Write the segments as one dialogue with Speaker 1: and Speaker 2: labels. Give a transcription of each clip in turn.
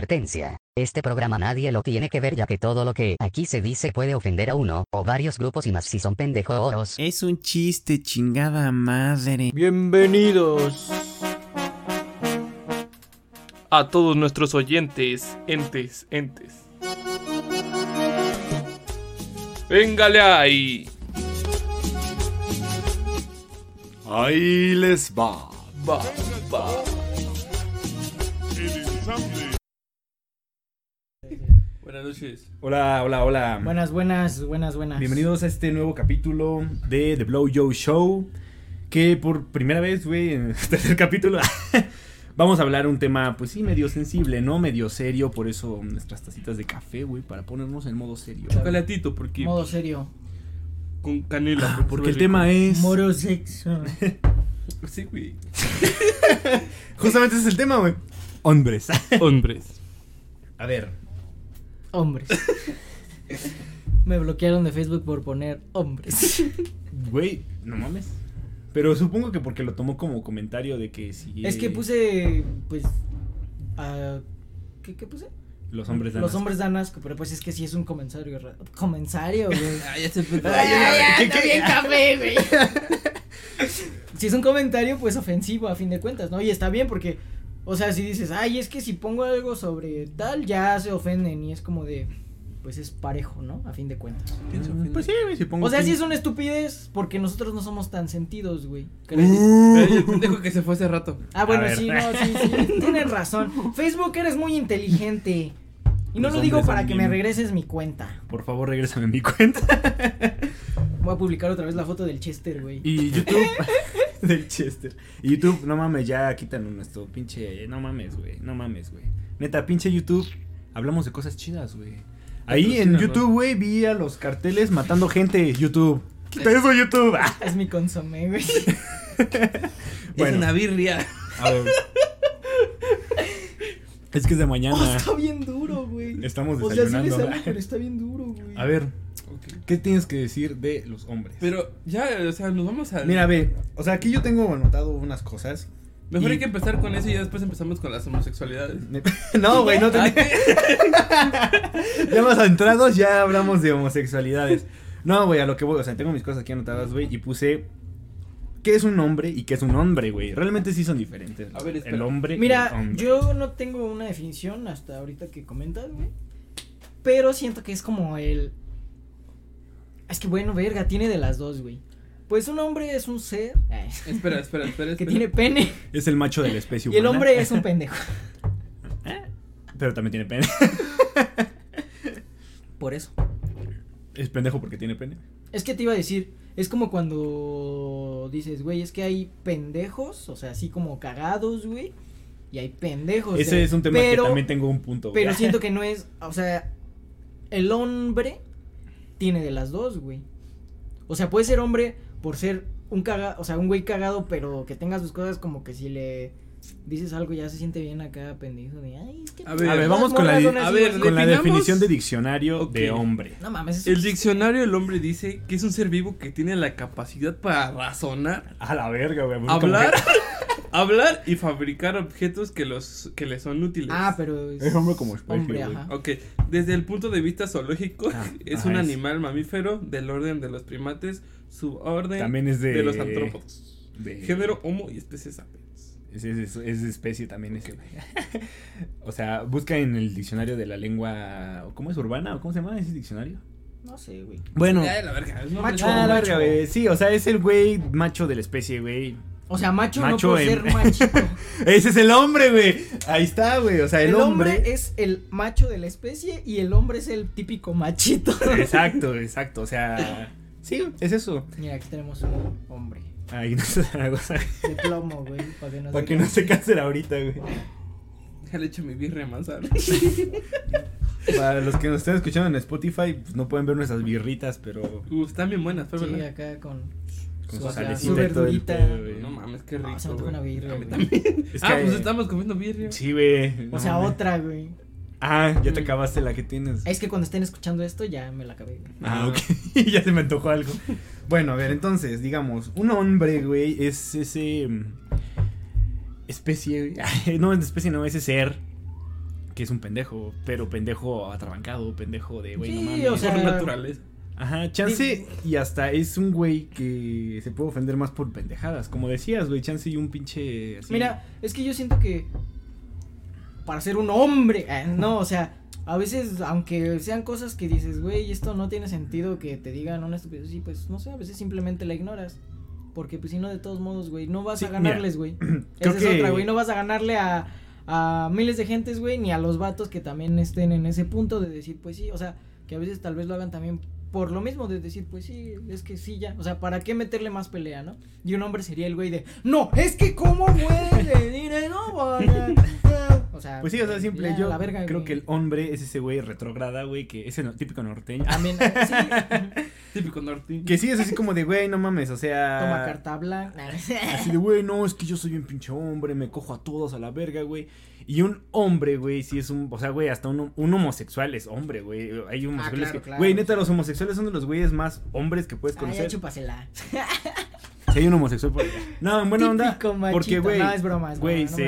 Speaker 1: Advertencia. Este programa nadie lo tiene que ver ya que todo lo que aquí se dice puede ofender a uno o varios grupos y más si son pendejos.
Speaker 2: Es un chiste, chingada madre.
Speaker 3: Bienvenidos a todos nuestros oyentes, entes, entes. Véngale ahí.
Speaker 4: Ahí les va.
Speaker 3: Va, va. Buenas noches.
Speaker 4: Hola, hola, hola.
Speaker 5: Buenas, buenas, buenas, buenas.
Speaker 4: Bienvenidos a este nuevo capítulo de The Blow Joe Show. Que por primera vez, güey, en este tercer capítulo, vamos a hablar un tema, pues sí, medio sensible, ¿no? Medio serio. Por eso nuestras tacitas de café, güey, para ponernos en modo serio.
Speaker 3: Chocolatito, porque
Speaker 5: Modo serio.
Speaker 3: con canela. Ah, porque
Speaker 4: Porque el tema es.
Speaker 5: Moro sexo.
Speaker 3: Sí, güey.
Speaker 4: Justamente ese es el tema, güey. Hombres.
Speaker 3: Hombres.
Speaker 4: A ver.
Speaker 5: Hombres. Me bloquearon de Facebook por poner hombres.
Speaker 4: Güey, no mames. Pero supongo que porque lo tomó como comentario de que si.
Speaker 5: Es que puse, pues, a- ¿qué, qué puse?
Speaker 4: Los hombres Pues, dan
Speaker 5: Los
Speaker 4: asco.
Speaker 5: hombres dan asco, pero pues es que sí es un comentario. ra- Comensario, güey.
Speaker 3: Ah, ya se fue.
Speaker 4: Ay, ay, ay, ¿qué- qué-
Speaker 5: café, güey. si es un comentario, pues ofensivo a fin de cuentas, ¿no? Y está bien porque, o sea, si dices, ay, es que si pongo algo sobre tal, ya se ofenden y es como de, pues es parejo, ¿no? A fin de cuentas.
Speaker 3: ¿Quién se ofende?
Speaker 4: Pues sí, güey, si pongo.
Speaker 5: O sea,
Speaker 4: pin-
Speaker 5: sí es una estupidez porque nosotros no somos tan sentidos, güey.
Speaker 3: Ay, el pendejo que se fue hace rato.
Speaker 5: Ah, bueno,
Speaker 4: A ver.
Speaker 5: sí, no, sí, sí. Tienes razón. Facebook, eres muy inteligente. Y no
Speaker 4: Los
Speaker 5: lo digo
Speaker 4: hombres
Speaker 5: para
Speaker 4: son
Speaker 5: que
Speaker 4: bien-
Speaker 5: me regreses mi cuenta.
Speaker 4: Por favor, regrésame mi cuenta.
Speaker 5: Voy a publicar otra vez la foto del Chester, güey.
Speaker 4: Y YouTube. del Chester. Y YouTube, no mames, ya quitan nuestro pinche. No mames, güey. No mames, güey. Neta, pinche YouTube. Hablamos de cosas chidas, güey. Ahí en
Speaker 3: Patrocínanos.
Speaker 4: YouTube, güey, vi a los carteles matando gente. YouTube. Quita eso, YouTube. Ah,
Speaker 5: Es mi consomé, güey.
Speaker 4: Bueno.
Speaker 3: Es una birria.
Speaker 4: a ver. Es que es de
Speaker 5: Oh,
Speaker 4: mañana.
Speaker 5: está bien duro, güey.
Speaker 4: Estamos
Speaker 5: O sea, sí le
Speaker 4: desayunando.
Speaker 5: sale, pero está bien duro, güey.
Speaker 3: Ah.
Speaker 4: A ver,
Speaker 3: Ok.
Speaker 4: ¿qué tienes que decir de los hombres?
Speaker 3: Pero ya, o sea, nos vamos a.
Speaker 4: Mira, ve. O sea, aquí yo tengo anotado unas cosas.
Speaker 3: Mejor
Speaker 4: y-
Speaker 3: hay que empezar con eso y ya después empezamos con las homosexualidades.
Speaker 4: No, güey, no
Speaker 3: Ah,
Speaker 4: tenía.
Speaker 3: ¿qué?
Speaker 4: Ya más entrados, ya hablamos de homosexualidades. No, güey, a lo que voy, o sea, tengo mis cosas aquí anotadas, güey, y puse qué es un hombre y qué es un hombre, güey. Realmente sí son diferentes.
Speaker 3: A ver, espera.
Speaker 4: el hombre. y el
Speaker 5: Mira,
Speaker 4: hombre.
Speaker 5: yo no tengo una definición hasta ahorita que comentas, güey. Pero siento que es como el. Es que bueno, verga, tiene de las dos, güey. Pues un hombre es un ser eh,
Speaker 3: espera, espera, espera.
Speaker 5: que
Speaker 3: espera.
Speaker 5: tiene pene
Speaker 4: es el macho de la especie
Speaker 5: y
Speaker 4: humana.
Speaker 5: el hombre es un pendejo.
Speaker 4: Pero también tiene pene.
Speaker 5: Por eso.
Speaker 4: Es pendejo porque tiene pene.
Speaker 5: Es que te iba a decir, es como cuando dices, güey, es que hay pendejos, o sea, así como cagados, güey. Y hay pendejos.
Speaker 4: Ese
Speaker 5: güey.
Speaker 4: es un tema
Speaker 5: Pero-
Speaker 4: que también tengo un punto. güey.
Speaker 5: Pero siento que no es, o sea, el hombre tiene de las dos, güey. O sea, puede ser hombre por ser un caga, o sea, un güey cagado, pero que tenga sus cosas como que si le dices algo ya se siente bien acá pendejo de, ay, es que
Speaker 3: A ver,
Speaker 5: todas
Speaker 3: a ver,
Speaker 5: las
Speaker 4: vamos con la
Speaker 5: morras
Speaker 4: di-
Speaker 5: son
Speaker 3: a
Speaker 5: así,
Speaker 3: ver,
Speaker 5: güey".
Speaker 4: Con la
Speaker 3: definamos-
Speaker 4: definición de diccionario
Speaker 3: Ok.
Speaker 4: de hombre.
Speaker 5: No mames, eso
Speaker 3: El
Speaker 5: es-
Speaker 3: diccionario del hombre dice que es un ser vivo que tiene la capacidad para razonar,
Speaker 4: A la verga, güey. como
Speaker 3: hablar,
Speaker 4: que-
Speaker 3: hablar y fabricar objetos que los que le son útiles.
Speaker 5: Ah, pero es,
Speaker 4: Es hombre como especie,
Speaker 5: hombre,
Speaker 4: güey.
Speaker 5: ajá.
Speaker 3: Ok, desde el punto de vista zoológico,
Speaker 4: Ah,
Speaker 3: es
Speaker 4: ajá,
Speaker 3: un
Speaker 4: es-
Speaker 3: animal mamífero del orden de los primates, suborden
Speaker 4: También es de. Eh,
Speaker 3: de los antrópodos,
Speaker 4: de-
Speaker 3: género homo y especie sapiens.
Speaker 4: Es, es, es de especie también ese, güey. o sea, busca en el diccionario de la lengua. ¿Cómo es urbana? ¿O ¿Cómo se llama ese diccionario?
Speaker 5: No sé, güey.
Speaker 4: Bueno.
Speaker 3: Ya, la verga, es un
Speaker 5: Macho.
Speaker 4: Ah, la
Speaker 3: hombre.
Speaker 4: verga, güey. Sí, o sea, es el güey macho de la especie, güey.
Speaker 5: O sea, macho,
Speaker 4: Macho
Speaker 5: no por
Speaker 4: en-
Speaker 5: ser machito.
Speaker 4: Ese es el hombre, güey. Ahí está, güey. O sea, el,
Speaker 5: El
Speaker 4: hombre.
Speaker 5: hombre es el macho de la especie y el hombre es el típico machito.
Speaker 4: Exacto, exacto. O sea. Sí, es eso.
Speaker 5: Mira, aquí tenemos un hombre.
Speaker 4: Ahí no se da la cosa, güey,
Speaker 5: De plomo, güey, para que no
Speaker 4: Para
Speaker 5: se
Speaker 4: que no se cansen ahorita, güey.
Speaker 3: Déjale hecho mi birria manzana.
Speaker 4: Para los que nos están escuchando en Spotify, pues no pueden ver nuestras birritas, pero.
Speaker 3: Uh, están bien buenas, fue
Speaker 5: Sí,
Speaker 3: verdad.
Speaker 5: acá con,
Speaker 4: Con
Speaker 5: su,
Speaker 4: su
Speaker 5: o sea,
Speaker 4: salecita y
Speaker 5: su
Speaker 4: todo el
Speaker 5: verdurita.
Speaker 4: pedo, güey.
Speaker 3: No mames, qué rico.
Speaker 5: Ah, se me antojó
Speaker 3: güey.
Speaker 5: una birria,
Speaker 3: A mí
Speaker 5: güey.
Speaker 3: también.
Speaker 4: Es
Speaker 3: ah,
Speaker 4: que-
Speaker 3: pues estamos comiendo birria.
Speaker 4: Sí, güey.
Speaker 5: O
Speaker 4: no
Speaker 5: sea,
Speaker 4: mames.
Speaker 5: otra, güey.
Speaker 4: Ah, ya te acabaste la que tienes.
Speaker 5: Es que cuando estén escuchando esto ya me la acabé. güey.
Speaker 4: Ah, ok. ya se me antojó algo. Bueno, a ver, entonces, digamos, un hombre, güey, es ese. mm, Especie. güey. no, es especie, no, ese ser que es un pendejo, pero pendejo atrabancado, pendejo de güey, no
Speaker 5: Sí,
Speaker 4: mames.
Speaker 5: o sea,
Speaker 3: Por naturaleza.
Speaker 4: Ajá, chance y hasta es un güey que se puede ofender más por pendejadas. Como decías, güey, chance y un pinche así.
Speaker 5: Mira, es que yo siento que para ser un hombre, eh, no, o sea, a veces, aunque sean cosas que dices, güey, esto no tiene sentido que te digan una estupidez, sí, pues no sé, a veces simplemente la ignoras. Porque pues si no, de todos modos, güey, no vas
Speaker 4: Sí,
Speaker 5: a
Speaker 4: mira,
Speaker 5: ganarles, güey.
Speaker 4: creo
Speaker 5: Esa es
Speaker 4: que-
Speaker 5: otra, güey, no vas a ganarle a, a miles de gentes, güey, ni a los vatos que también estén en ese punto de decir, pues sí, o sea, que a veces tal vez lo hagan también por lo mismo de decir, pues sí, es que sí ya, o sea, ¿para qué meterle más pelea, no? Y un hombre sería el güey de, no, es que cómo güey, diré, no, güey, eh". o sea,
Speaker 4: Pues sí, o sea, simple.
Speaker 5: ya,
Speaker 4: Yo
Speaker 5: la verga,
Speaker 4: creo
Speaker 5: güey.
Speaker 4: que el hombre es ese güey retrograda, güey, que es el típico norteño.
Speaker 5: También, sí,
Speaker 3: Típico norte.
Speaker 4: Que sí, es así como de, güey, no mames, o sea.
Speaker 5: toma carta
Speaker 4: Ah,
Speaker 5: blanca.
Speaker 4: Así de, güey, no, es que yo soy un pinche hombre, me cojo a todos a la verga, güey. Y un hombre, güey, sí es un. O sea, güey, hasta un, un homosexual es hombre, güey. Hay homosexuales
Speaker 5: Ah, claro,
Speaker 4: que.
Speaker 5: claro.
Speaker 4: Güey, neta, los homosexuales son de los güeyes más hombres que puedes
Speaker 5: Ay, ya
Speaker 4: conocer.
Speaker 5: chúpasela.
Speaker 4: Si hay un homosexual por No, en buena onda.
Speaker 5: Típico machito.
Speaker 4: Porque, güey.
Speaker 5: No, es broma, es broma,
Speaker 4: Güey,
Speaker 5: no me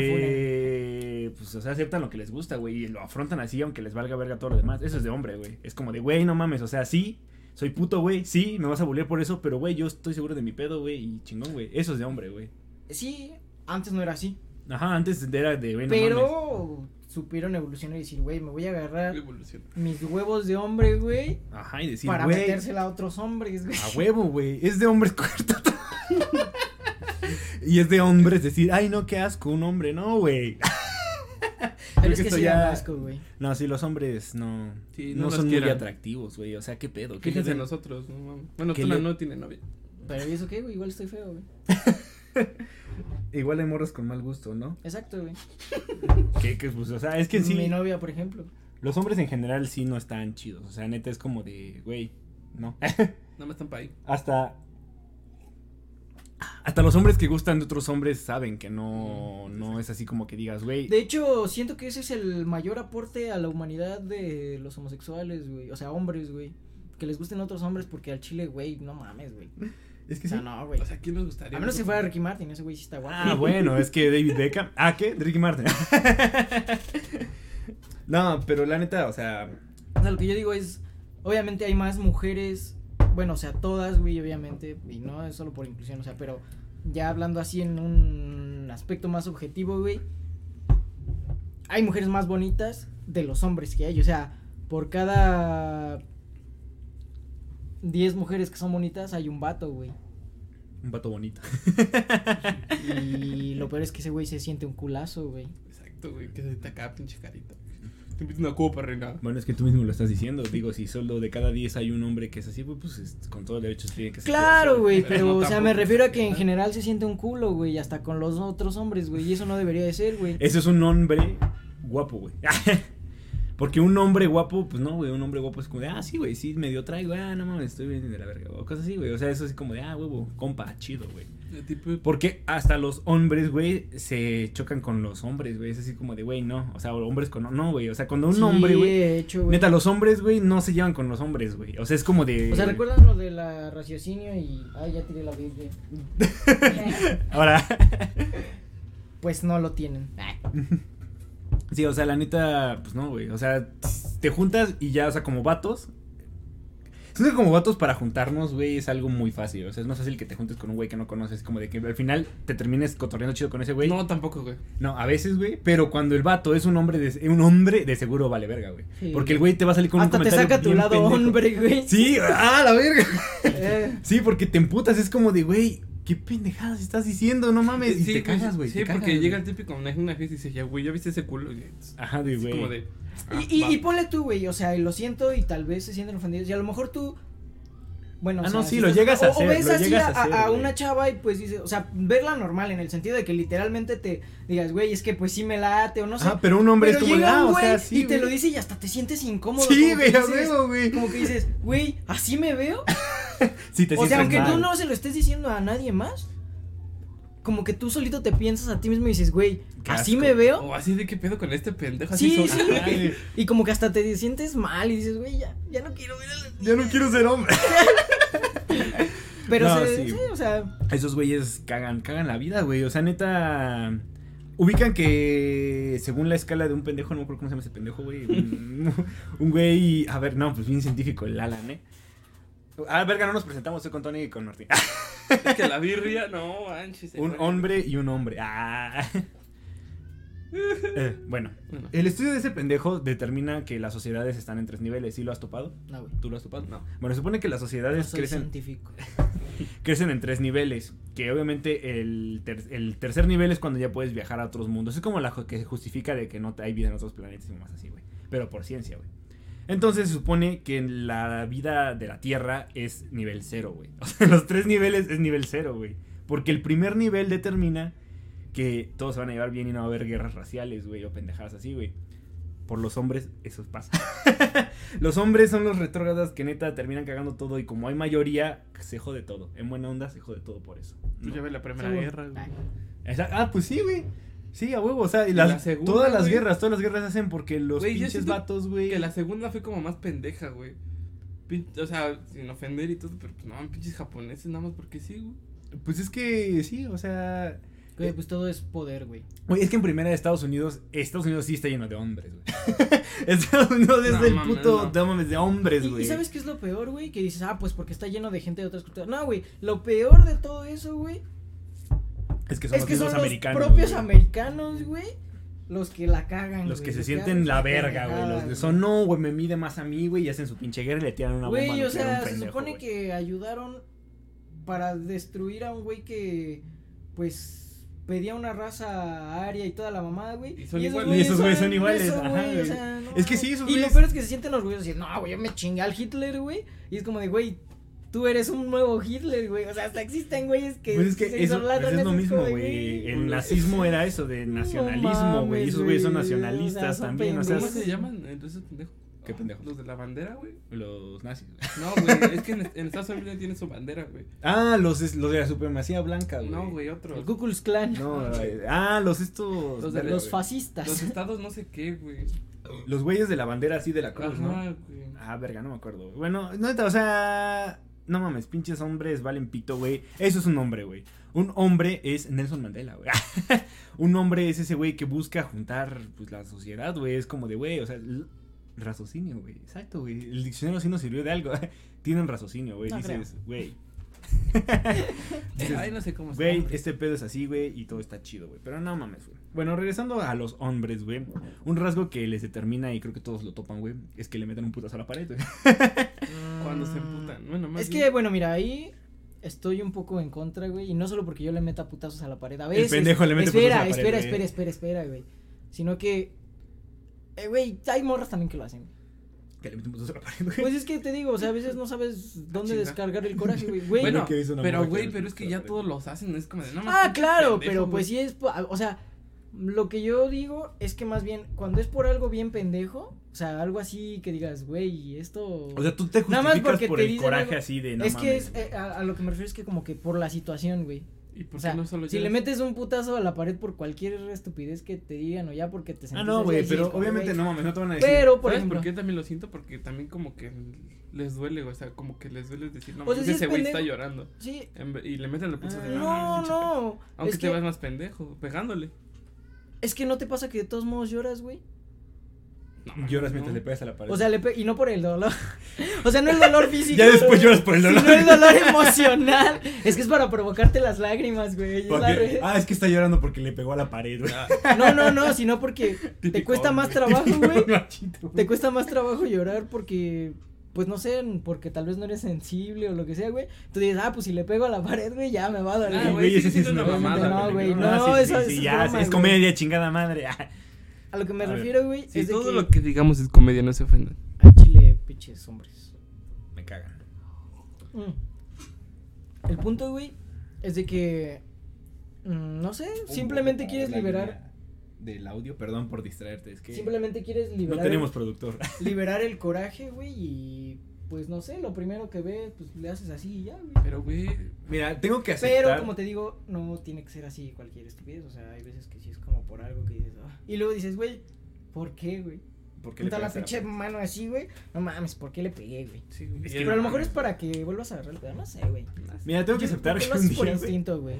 Speaker 4: se. Pues, o sea, aceptan lo que les gusta, güey. Y lo afrontan así, aunque les valga verga todo lo demás. Eso es de hombre, güey. Es como de, güey, no mames. O sea, sí, soy puto, güey. Sí, me vas a bullear por eso. Pero, güey, yo estoy seguro de mi pedo, güey. Y chingón, güey. Eso es de hombre, güey.
Speaker 5: Sí, antes no era así,
Speaker 4: Ajá, antes era de, güey, no mames.
Speaker 5: pero supieron evolucionar y decir, güey, me voy a agarrar
Speaker 3: Evolución.
Speaker 5: mis huevos de hombre, güey,
Speaker 4: Ajá, y decir,
Speaker 5: para
Speaker 4: güey.
Speaker 5: metérsela a otros hombres, güey.
Speaker 4: A huevo, güey. Es de hombres corto. y es de hombres decir, ay, no, qué asco, un hombre. No, güey.
Speaker 5: Pero
Speaker 4: creo
Speaker 5: es
Speaker 4: que
Speaker 5: que
Speaker 4: esto
Speaker 5: sí dan
Speaker 4: ya-
Speaker 5: asco, güey.
Speaker 4: No, sí, los hombres no,
Speaker 3: Sí,
Speaker 4: no,
Speaker 3: no los
Speaker 4: son muy
Speaker 3: quieran.
Speaker 4: atractivos, güey. O sea, qué pedo. ¿Qué
Speaker 3: Fíjense
Speaker 4: le-
Speaker 3: en nosotros. no mames. Bueno,
Speaker 4: ¿Qué
Speaker 3: Tula
Speaker 4: le-
Speaker 3: no tiene novia.
Speaker 5: Pero ¿y eso qué, güey? Igual estoy feo, güey.
Speaker 4: Igual hay morros con mal gusto, ¿no?
Speaker 5: Exacto, güey.
Speaker 4: Que, que, pues, o sea, es que
Speaker 5: Mi
Speaker 4: sí.
Speaker 5: novia, por ejemplo.
Speaker 4: Los hombres en general sí no están chidos. O sea, neta es como de, güey, no.
Speaker 3: Nada más están para ahí.
Speaker 4: Hasta. Hasta los hombres que gustan de otros hombres saben que no, no es así como que digas, güey.
Speaker 5: De hecho, siento que ese es el mayor aporte a la humanidad de los homosexuales, güey. O sea, hombres, güey. Que les gusten otros hombres porque al chile, güey, no mames, güey.
Speaker 4: Es que
Speaker 5: O
Speaker 4: sí.
Speaker 5: sea, no, güey.
Speaker 3: O sea, ¿quién nos gustaría?
Speaker 5: A menos que fuera Ricky Martin, ese güey sí está guapo.
Speaker 4: Ah, bueno, es que David Beckham. Ah, ¿qué? Ricky Martin. no, pero la neta, o sea.
Speaker 5: O sea, lo que yo digo es, obviamente hay más mujeres, bueno, o sea, todas, güey, obviamente, y no es solo por inclusión, o sea, pero ya hablando así en un aspecto más objetivo, güey, hay mujeres más bonitas de los hombres que hay, o sea, por cada 10 mujeres que son bonitas hay un vato, güey.
Speaker 4: Un vato bonito.
Speaker 5: Y lo peor es que ese güey se siente un culazo, güey.
Speaker 3: Exacto, güey. Que se te acaba pinche carita. Te invito una copa, reina.
Speaker 4: Bueno, es que tú mismo lo estás diciendo. Digo, si solo de cada 10 hay un hombre que es así, pues, pues es- con todo el derecho tiene que ser.
Speaker 5: Claro, güey,
Speaker 3: pero
Speaker 5: pero,
Speaker 3: no
Speaker 5: o sea, me
Speaker 3: tampoco.
Speaker 5: refiero a que en general se siente un culo, güey, hasta con los otros hombres, güey, y eso no debería de ser, güey.
Speaker 4: Eso es un hombre guapo, güey. Porque un hombre guapo, pues no, güey. Un hombre guapo es como de, ah, sí, güey, sí, medio traigo. Ah, no mames, estoy bien de la verga. O cosas así, güey. O sea, eso es como de, ah, huevo, compa, chido, güey.
Speaker 3: El tipo-
Speaker 4: Porque hasta los hombres, güey, se chocan con los hombres, güey. Es así como de, güey, no. O sea, hombres con. No, güey. O sea, cuando un
Speaker 5: Sí,
Speaker 4: hombre, güey.
Speaker 5: de hecho, güey.
Speaker 4: Neta, los hombres, güey, no se llevan con los hombres, güey. O sea, es como de.
Speaker 5: O sea, ¿recuerdan lo de la raciocinio y. Ay, ya tiré la Biblia.
Speaker 4: Ahora.
Speaker 5: pues no lo tienen. Ay,
Speaker 4: Sí, o sea, la neta, pues no, güey. O sea, te juntas y ya, o sea, como vatos. Siento que como vatos para juntarnos, güey, es algo muy fácil. O sea, es más fácil que te juntes con un güey que no conoces. Como de que al final te termines cotorreando chido con ese güey. No,
Speaker 3: No, tampoco, güey.
Speaker 4: a veces, güey. Pero cuando el vato es un hombre, de, un hombre de seguro vale verga, güey.
Speaker 5: Sí.
Speaker 4: Porque el güey te va a salir con
Speaker 5: Hasta
Speaker 4: un
Speaker 5: te
Speaker 4: comentario
Speaker 5: saca tu
Speaker 4: bien
Speaker 5: lado
Speaker 4: pendejo.
Speaker 5: hombre, güey.
Speaker 4: Sí, ah, la verga.
Speaker 5: Eh,
Speaker 4: Sí, porque te emputas. Es como de, güey, qué pendejadas estás diciendo, no mames. y te
Speaker 3: güey,
Speaker 4: cagas, güey.
Speaker 3: Sí,
Speaker 4: te cagas,
Speaker 3: porque llega el
Speaker 4: güey.
Speaker 3: típico homenaje una fiesta y dice, ya, güey, ya viste ese culo. Y es
Speaker 4: Ajá, de
Speaker 3: así
Speaker 4: güey.
Speaker 3: como de. ah,
Speaker 5: y, y,
Speaker 3: va.
Speaker 5: y ponle tú, güey. O sea, y lo siento y tal vez se sienten ofendidos. Y a lo mejor tú. Bueno,
Speaker 4: Ah,
Speaker 5: o sea,
Speaker 4: no, sí,
Speaker 5: si
Speaker 4: lo
Speaker 5: estás-
Speaker 4: llegas a
Speaker 5: o-
Speaker 4: hacer,
Speaker 5: O ves
Speaker 4: lo
Speaker 5: así
Speaker 4: llegas
Speaker 5: a,
Speaker 4: a hacer,
Speaker 5: a
Speaker 4: güey.
Speaker 5: una chava y pues dices, o sea, verla normal en el sentido de que literalmente te digas, güey, es que pues sí me late o no sé.
Speaker 4: Ajá, Ah, pero un hombre
Speaker 5: pero
Speaker 4: es como de,
Speaker 5: llega
Speaker 4: ah,
Speaker 5: un
Speaker 4: o
Speaker 5: güey
Speaker 4: sea, sí.
Speaker 5: y te
Speaker 4: güey.
Speaker 5: lo dice y hasta te sientes incómodo.
Speaker 4: Sí,
Speaker 5: como que
Speaker 4: güey, a
Speaker 5: dices-
Speaker 4: huevo, güey.
Speaker 5: Como que dices, güey, ¿así me veo?
Speaker 4: Sí, te
Speaker 5: O
Speaker 4: sientes
Speaker 5: sea, aunque tú
Speaker 4: mal.
Speaker 5: no se lo estés diciendo a nadie más, como que tú solito te piensas a ti mismo y dices, güey,
Speaker 4: Qué
Speaker 5: así
Speaker 4: asco.
Speaker 5: me veo.
Speaker 3: O Oh, así de qué pedo con este pendejo.
Speaker 5: Sí,
Speaker 3: así
Speaker 5: sí.
Speaker 3: solo.
Speaker 4: Ajá, güey.
Speaker 5: Y como que hasta te sientes mal y dices, güey, ya, ya no quiero ver a las
Speaker 4: Ya no quiero ser hombre.
Speaker 5: Pero
Speaker 4: No,
Speaker 5: se-
Speaker 4: sí.
Speaker 5: sí, o sea,
Speaker 4: Esos güeyes cagan, cagan la vida, güey. O sea, neta. Ubican que según la escala de un pendejo, no me acuerdo cómo se llama ese pendejo, güey. Un, un güey, a ver, no, pues bien científico, el Alan, ¿eh? Ah, verga, no nos presentamos, estoy con Tony y con Martín. Ah,
Speaker 3: Es que la birria, no, manches.
Speaker 4: un hombre y un hombre. Ah. Eh, bueno, el estudio de ese pendejo determina que las sociedades están en tres niveles. ¿Sí lo has topado?
Speaker 5: No, güey.
Speaker 4: ¿Tú lo has topado? No. Bueno, supone que las
Speaker 5: No
Speaker 4: sociedades
Speaker 5: soy
Speaker 4: crecen
Speaker 5: científico.
Speaker 4: crecen en tres niveles. Que obviamente el, ter- el tercer nivel es cuando ya puedes viajar a otros mundos. Es como la ju- que se justifica de que no te- hay vida en otros planetas y más así, güey. Pero por ciencia, güey. Entonces se supone que la vida de la Tierra es nivel cero, güey. O sea, los tres niveles es nivel cero, güey. Porque el primer nivel determina que todos se van a llevar bien y no va a haber guerras raciales, güey, o pendejadas así, güey. Por los hombres, eso pasa. los hombres son los retrógradas que neta terminan cagando todo y como hay mayoría, se jode todo. En buena onda se jode todo por eso.
Speaker 3: Tú
Speaker 4: ¿no?
Speaker 3: Pues ya ves la primera
Speaker 5: Seguro.
Speaker 3: guerra, güey.
Speaker 5: Ay,
Speaker 4: Esa- Ah, pues sí, güey. Sí, a huevo, o sea, y
Speaker 3: Y
Speaker 4: las-
Speaker 3: la segunda,
Speaker 4: todas las
Speaker 3: güey.
Speaker 4: guerras, todas las guerras se hacen porque los
Speaker 3: Güey, yo
Speaker 4: pinches
Speaker 3: siento
Speaker 4: vatos, güey.
Speaker 3: Que la segunda fue como más pendeja, güey. Pin- O sea, sin ofender y todo, pero pues no, pinches japoneses, nada más porque sí, güey.
Speaker 4: Pues es que sí, o sea,
Speaker 5: Güey, pues todo es poder, güey.
Speaker 4: Güey, es que en primera de Estados Unidos, Estados Unidos sí está lleno de hombres, güey. Estados Unidos es
Speaker 3: No,
Speaker 4: el
Speaker 3: mames,
Speaker 4: puto
Speaker 3: no.
Speaker 4: no mames, de hombres,
Speaker 5: ¿Y,
Speaker 4: güey.
Speaker 5: y sabes qué es lo peor, güey? Que dices, ah, pues porque está lleno de gente de otras culturas. No, güey, lo peor de todo eso, güey,
Speaker 4: Es que son
Speaker 5: es
Speaker 4: los
Speaker 5: que
Speaker 4: mismos
Speaker 5: son los
Speaker 4: americanos.
Speaker 5: propios
Speaker 4: güey.
Speaker 5: americanos, güey, los que la cagan,
Speaker 4: Los que
Speaker 5: güey,
Speaker 4: se
Speaker 5: los
Speaker 4: sienten
Speaker 5: hacen
Speaker 4: la
Speaker 5: sus
Speaker 4: verga, güey. Los
Speaker 5: pendejadas,
Speaker 4: de son, no, güey, me mide más a mí, güey, y hacen su pinche guerra y le tiran una bomba.
Speaker 5: Güey, o
Speaker 4: nuclear a
Speaker 5: sea,
Speaker 4: un
Speaker 5: se
Speaker 4: pendejo,
Speaker 5: supone
Speaker 4: güey.
Speaker 5: que ayudaron para destruir a un güey que, pues, pedía una raza aria y toda la mamada, güey.
Speaker 3: Y son iguales.
Speaker 5: güeyes
Speaker 4: Y esos güeyes son iguales,
Speaker 5: eso,
Speaker 4: ajá,
Speaker 5: güey, o
Speaker 4: güey.
Speaker 5: sea, no
Speaker 4: Es que
Speaker 5: mames.
Speaker 4: sí, esos
Speaker 5: Y lo
Speaker 4: güeyes-
Speaker 5: peor es que se sienten orgullosos y dicen, no, güey, yo me chingué al Hitler, güey. Y es como de, güey, tú eres un nuevo Hitler, güey. O sea, hasta existen güeyes que.
Speaker 4: Pues es que
Speaker 5: se
Speaker 4: eso, pues
Speaker 5: idolatran,
Speaker 4: es lo
Speaker 5: así
Speaker 4: mismo,
Speaker 5: como de,
Speaker 4: güey. El
Speaker 5: no
Speaker 4: nazismo era eso, de nacionalismo, güey. Y esos güeyes
Speaker 5: mames,
Speaker 4: son
Speaker 5: güey, o sea,
Speaker 4: nacionalistas
Speaker 5: son
Speaker 4: también, o sea.
Speaker 3: ¿Cómo
Speaker 5: pendejos.
Speaker 3: se llaman entonces pendejos?
Speaker 4: ¿Qué pendejos?
Speaker 3: Los de la bandera, güey.
Speaker 4: Los nazis, güey.
Speaker 3: No, güey, es que en, en Estados Unidos tiene su bandera, güey.
Speaker 4: Ah, los, es- los de la supremacía blanca, Ah, güey.
Speaker 3: No, güey, otros.
Speaker 5: El Ku Klux Klan.
Speaker 4: No, güey. ah, los estos.
Speaker 3: Los de
Speaker 4: verga,
Speaker 5: los
Speaker 4: güey.
Speaker 5: fascistas.
Speaker 3: Los estados no sé qué, güey.
Speaker 4: Los güeyes de la bandera así de la cruz, ¿no?
Speaker 3: Ajá, güey.
Speaker 4: Ah, verga, no me acuerdo. güey. Bueno, neta, o sea, no mames, pinches hombres valen pito, güey. Eso es un hombre, güey. Un hombre es Nelson Mandela, güey. un hombre es ese güey que busca juntar pues la sociedad, güey, es como de güey, o sea, l- raciocinio, güey. Exacto, güey. El diccionario sí nos sirvió de algo. Tienen raciocinio, güey.
Speaker 5: No
Speaker 4: Dices, güey. Dices,
Speaker 3: Ay, no sé cómo se
Speaker 4: Güey,
Speaker 3: llama.
Speaker 4: este pedo es así, güey, y todo está chido, güey. Pero no mames, güey. Bueno, regresando a los hombres, güey. Un rasgo que les determina, y creo que todos lo topan, güey, es que le meten un putazo a la pared, güey.
Speaker 3: Cuando se emputan. Bueno, más
Speaker 5: Es
Speaker 3: bien-
Speaker 5: que, bueno, mira, ahí estoy un poco en contra, güey. Y no solo porque yo le meta putazos a la pared. A veces.
Speaker 4: pendejo le mete
Speaker 5: espera,
Speaker 4: putazos a la
Speaker 5: Espera,
Speaker 4: pared,
Speaker 5: espera,
Speaker 4: güey.
Speaker 5: espera, espera, güey. Sino que. eh, güey, hay morras también que lo hacen.
Speaker 4: Que le meten un putazo a la pared, güey.
Speaker 5: Pues es que te digo, o sea, a veces no sabes dónde
Speaker 3: chinga.
Speaker 5: descargar el coraje, güey. Güey,
Speaker 3: Bueno,
Speaker 4: Lo que hizo una
Speaker 3: pero
Speaker 4: morra que
Speaker 3: güey,
Speaker 4: le
Speaker 3: pero es
Speaker 4: puso
Speaker 3: que
Speaker 4: la
Speaker 3: ya
Speaker 4: pared.
Speaker 3: todos los hacen, es como de no
Speaker 5: Ah,
Speaker 3: mames,
Speaker 5: claro,
Speaker 3: pendejo,
Speaker 5: pero
Speaker 3: güey.
Speaker 5: pues sí es, po- o sea, lo que yo digo es que más bien cuando es por algo bien pendejo, o sea, algo así que digas, güey, esto
Speaker 4: O sea, tú te
Speaker 5: Nada más
Speaker 4: justificas
Speaker 5: porque
Speaker 4: por
Speaker 5: te
Speaker 4: el
Speaker 5: dicen
Speaker 4: coraje
Speaker 5: algo.
Speaker 4: así de no
Speaker 5: es que
Speaker 4: mames, Ah,
Speaker 5: es
Speaker 4: güey.
Speaker 5: eh, a, a lo que me refiero es que como que por la situación, güey.
Speaker 3: ¿Y por
Speaker 5: O
Speaker 3: qué
Speaker 5: sea,
Speaker 3: no solo
Speaker 5: si
Speaker 3: ya
Speaker 5: le
Speaker 3: es-
Speaker 5: metes un putazo a la pared por cualquier estupidez que te digan o ya porque te
Speaker 4: Ah,
Speaker 5: sentiste
Speaker 4: no,
Speaker 5: así,
Speaker 4: güey,
Speaker 5: dices,
Speaker 4: pero
Speaker 5: como,
Speaker 4: obviamente
Speaker 5: güey,
Speaker 4: no mames, no te van a decir.
Speaker 5: Pero por
Speaker 3: ¿Sabes
Speaker 5: ejemplo,
Speaker 3: por qué también lo siento? Porque también como que les duele, o sea, como que les duele decir, no
Speaker 5: O sea,
Speaker 3: mames,
Speaker 5: sí es
Speaker 3: ese güey está
Speaker 5: pendejo.
Speaker 3: llorando.
Speaker 5: sí,
Speaker 3: En ve- Y le meten la pizza
Speaker 4: Ah.
Speaker 3: de
Speaker 5: no, no.
Speaker 3: Aunque
Speaker 5: es
Speaker 3: te
Speaker 5: que,
Speaker 3: vas más pendejo, pegándole.
Speaker 5: es que no te pasa que de todos modos lloras, güey.
Speaker 3: No, mames,
Speaker 4: Lloras
Speaker 3: no.
Speaker 4: mientras le pegas a la pared.
Speaker 5: O sea, le pe- y no por el dolor. o sea, no el dolor físico.
Speaker 4: ya después
Speaker 5: güey.
Speaker 4: lloras por el dolor.
Speaker 5: Sino el dolor emocional. Es que es para provocarte las lágrimas, güey. es la
Speaker 4: Porque-
Speaker 5: re-
Speaker 4: ah, es que está llorando porque le pegó a la pared, güey.
Speaker 3: Ah,
Speaker 5: No, no, no, sino porque te
Speaker 3: Típico
Speaker 5: cuesta más
Speaker 3: hombre.
Speaker 5: trabajo, güey.
Speaker 4: Machito, güey.
Speaker 5: Te cuesta más trabajo llorar porque, pues no sé, porque tal vez no eres sensible o lo que sea, güey. Tú dices, ah, pues si le pego a la pared, güey, ya me va a
Speaker 3: Ah,
Speaker 5: doler.
Speaker 4: Sí,
Speaker 3: güey,
Speaker 4: ese
Speaker 3: sí,
Speaker 4: sí es
Speaker 3: sí,
Speaker 4: una
Speaker 3: mamada,
Speaker 4: mamada,
Speaker 5: güey,
Speaker 4: pendejo.
Speaker 5: no,
Speaker 4: Ah, sí,
Speaker 5: eso
Speaker 4: sí,
Speaker 5: es
Speaker 4: sí, ya,
Speaker 5: broma,
Speaker 4: es
Speaker 5: güey.
Speaker 4: comedia, chingada madre. ah.
Speaker 5: A lo que me
Speaker 4: A ver.
Speaker 5: refiero, güey,
Speaker 3: Si
Speaker 5: es de
Speaker 3: todo
Speaker 5: que...
Speaker 3: lo que digamos es comedia, no se ofendan.
Speaker 5: Ay, chile, pinches hombres.
Speaker 4: Me cagan.
Speaker 5: Mm. El punto, güey, es de que... mm, no sé, simplemente quieres liberar...
Speaker 4: Del audio, perdón por distraerte, es que.
Speaker 5: Simplemente quieres
Speaker 4: No
Speaker 5: liberar...
Speaker 4: tenemos productor.
Speaker 5: liberar el coraje, güey, y pues no sé, lo primero que ves, pues le haces así y ya, güey.
Speaker 3: Pero, güey,
Speaker 4: Mira, tengo que aceptar.
Speaker 5: Pero como te digo, no tiene que ser así cualquier estupidez, o sea, hay veces que sí es como por algo que dices, "Ah". y luego dices, güey, ¿por qué, güey?
Speaker 4: ¿Por qué le
Speaker 5: Junta la
Speaker 4: pegaste a la
Speaker 5: pinche
Speaker 4: pared?
Speaker 5: mano así, güey. No mames, ¿por qué le pegué, güey?
Speaker 3: Sí, güey.
Speaker 4: Es que
Speaker 5: Pero a lo mejor es para que vuelvas a agarrar el pedo. No sé, güey.
Speaker 4: Mira, tengo que
Speaker 5: Yo creo
Speaker 4: aceptar
Speaker 5: que
Speaker 4: que
Speaker 5: lo
Speaker 4: un
Speaker 5: haces por
Speaker 4: día, güey,
Speaker 5: instinto, güey.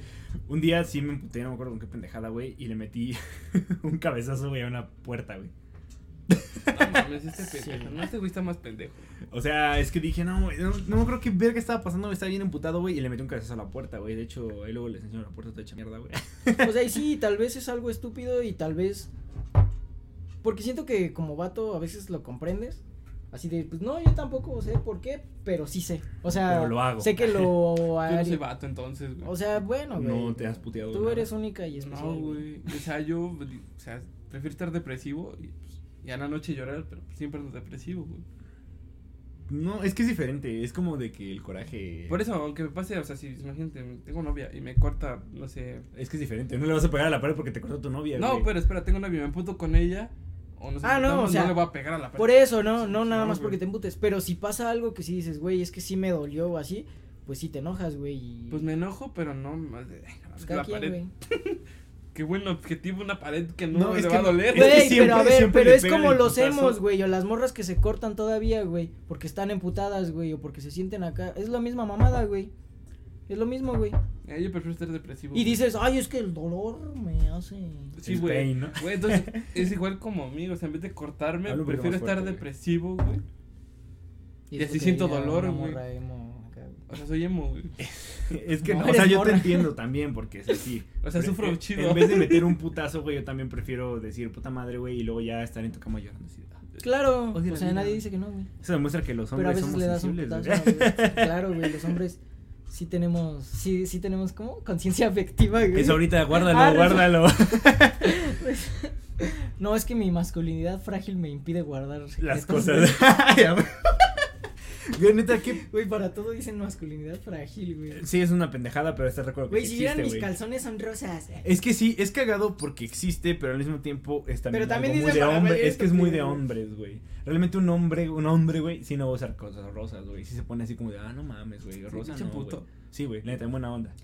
Speaker 4: un día sí me emputé, no me acuerdo con qué pendejada, güey, y le metí un cabezazo, güey, a una puerta, güey.
Speaker 3: No mames, este
Speaker 5: Sí.
Speaker 3: pendejo. No, este güey está más pendejo.
Speaker 4: O sea, es que dije, no, güey, no, no me creo que ver qué estaba pasando, me estaba bien emputado, güey, y le metí un cabezazo a la puerta, güey. De hecho, ahí luego les enseño la puerta está hecha mierda, güey.
Speaker 5: O sea, y sí, tal vez es algo estúpido y tal vez. Porque siento que como vato a veces lo comprendes. Así de, pues no, yo tampoco sé por qué, pero sí sé. O sea,
Speaker 4: Pero lo hago.
Speaker 5: sé que lo
Speaker 3: Yo no soy
Speaker 5: haría.
Speaker 3: vato entonces, güey.
Speaker 5: o sea, bueno, güey.
Speaker 4: No te has puteado.
Speaker 5: Tú
Speaker 4: nada.
Speaker 5: eres única y especial.
Speaker 3: No, güey. O sea, yo, o sea, prefiero estar depresivo y, pues, y a la noche llorar, pero pues, siempre ando depresivo, güey.
Speaker 4: No, es que es diferente, es como de que el coraje.
Speaker 3: Por eso, aunque me pase, o sea, si imagínate, tengo novia y me corta, no sé.
Speaker 4: Es que es diferente, no le vas a pegar a la pared porque te cortó tu novia,
Speaker 3: No,
Speaker 4: güey.
Speaker 3: pero espera, tengo novia, me emputo con ella. O no sé,
Speaker 5: Ah, no, o sea,
Speaker 3: no le voy a pegar a la pared.
Speaker 5: Por eso, no, no nada
Speaker 3: No,
Speaker 5: más
Speaker 3: güey.
Speaker 5: porque te embutes. Pero si pasa algo que sí dices, güey, es que sí me dolió o así, pues sí te enojas, güey. y-
Speaker 3: Pues me enojo, pero no más de. ay, no mames,
Speaker 5: pues,
Speaker 3: que
Speaker 5: cada
Speaker 3: la
Speaker 5: quien,
Speaker 3: pared.
Speaker 5: güey.
Speaker 3: Qué buen objetivo, una pared que no,
Speaker 4: No,
Speaker 3: le
Speaker 4: es
Speaker 3: va
Speaker 4: que
Speaker 3: a
Speaker 4: no-
Speaker 3: doler.
Speaker 4: Es que
Speaker 5: Güey,
Speaker 4: siempre-
Speaker 5: pero a ver,
Speaker 4: siempre
Speaker 5: pero
Speaker 4: le
Speaker 5: es
Speaker 4: pegan
Speaker 5: como
Speaker 4: el
Speaker 5: los
Speaker 4: putazo.
Speaker 5: hemos, güey, o las morras que se cortan todavía, güey, porque están emputadas, güey, o porque se sienten acá. Es la misma mamada, güey. Es lo mismo, güey.
Speaker 3: Eh, yo prefiero estar depresivo.
Speaker 5: Y
Speaker 3: güey.
Speaker 5: dices, ay, es que el dolor me hace.
Speaker 3: Sí,
Speaker 4: El
Speaker 3: güey.
Speaker 4: pain, ¿no?
Speaker 3: Güey, entonces es igual como amigos. en vez de cortarme,
Speaker 4: Habla un poquito
Speaker 3: prefiero
Speaker 4: más
Speaker 3: estar
Speaker 4: fuerte, güey.
Speaker 3: depresivo, güey. Y
Speaker 5: es
Speaker 3: así
Speaker 5: que
Speaker 3: siento
Speaker 5: diga
Speaker 3: dolor,
Speaker 5: una
Speaker 3: güey.
Speaker 5: morra emo acá, güey.
Speaker 3: O sea, soy emo, güey.
Speaker 4: Es que
Speaker 5: No,
Speaker 4: no, o sea,
Speaker 5: eres
Speaker 4: yo
Speaker 5: morra.
Speaker 4: te entiendo también, porque es así.
Speaker 3: O sea, sufro
Speaker 4: en-
Speaker 3: chido.
Speaker 4: En vez de meter un putazo, güey, yo también prefiero decir puta madre, güey, y luego ya estar en tu cama llorando. Así. ah.
Speaker 5: Claro,
Speaker 4: Odio
Speaker 5: o
Speaker 4: la
Speaker 5: sea,
Speaker 4: vida,
Speaker 5: nadie
Speaker 4: güey.
Speaker 5: dice que no, güey.
Speaker 4: Eso demuestra que los
Speaker 5: Pero a
Speaker 4: hombres
Speaker 5: veces
Speaker 4: somos
Speaker 5: le das un
Speaker 4: sensibles,
Speaker 5: putazo.
Speaker 4: güey.
Speaker 5: güey. Claro, güey, los hombres sí tenemos, sí, sí tenemos como conciencia afectiva, güey.
Speaker 4: Eso ahorita, guárdalo,
Speaker 5: Ah, resulta-
Speaker 4: guárdalo.
Speaker 5: No, es que mi masculinidad frágil me impide guardar
Speaker 4: Las
Speaker 5: secretos,
Speaker 4: cosas.
Speaker 5: güey.
Speaker 4: Ay, a ver. Güey, neta, ¿qué?
Speaker 5: Güey, para todo dicen masculinidad frágil, güey.
Speaker 4: Sí, es una pendejada, pero estás recuerdo que
Speaker 5: Güey,
Speaker 4: sí
Speaker 5: si vieran
Speaker 4: existe, güey.
Speaker 5: mis calzones son rosas. eh.
Speaker 4: Es que sí, es cagado porque existe, pero al mismo tiempo es también,
Speaker 5: Pero también
Speaker 4: algo muy
Speaker 5: dice
Speaker 4: de
Speaker 5: para
Speaker 4: hombre.
Speaker 5: medio
Speaker 4: Es que es muy de
Speaker 5: estúpido, güey.
Speaker 4: hombres, güey. Realmente un hombre, un hombre, güey, sí no va a usar cosas rosas, güey. Sí se pone así como de, ah, no mames, güey, rosa
Speaker 3: pinche
Speaker 4: no, güey.
Speaker 3: puto.
Speaker 4: Sí, güey, neta, buena onda.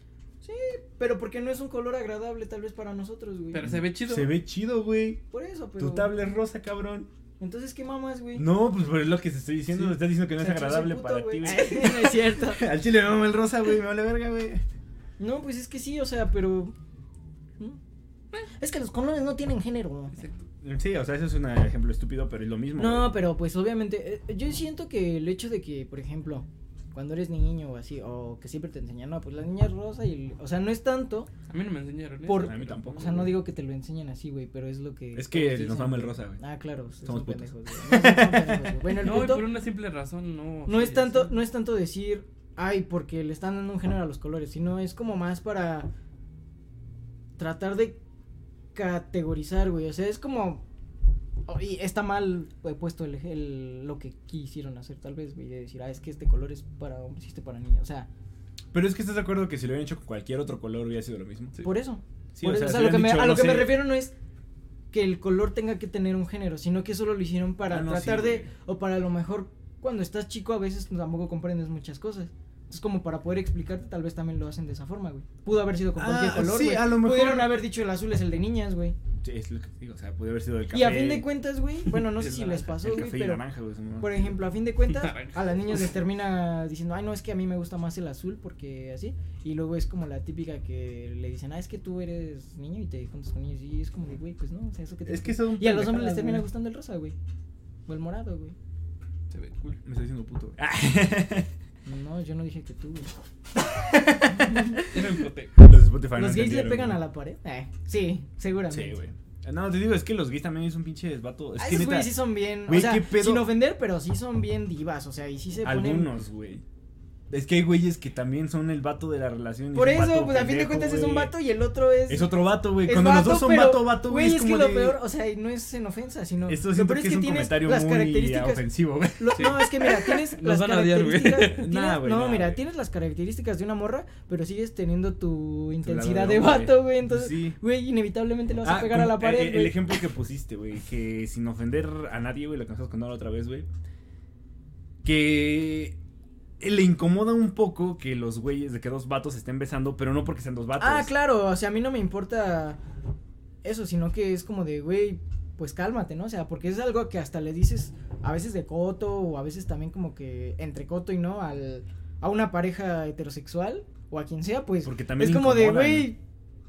Speaker 5: Pero porque no es un color agradable tal vez para nosotros, güey.
Speaker 3: Pero se ve chido.
Speaker 4: Se ve chido, güey.
Speaker 5: Por eso, pero.
Speaker 4: Tu tabla es rosa, cabrón.
Speaker 5: Entonces, ¿qué mamas, güey?
Speaker 4: No, pues pero es lo que te estoy diciendo.
Speaker 3: Sí.
Speaker 4: Me estás diciendo que no
Speaker 5: O
Speaker 4: es
Speaker 5: sea, yo soy
Speaker 4: agradable
Speaker 5: puto,
Speaker 4: para ti, güey.
Speaker 5: no es cierto.
Speaker 4: Al chile me mama el rosa, güey, me vale verga, güey.
Speaker 5: No, pues es que sí, o sea, pero. ¿Mm? Es que los colores no tienen género.
Speaker 3: Exacto.
Speaker 4: Sí, o sea, eso es un ejemplo estúpido, pero es lo mismo.
Speaker 5: No,
Speaker 4: güey.
Speaker 5: pero pues obviamente, eh, yo siento que el hecho de que, por ejemplo, cuando eres niño o así, o que siempre te enseñan, no, pues la niña es rosa y, el- o sea, no es tanto,
Speaker 3: A mí no me enseñaron eso.
Speaker 5: Por-
Speaker 4: A mí tampoco.
Speaker 5: o sea, no digo que te lo enseñen así, güey, pero es lo que...
Speaker 4: Es que
Speaker 5: todos
Speaker 4: nos
Speaker 5: dicen,
Speaker 4: mama el
Speaker 5: güey.
Speaker 4: rosa, güey.
Speaker 5: Ah, claro, ustedes
Speaker 4: Somos
Speaker 5: son
Speaker 4: putos.
Speaker 5: pendejos, güey. No, son pendejos, güey. Bueno, el
Speaker 3: No, y
Speaker 5: punto
Speaker 3: por una simple razón, no.
Speaker 5: no es
Speaker 3: sí,
Speaker 5: tanto,
Speaker 3: sí. Ah.
Speaker 5: no es tanto decir, ay, porque le están dando un género a los colores, sino es como más para tratar de categorizar, güey, o sea, es como... oh, Y está mal güey, puesto el, el- lo que quisieron hacer, tal vez, güey, de decir, ah, es que este color es para hombres y este para niñas. O sea,
Speaker 4: Pero es que estás de acuerdo que si lo hubieran hecho con cualquier otro color hubiera sido lo mismo.
Speaker 3: Sí.
Speaker 5: por eso.
Speaker 4: Sí,
Speaker 5: Por
Speaker 4: o
Speaker 5: eso,
Speaker 4: sea, si
Speaker 5: o sea, lo que
Speaker 4: hubieran
Speaker 5: me-
Speaker 4: dicho,
Speaker 5: a lo
Speaker 4: no
Speaker 5: que me
Speaker 4: sé,
Speaker 5: refiero no es que el color tenga que tener un género, sino que solo lo hicieron para
Speaker 4: Ah, no, sí,
Speaker 5: tratar de,
Speaker 4: güey.
Speaker 5: o para a lo mejor cuando estás chico a veces tampoco comprendes muchas cosas. Es como para poder explicarte, tal vez también lo hacen de esa forma, güey. Pudo haber sido con
Speaker 4: Ah,
Speaker 5: cualquier color,
Speaker 4: sí,
Speaker 5: güey.
Speaker 4: a lo mejor-
Speaker 5: Pudieron haber dicho el azul es el de niñas, güey.
Speaker 4: Sí, es lo que te digo, o sea, puede haber sido el café.
Speaker 5: Y a fin de cuentas, güey, bueno, no sé
Speaker 3: El
Speaker 5: si les
Speaker 3: naranja,
Speaker 5: pasó,
Speaker 4: el
Speaker 5: güey,
Speaker 4: café y
Speaker 5: pero
Speaker 4: naranja, güey. no.
Speaker 5: por ejemplo, a fin de cuentas,
Speaker 3: Naranja.
Speaker 5: a las niñas les termina diciendo, ay, no, es que a mí me gusta más el azul porque así. Y luego es como la típica que le dicen, ah, es que tú eres niño y te juntas con niños. Y es como de, güey, pues no, o sea, eso que te.
Speaker 4: Es que son
Speaker 5: Y a los hombres
Speaker 4: pendejadas,
Speaker 5: les termina
Speaker 4: güey.
Speaker 5: gustando el rosa, güey. O el morado, güey.
Speaker 3: Se ve cool.
Speaker 4: Me está diciendo puto. güey.
Speaker 5: Ah. No, yo no dije que tú, güey.
Speaker 3: Yo me emputé.
Speaker 4: los de Spotify no
Speaker 5: Los gays le
Speaker 4: entendieron,
Speaker 5: pegan
Speaker 4: güey.
Speaker 5: a la pared. Eh, sí, seguramente.
Speaker 4: Sí, güey. Ah, No, te digo, es que los gays también es un pinche desvato. Es
Speaker 5: Ah,
Speaker 4: que
Speaker 5: esos
Speaker 4: neta,
Speaker 5: güeyes sí son bien,
Speaker 4: Güey,
Speaker 5: o sea,
Speaker 4: ¿qué pedo?
Speaker 5: sin ofender, pero sí son bien divas, o sea, y sí se ponen...
Speaker 4: algunos, güey. Es que hay güeyes que también son el vato de la relación. y
Speaker 5: Por
Speaker 4: es un
Speaker 5: eso,
Speaker 4: vato
Speaker 5: pues a fin de
Speaker 4: pendejo,
Speaker 5: cuentas es
Speaker 4: güey.
Speaker 5: un vato y el otro es...
Speaker 4: Es otro vato, güey.
Speaker 5: Es
Speaker 4: Cuando los dos son
Speaker 5: pero,
Speaker 4: vato, vato, güey.
Speaker 5: Güey, es,
Speaker 4: como
Speaker 5: que lo
Speaker 4: de-
Speaker 5: peor, o sea, y no es en ofensa, sino.
Speaker 4: Esto
Speaker 5: lo
Speaker 4: siento
Speaker 5: peor
Speaker 4: que es un comentario
Speaker 5: las
Speaker 4: muy ah,
Speaker 5: características.
Speaker 4: ofensivo, güey.
Speaker 5: lo- No, es que mira, tienes
Speaker 3: Nos
Speaker 5: las
Speaker 3: van a odiar, güey.
Speaker 5: características. tienes-
Speaker 4: Nah, güey,
Speaker 5: no,
Speaker 4: nah,
Speaker 5: mira,
Speaker 4: güey.
Speaker 5: tienes las características de una morra, pero sigues teniendo tu
Speaker 4: Tu lado
Speaker 5: intensidad
Speaker 4: de
Speaker 5: de
Speaker 4: hombre.
Speaker 5: vato, güey. Entonces,
Speaker 4: Sí.
Speaker 5: güey, inevitablemente le vas a
Speaker 4: Ah,
Speaker 5: pegar a
Speaker 4: como-
Speaker 5: la pared,
Speaker 4: eh, El
Speaker 5: güey.
Speaker 4: ejemplo que pusiste, güey, que sin ofender a nadie, güey, lo que nos has contado la otra vez, güey, que le incomoda un poco que los güeyes, de que dos vatos se estén besando, pero no pues. porque sean dos vatos.
Speaker 5: Ah, claro, o sea, a mí no me importa eso, sino que es como de, güey, pues cálmate, ¿no? O sea, porque es algo que hasta le dices a veces de coto o a veces también como que entre coto y no al a una pareja heterosexual o a quien sea, pues
Speaker 4: Porque también
Speaker 5: es como de,
Speaker 4: incomodan.
Speaker 5: güey,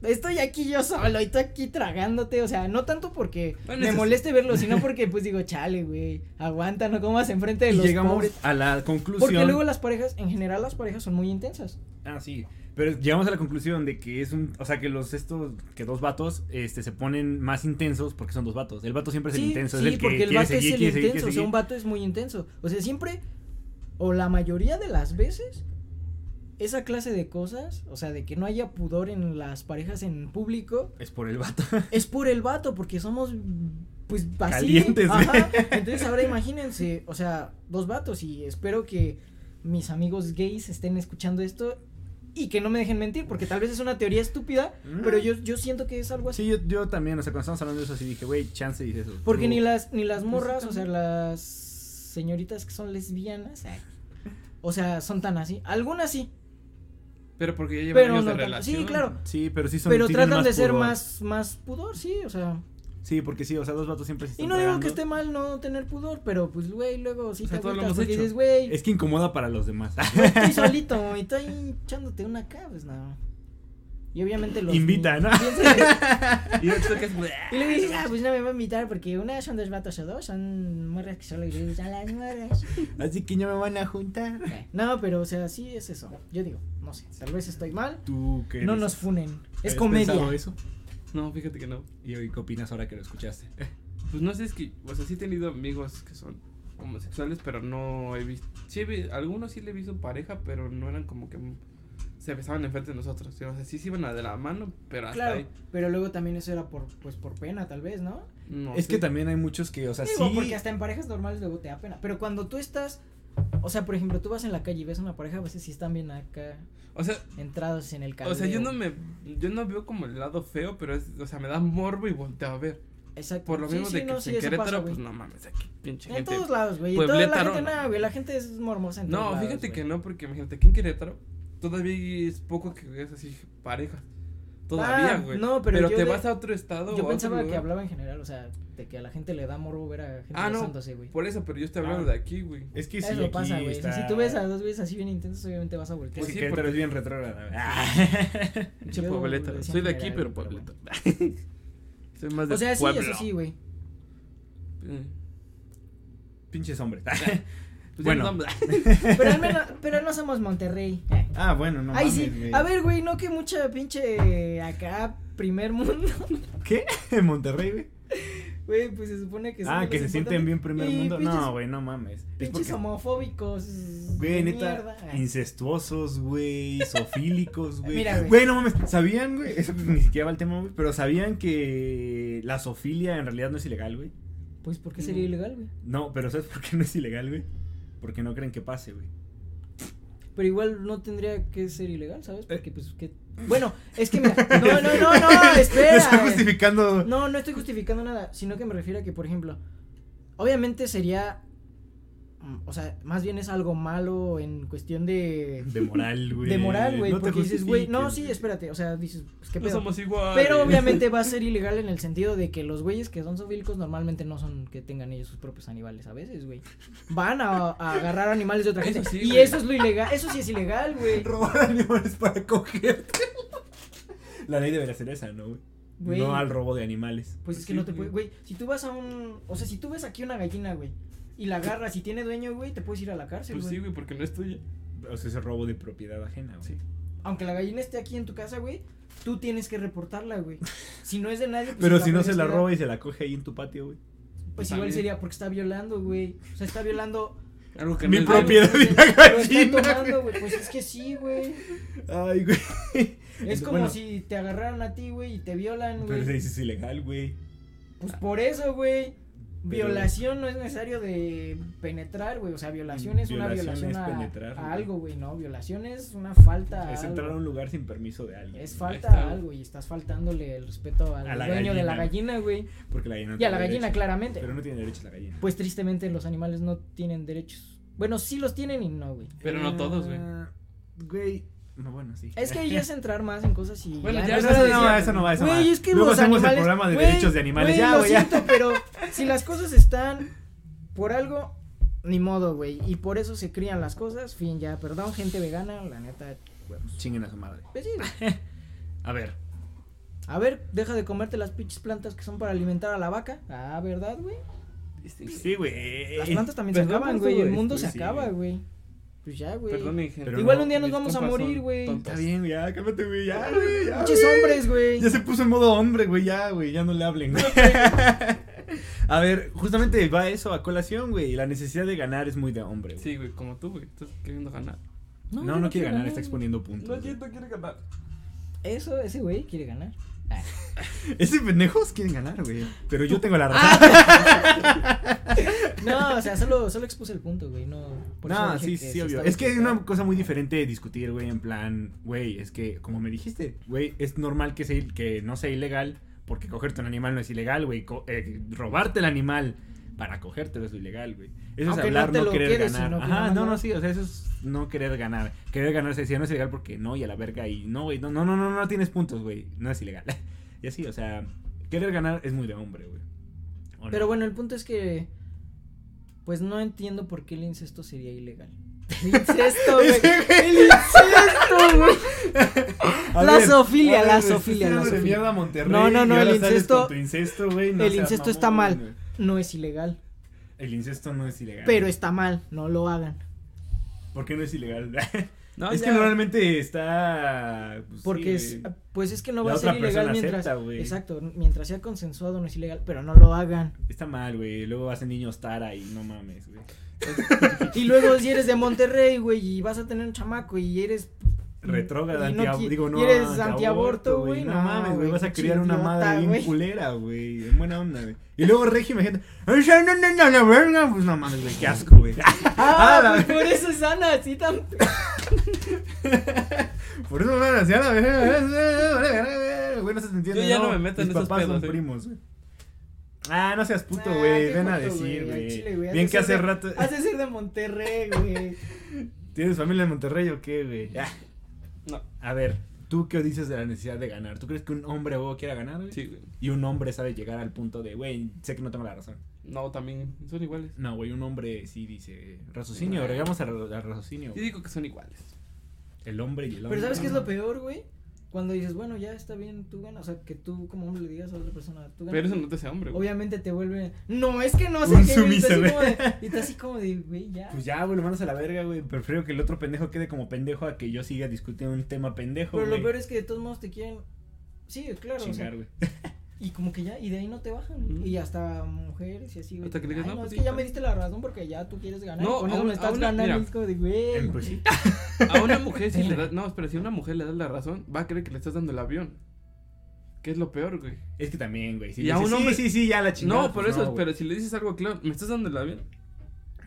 Speaker 5: estoy aquí yo solo y tú aquí tragándote, o sea, no tanto porque
Speaker 3: Bueno,
Speaker 5: me
Speaker 3: eso sí.
Speaker 5: moleste verlo, sino porque pues digo, chale, güey, aguanta, no comas enfrente de
Speaker 4: Y
Speaker 5: los
Speaker 4: llegamos
Speaker 5: pobres.
Speaker 4: a la conclusión.
Speaker 5: Porque luego las parejas, en general las parejas son muy intensas.
Speaker 4: Ah, sí. Pero llegamos a la conclusión de que es un. O sea, que los estos. Que dos vatos este, se ponen más intensos porque son dos vatos. El vato siempre es el intenso.
Speaker 5: sí,
Speaker 4: es el que
Speaker 5: porque el
Speaker 4: quiere
Speaker 5: vato
Speaker 4: seguir,
Speaker 5: es el
Speaker 4: quiere seguir,
Speaker 5: intenso,
Speaker 4: quiere
Speaker 5: o sea,
Speaker 4: seguir.
Speaker 5: un vato es muy intenso. O sea, siempre, o la mayoría de las veces, esa clase de cosas, o sea, de que no haya pudor en las parejas en público,
Speaker 4: Es por el vato.
Speaker 5: es por el vato, porque somos pues así.
Speaker 4: Calientes, güey.
Speaker 5: Ajá. Entonces ahora imagínense, o sea, dos vatos y espero que mis amigos gays estén escuchando esto y que no me dejen mentir, porque tal vez es una teoría estúpida,
Speaker 4: Mm.
Speaker 5: pero yo, yo siento que es algo así.
Speaker 4: Sí, yo, yo también. O sea, cuando estamos hablando de eso, así dije, güey, chance dice eso.
Speaker 5: Porque
Speaker 4: Pero-
Speaker 5: ni las ni las morras, o sea, las señoritas que son lesbianas, ay, o sea, son tan así. Algunas sí,
Speaker 3: Pero porque ya llevan
Speaker 5: pero
Speaker 3: años
Speaker 5: no
Speaker 3: de
Speaker 5: tan.
Speaker 3: relación.
Speaker 5: Sí, claro.
Speaker 4: Sí, pero sí son.
Speaker 5: Pero
Speaker 4: sí tienen
Speaker 5: tratan de ser
Speaker 4: pudor.
Speaker 5: más más pudor, sí, o sea.
Speaker 4: Sí, porque sí, o sea, dos vatos siempre se
Speaker 5: Y
Speaker 4: están
Speaker 5: no digo
Speaker 4: tragando.
Speaker 5: que esté mal no tener pudor, pero pues güey, luego sí
Speaker 3: O sea,
Speaker 5: te
Speaker 3: todos lo
Speaker 5: agüitas
Speaker 3: hemos
Speaker 5: porque
Speaker 3: hecho.
Speaker 5: dices, güey,
Speaker 4: Es que incomoda para los demás. Ah,
Speaker 5: yo estoy solito y estoy echándote una acá, pues no. Y obviamente los
Speaker 4: Invita, ¿no?
Speaker 3: Y luego tú tocas, "Bleh".
Speaker 5: Y luego dices, ah, pues no me va a invitar porque una son dos vatos o dos, son morras que solo le gustan las morras.
Speaker 4: Así que ya me van a juntar.
Speaker 5: No, pero o sea, sí es eso. Yo digo, no sé, tal vez estoy mal.
Speaker 4: Tú que.
Speaker 5: No
Speaker 4: eres-
Speaker 5: nos funen. Es
Speaker 4: ¿habías
Speaker 5: comedia.
Speaker 4: pensado eso?
Speaker 3: No, fíjate que no.
Speaker 4: ¿Y hoy qué opinas ahora que lo escuchaste?
Speaker 3: Pues no sé, es que, o sea, sí he tenido amigos que son homosexuales, pero no he visto. Sí, he vi- algunos sí le he visto pareja, pero no eran como que m- se besaban enfrente de nosotros. ¿sí? O sea, sí se iban de la mano, pero hasta
Speaker 5: Claro,
Speaker 3: ahí.
Speaker 5: pero luego también eso era por pues por pena tal vez, ¿no?
Speaker 3: No
Speaker 4: es
Speaker 3: sé.
Speaker 4: que también hay muchos que, o sea,
Speaker 5: Digo,
Speaker 4: sí.
Speaker 5: porque hasta en parejas normales luego te da pena, pero cuando tú estás o sea, por ejemplo, tú vas en la calle y ves una pareja, a veces sí están bien acá
Speaker 3: O sea,
Speaker 5: entrados en el carro.
Speaker 3: o sea, yo no me. Yo no veo como el lado feo, pero es, o sea, me da morbo y volteo a ver.
Speaker 5: Exacto.
Speaker 3: Por lo
Speaker 5: Sí,
Speaker 3: mismo
Speaker 5: sí,
Speaker 3: de que
Speaker 5: no,
Speaker 3: pues,
Speaker 5: sí,
Speaker 3: en
Speaker 5: eso
Speaker 3: Querétaro,
Speaker 5: pasa,
Speaker 3: pues
Speaker 5: güey.
Speaker 3: no mames, aquí pinche
Speaker 5: En
Speaker 3: gente.
Speaker 5: todos lados, güey. y Toda la
Speaker 3: Puebletarona.
Speaker 5: gente nada, güey. La gente es mormosa. en
Speaker 3: No,
Speaker 5: todos lados,
Speaker 3: fíjate
Speaker 5: güey.
Speaker 3: que no, porque imagínate, aquí en Querétaro todavía es poco que veas así parejas. Todavía,
Speaker 5: Ah,
Speaker 3: güey.
Speaker 5: no, pero yo
Speaker 3: te
Speaker 5: de-
Speaker 3: vas a otro estado. o a
Speaker 5: Yo
Speaker 3: otro
Speaker 5: pensaba que
Speaker 3: lugar.
Speaker 5: hablaba en general, o sea, de que a la gente le da morbo ver a gente
Speaker 3: Ah, no.
Speaker 5: besándose, güey.
Speaker 3: Por eso, pero yo estoy hablando
Speaker 4: Ah.
Speaker 3: de aquí, güey.
Speaker 4: Es que sí,
Speaker 5: Eso
Speaker 4: aquí
Speaker 5: pasa, güey.
Speaker 4: está-
Speaker 5: Si tú ves a dos güeyes así bien intensos, obviamente vas a
Speaker 4: Es
Speaker 5: voltear.
Speaker 3: Pues
Speaker 4: que
Speaker 3: sí,
Speaker 4: Querétaro
Speaker 3: porque-
Speaker 4: es bien retrógrada.
Speaker 3: Pinche
Speaker 5: Yo
Speaker 3: puebleta.
Speaker 5: decía
Speaker 3: Soy de
Speaker 5: que
Speaker 3: aquí,
Speaker 5: era
Speaker 3: pero
Speaker 5: algo, pero
Speaker 3: puebleta. Soy más de
Speaker 5: o sea, sí,
Speaker 3: pueblo.
Speaker 5: eso sí, güey.
Speaker 3: Eh,
Speaker 4: Pinches hombres.
Speaker 3: pues ya
Speaker 4: Bueno.
Speaker 3: nos vamos.
Speaker 5: Pero al menos, pero no somos Monterrey. Eh.
Speaker 4: ah, bueno, no
Speaker 5: Ay,
Speaker 4: mames,
Speaker 5: sí.
Speaker 4: güey.
Speaker 5: A ver, güey, no que mucha pinche acá primer mundo.
Speaker 4: ¿Qué? ¿En Monterrey, güey?
Speaker 5: Güey, pues se supone que son
Speaker 4: Ah,
Speaker 5: los
Speaker 4: que se sienten
Speaker 5: importantes.
Speaker 4: bien primer
Speaker 5: Y
Speaker 4: mundo.
Speaker 5: pinches-
Speaker 4: No, güey, no mames. Es
Speaker 5: Pinches
Speaker 4: porque-
Speaker 5: homofóbicos.
Speaker 4: Güey,
Speaker 5: de
Speaker 4: neta,
Speaker 5: mierda.
Speaker 4: incestuosos, güey, zofílicos, güey.
Speaker 5: Mira, güey.
Speaker 4: Güey, no mames, ¿sabían, güey? Eso ni siquiera va al tema, güey, pero ¿sabían que la zoofilia en realidad no es ilegal, güey?
Speaker 5: Pues, ¿por qué sería
Speaker 3: Mm.
Speaker 5: ilegal, güey?
Speaker 4: No, pero ¿sabes por qué no es ilegal, güey? Porque no creen que pase, güey.
Speaker 5: Pero igual no tendría que ser ilegal, ¿sabes?
Speaker 3: Eh.
Speaker 5: Porque pues que bueno, es que mira, no, no, no, no, espera.
Speaker 4: No está justificando.
Speaker 5: No, no estoy justificando nada, sino que me refiero a que, por ejemplo, obviamente sería mm, o sea, más bien es algo malo en cuestión de
Speaker 4: De moral, güey.
Speaker 5: de moral, güey,
Speaker 4: te
Speaker 5: porque dices, güey, no,
Speaker 4: justifiques,
Speaker 5: sí, espérate, o sea, dices, pues qué
Speaker 3: No
Speaker 5: pedo.
Speaker 3: somos iguales.
Speaker 5: Pero obviamente va a ser ilegal en el sentido de que los güeyes que son zoofílicos normalmente no son que tengan ellos sus propios animales a veces, güey. Van a, a agarrar animales de otra
Speaker 3: Eso
Speaker 5: gente.
Speaker 3: sí,
Speaker 5: y
Speaker 3: güey.
Speaker 5: eso es lo ilegal, eso sí es ilegal, güey.
Speaker 4: Robar animales para cogerte. La ley debería ser esa, ¿no, güey?
Speaker 5: Güey.
Speaker 4: No al robo de animales.
Speaker 5: Pues es que
Speaker 3: Sí,
Speaker 5: no te
Speaker 3: güey.
Speaker 5: puede, güey, si tú vas a un, o sea, si tú ves aquí una gallina, güey, y la agarras y tiene dueño, güey, te puedes ir a la cárcel,
Speaker 3: Pues
Speaker 5: güey.
Speaker 3: sí, güey, porque no es tuya.
Speaker 4: O sea, ese robo de propiedad ajena, güey.
Speaker 3: Sí.
Speaker 5: Aunque la gallina esté aquí en tu casa, güey, tú tienes que reportarla, güey. Si no es de nadie, pues
Speaker 4: Pero
Speaker 5: te
Speaker 4: si no se
Speaker 5: puedes
Speaker 4: la
Speaker 5: quedar.
Speaker 4: roba y se la coge ahí en tu patio, güey.
Speaker 5: pues
Speaker 3: Pues
Speaker 5: igual
Speaker 3: también.
Speaker 5: sería porque está violando, güey. O sea, está violando
Speaker 3: Algo que
Speaker 4: Mi
Speaker 3: no es
Speaker 5: algo
Speaker 4: propiedad
Speaker 5: que
Speaker 4: de
Speaker 5: se-
Speaker 4: la
Speaker 5: lo está
Speaker 4: gallina,
Speaker 5: tomando, güey. Pues es que sí, güey.
Speaker 4: Ay, güey.
Speaker 5: Es
Speaker 4: Entonces,
Speaker 5: como
Speaker 4: bueno,
Speaker 5: si te agarraran a ti, güey, y te violan,
Speaker 4: Pero se
Speaker 5: güey.
Speaker 4: dice ilegal, güey.
Speaker 5: Pues por eso, güey.
Speaker 4: Ah. Pero-
Speaker 5: Violación no es necesario de penetrar, güey. O sea, violación es una
Speaker 4: Violación
Speaker 5: violación
Speaker 4: es
Speaker 5: a,
Speaker 4: penetrar,
Speaker 5: a
Speaker 4: güey.
Speaker 5: algo, güey, ¿no? Violación es una falta. a
Speaker 4: Es
Speaker 5: algo.
Speaker 4: entrar a un lugar sin permiso de alguien.
Speaker 5: Ah, Es
Speaker 4: güey.
Speaker 5: falta
Speaker 3: está,
Speaker 5: a algo y estás faltándole el respeto al
Speaker 4: A la
Speaker 5: dueño de la
Speaker 4: gallina.
Speaker 5: gallina, güey.
Speaker 4: Porque la gallina no
Speaker 5: Y a
Speaker 4: tiene
Speaker 5: la gallina,
Speaker 4: derecho.
Speaker 5: claramente.
Speaker 4: Pero no tiene derecho la gallina.
Speaker 5: Pues tristemente los animales no tienen derechos. Bueno, sí los tienen y no, güey.
Speaker 3: Pero no todos, güey.
Speaker 4: Ah, Güey, No, Bueno, sí.
Speaker 5: Es que ahí es entrar más en cosas y.
Speaker 3: Bueno, ya
Speaker 4: Pero eso
Speaker 3: no es
Speaker 4: no,
Speaker 3: cierto.
Speaker 4: eso no va, eso no va.
Speaker 5: Güey, es que
Speaker 4: Ah, Luego
Speaker 5: los
Speaker 4: hacemos
Speaker 5: animales-
Speaker 4: el programa de
Speaker 5: güey,
Speaker 4: derechos de animales.
Speaker 5: güey,
Speaker 4: ya,
Speaker 5: lo
Speaker 4: güey, ya.
Speaker 5: siento, pero si las cosas están por algo, ni modo, güey. Y por eso se crían las cosas. Fin, ya, perdón, gente vegana, la neta.
Speaker 4: Chinguen a su madre.
Speaker 5: pues sí.
Speaker 4: A ver.
Speaker 5: A ver, deja de comerte las pinches plantas que son para alimentar a la vaca. Ah, ¿verdad, güey?
Speaker 3: Este,
Speaker 4: Sí, güey.
Speaker 5: Las plantas también se
Speaker 3: perdón
Speaker 5: acaban,
Speaker 3: por
Speaker 5: güey.
Speaker 3: todo
Speaker 5: El mundo
Speaker 4: esto,
Speaker 5: se
Speaker 4: sí.
Speaker 5: acaba, güey. Pues ya, güey.
Speaker 3: Perdonen, gente.
Speaker 4: Pero
Speaker 5: Igual
Speaker 4: no,
Speaker 5: un día nos
Speaker 3: mis
Speaker 5: vamos a
Speaker 3: compas son
Speaker 5: morir, güey.
Speaker 3: tontos.
Speaker 4: Está bien, güey, ya, cálmate, güey, ya, güey, ya,
Speaker 5: Pinches
Speaker 4: güey.
Speaker 5: hombres, güey.
Speaker 4: Ya se puso en modo hombre, güey, ya, güey, ya no le hablen, güey. A ver, justamente va eso a colación, güey. La necesidad de ganar es muy de hombre, güey.
Speaker 3: Sí, güey, como tú, güey. Estás queriendo ganar.
Speaker 4: No,
Speaker 5: yo
Speaker 4: no, quiere ganar,
Speaker 5: güey.
Speaker 4: está exponiendo puntos.
Speaker 3: No,
Speaker 4: güey.
Speaker 3: yo no quiero ganar.
Speaker 5: Eso, ese güey quiere ganar.
Speaker 4: Ese pendejos quieren ganar, güey. Pero yo tengo la razón.
Speaker 5: No, o sea, solo, solo expuse el punto, güey. No, por eso
Speaker 4: no,
Speaker 5: dije
Speaker 4: sí,
Speaker 5: que
Speaker 4: sí, obvio.
Speaker 5: estaba
Speaker 4: Es que hay
Speaker 5: equivocado.
Speaker 4: una cosa muy diferente de discutir, güey, en plan, güey, es que, como me dijiste, güey, es normal que, sea, il- que no sea ilegal, porque cogerte un animal no es ilegal, güey. co- eh, robarte el animal para cogértelo es ilegal, güey. Eso
Speaker 5: Aunque
Speaker 4: es hablar,
Speaker 5: no te
Speaker 4: no,
Speaker 5: lo
Speaker 4: querer
Speaker 5: quieres,
Speaker 4: ganar.
Speaker 5: sino que
Speaker 4: Ajá,
Speaker 5: nada
Speaker 4: no, no,
Speaker 5: más.
Speaker 4: sí, o sea, eso es no querer ganar. Querer ganar se decía no es ilegal porque no, y a la verga, y no, güey, no, no, no, no, no tienes puntos, güey, no es ilegal. y así, o sea, querer ganar es muy de hombre, güey. ¿O no?
Speaker 5: Pero bueno, el punto es que. Pues no entiendo por qué el incesto sería ilegal. El incesto, güey. El incesto, güey.
Speaker 4: A
Speaker 5: La
Speaker 4: ver,
Speaker 5: zoofilia,
Speaker 4: a ver,
Speaker 5: la
Speaker 4: güey, estás
Speaker 5: zoofilia,
Speaker 4: tirando
Speaker 5: la
Speaker 4: de
Speaker 5: zoofilia.
Speaker 4: mierda a Monterrey
Speaker 5: No, no,
Speaker 4: y
Speaker 5: no,
Speaker 4: ahora
Speaker 5: el
Speaker 4: sales
Speaker 5: incesto-
Speaker 4: con tu incesto, güey, no
Speaker 5: el
Speaker 4: seas
Speaker 5: incesto está
Speaker 4: mamón,
Speaker 5: mal.
Speaker 4: güey.
Speaker 5: No es ilegal.
Speaker 4: El incesto no es ilegal.
Speaker 5: Pero está mal, no lo hagan.
Speaker 4: ¿Por qué no es ilegal?
Speaker 3: No,
Speaker 4: es
Speaker 3: ya.
Speaker 4: que normalmente está. pues,
Speaker 5: Porque
Speaker 4: sí,
Speaker 5: es,
Speaker 4: güey.
Speaker 5: pues es que no
Speaker 4: La
Speaker 5: va a
Speaker 4: otra
Speaker 5: ser ilegal
Speaker 4: persona
Speaker 5: mientras.
Speaker 4: acepta, güey.
Speaker 5: exacto, mientras sea consensuado no es ilegal, pero no lo hagan.
Speaker 4: Está mal, güey. Luego hacen niños tara y no mames, güey.
Speaker 5: Y luego si eres de Monterrey, güey, y vas a tener un chamaco y eres
Speaker 4: Retrógrada,
Speaker 5: Y no
Speaker 4: antiab-
Speaker 5: qui-
Speaker 4: digo, no.
Speaker 5: y eres
Speaker 4: antiaborto,
Speaker 5: antiaborto, güey,
Speaker 4: No,
Speaker 5: no,
Speaker 4: mames, güey.
Speaker 5: güey,
Speaker 4: Vas a
Speaker 5: pinche
Speaker 4: criar una
Speaker 5: idiota,
Speaker 4: madre bien
Speaker 5: güey.
Speaker 4: culera, güey. En buena onda, güey. Y luego Regi, imagínate. "Ay, ya, no, no, no, la verga", Pues no mames, güey. Qué asco, güey.
Speaker 5: Ah,
Speaker 4: Ah, la
Speaker 5: pues por eso es Ana, así tan.
Speaker 4: Por eso me van a hacer la verga. Güey, no se te entiende.
Speaker 3: Yo ya no me meto en
Speaker 4: Mis
Speaker 3: esos
Speaker 4: papás son
Speaker 3: pedos, eh.
Speaker 4: primos, güey. Ah, no seas puto,
Speaker 5: Ah,
Speaker 4: güey.
Speaker 5: qué
Speaker 4: Ven a
Speaker 5: puto,
Speaker 4: decir,
Speaker 5: al chile,
Speaker 4: güey.
Speaker 5: has
Speaker 4: Bien que
Speaker 5: de ser
Speaker 4: hace
Speaker 5: de-
Speaker 4: rato.
Speaker 5: Has de ser de Monterrey, güey.
Speaker 4: ¿Tienes familia en Monterrey o qué, güey? Ah,
Speaker 3: No,
Speaker 4: A ver, ¿tú qué dices de la necesidad de ganar? ¿Tú crees que un hombre o quiera ganar, güey?
Speaker 3: sí, güey.
Speaker 4: Y un hombre sabe llegar al punto de, güey, sé que no tengo la razón.
Speaker 3: No, también son iguales.
Speaker 4: No, güey, un hombre sí dice, raciocinio, regamos al al raciocinio.
Speaker 3: Yo
Speaker 4: güey.
Speaker 3: digo que son iguales.
Speaker 4: El hombre y el hombre.
Speaker 5: Pero ¿sabes qué es lo peor, güey? Cuando dices, bueno, ya está bien, tú ganas. O sea, que tú como hombre le digas a otra persona, tú ganas.
Speaker 3: Pero eso no te hace hombre, güey.
Speaker 5: Obviamente te vuelve. No, es que no
Speaker 4: Un
Speaker 5: sé qué. güey", y
Speaker 4: sumiso,
Speaker 5: está así
Speaker 4: güey.
Speaker 5: como de- Y está así como de, güey, ya.
Speaker 4: Pues ya, güey, lo mandas a la verga, güey. Prefiero que el otro pendejo quede como pendejo a que yo siga discutiendo un tema pendejo,
Speaker 5: Pero lo
Speaker 4: güey.
Speaker 5: peor es que de todos modos te quieren. Sí, claro. o sea,
Speaker 4: Chingar, güey.
Speaker 5: y como que ya, y de ahí no te bajan.
Speaker 3: Ujú.
Speaker 5: Y hasta mujeres y así, güey.
Speaker 3: Hasta que le digas,
Speaker 5: "Ay,
Speaker 3: no,
Speaker 5: no,
Speaker 3: pues
Speaker 5: es
Speaker 3: sí,
Speaker 5: que ya
Speaker 3: pero-
Speaker 5: me diste la razón porque ya tú quieres ganar.
Speaker 3: No,
Speaker 5: y con
Speaker 3: a
Speaker 5: eso
Speaker 3: una-
Speaker 5: me
Speaker 3: a
Speaker 5: estás
Speaker 3: una-
Speaker 5: ganando.
Speaker 3: mira.
Speaker 5: y es como de, güey.
Speaker 4: Pues sí.
Speaker 3: A una mujer si le das, no, espera, si a una mujer le das la razón, va a creer que le estás dando el avión. Que es lo peor, güey.
Speaker 4: Es que también, güey. Si
Speaker 3: Y a
Speaker 4: dices,
Speaker 3: un hombre-
Speaker 4: Sí, sí, sí, ya la chingada.
Speaker 3: no, por
Speaker 4: pues
Speaker 3: eso,
Speaker 4: güey.
Speaker 3: pero si le dices algo claro, me estás dando el avión.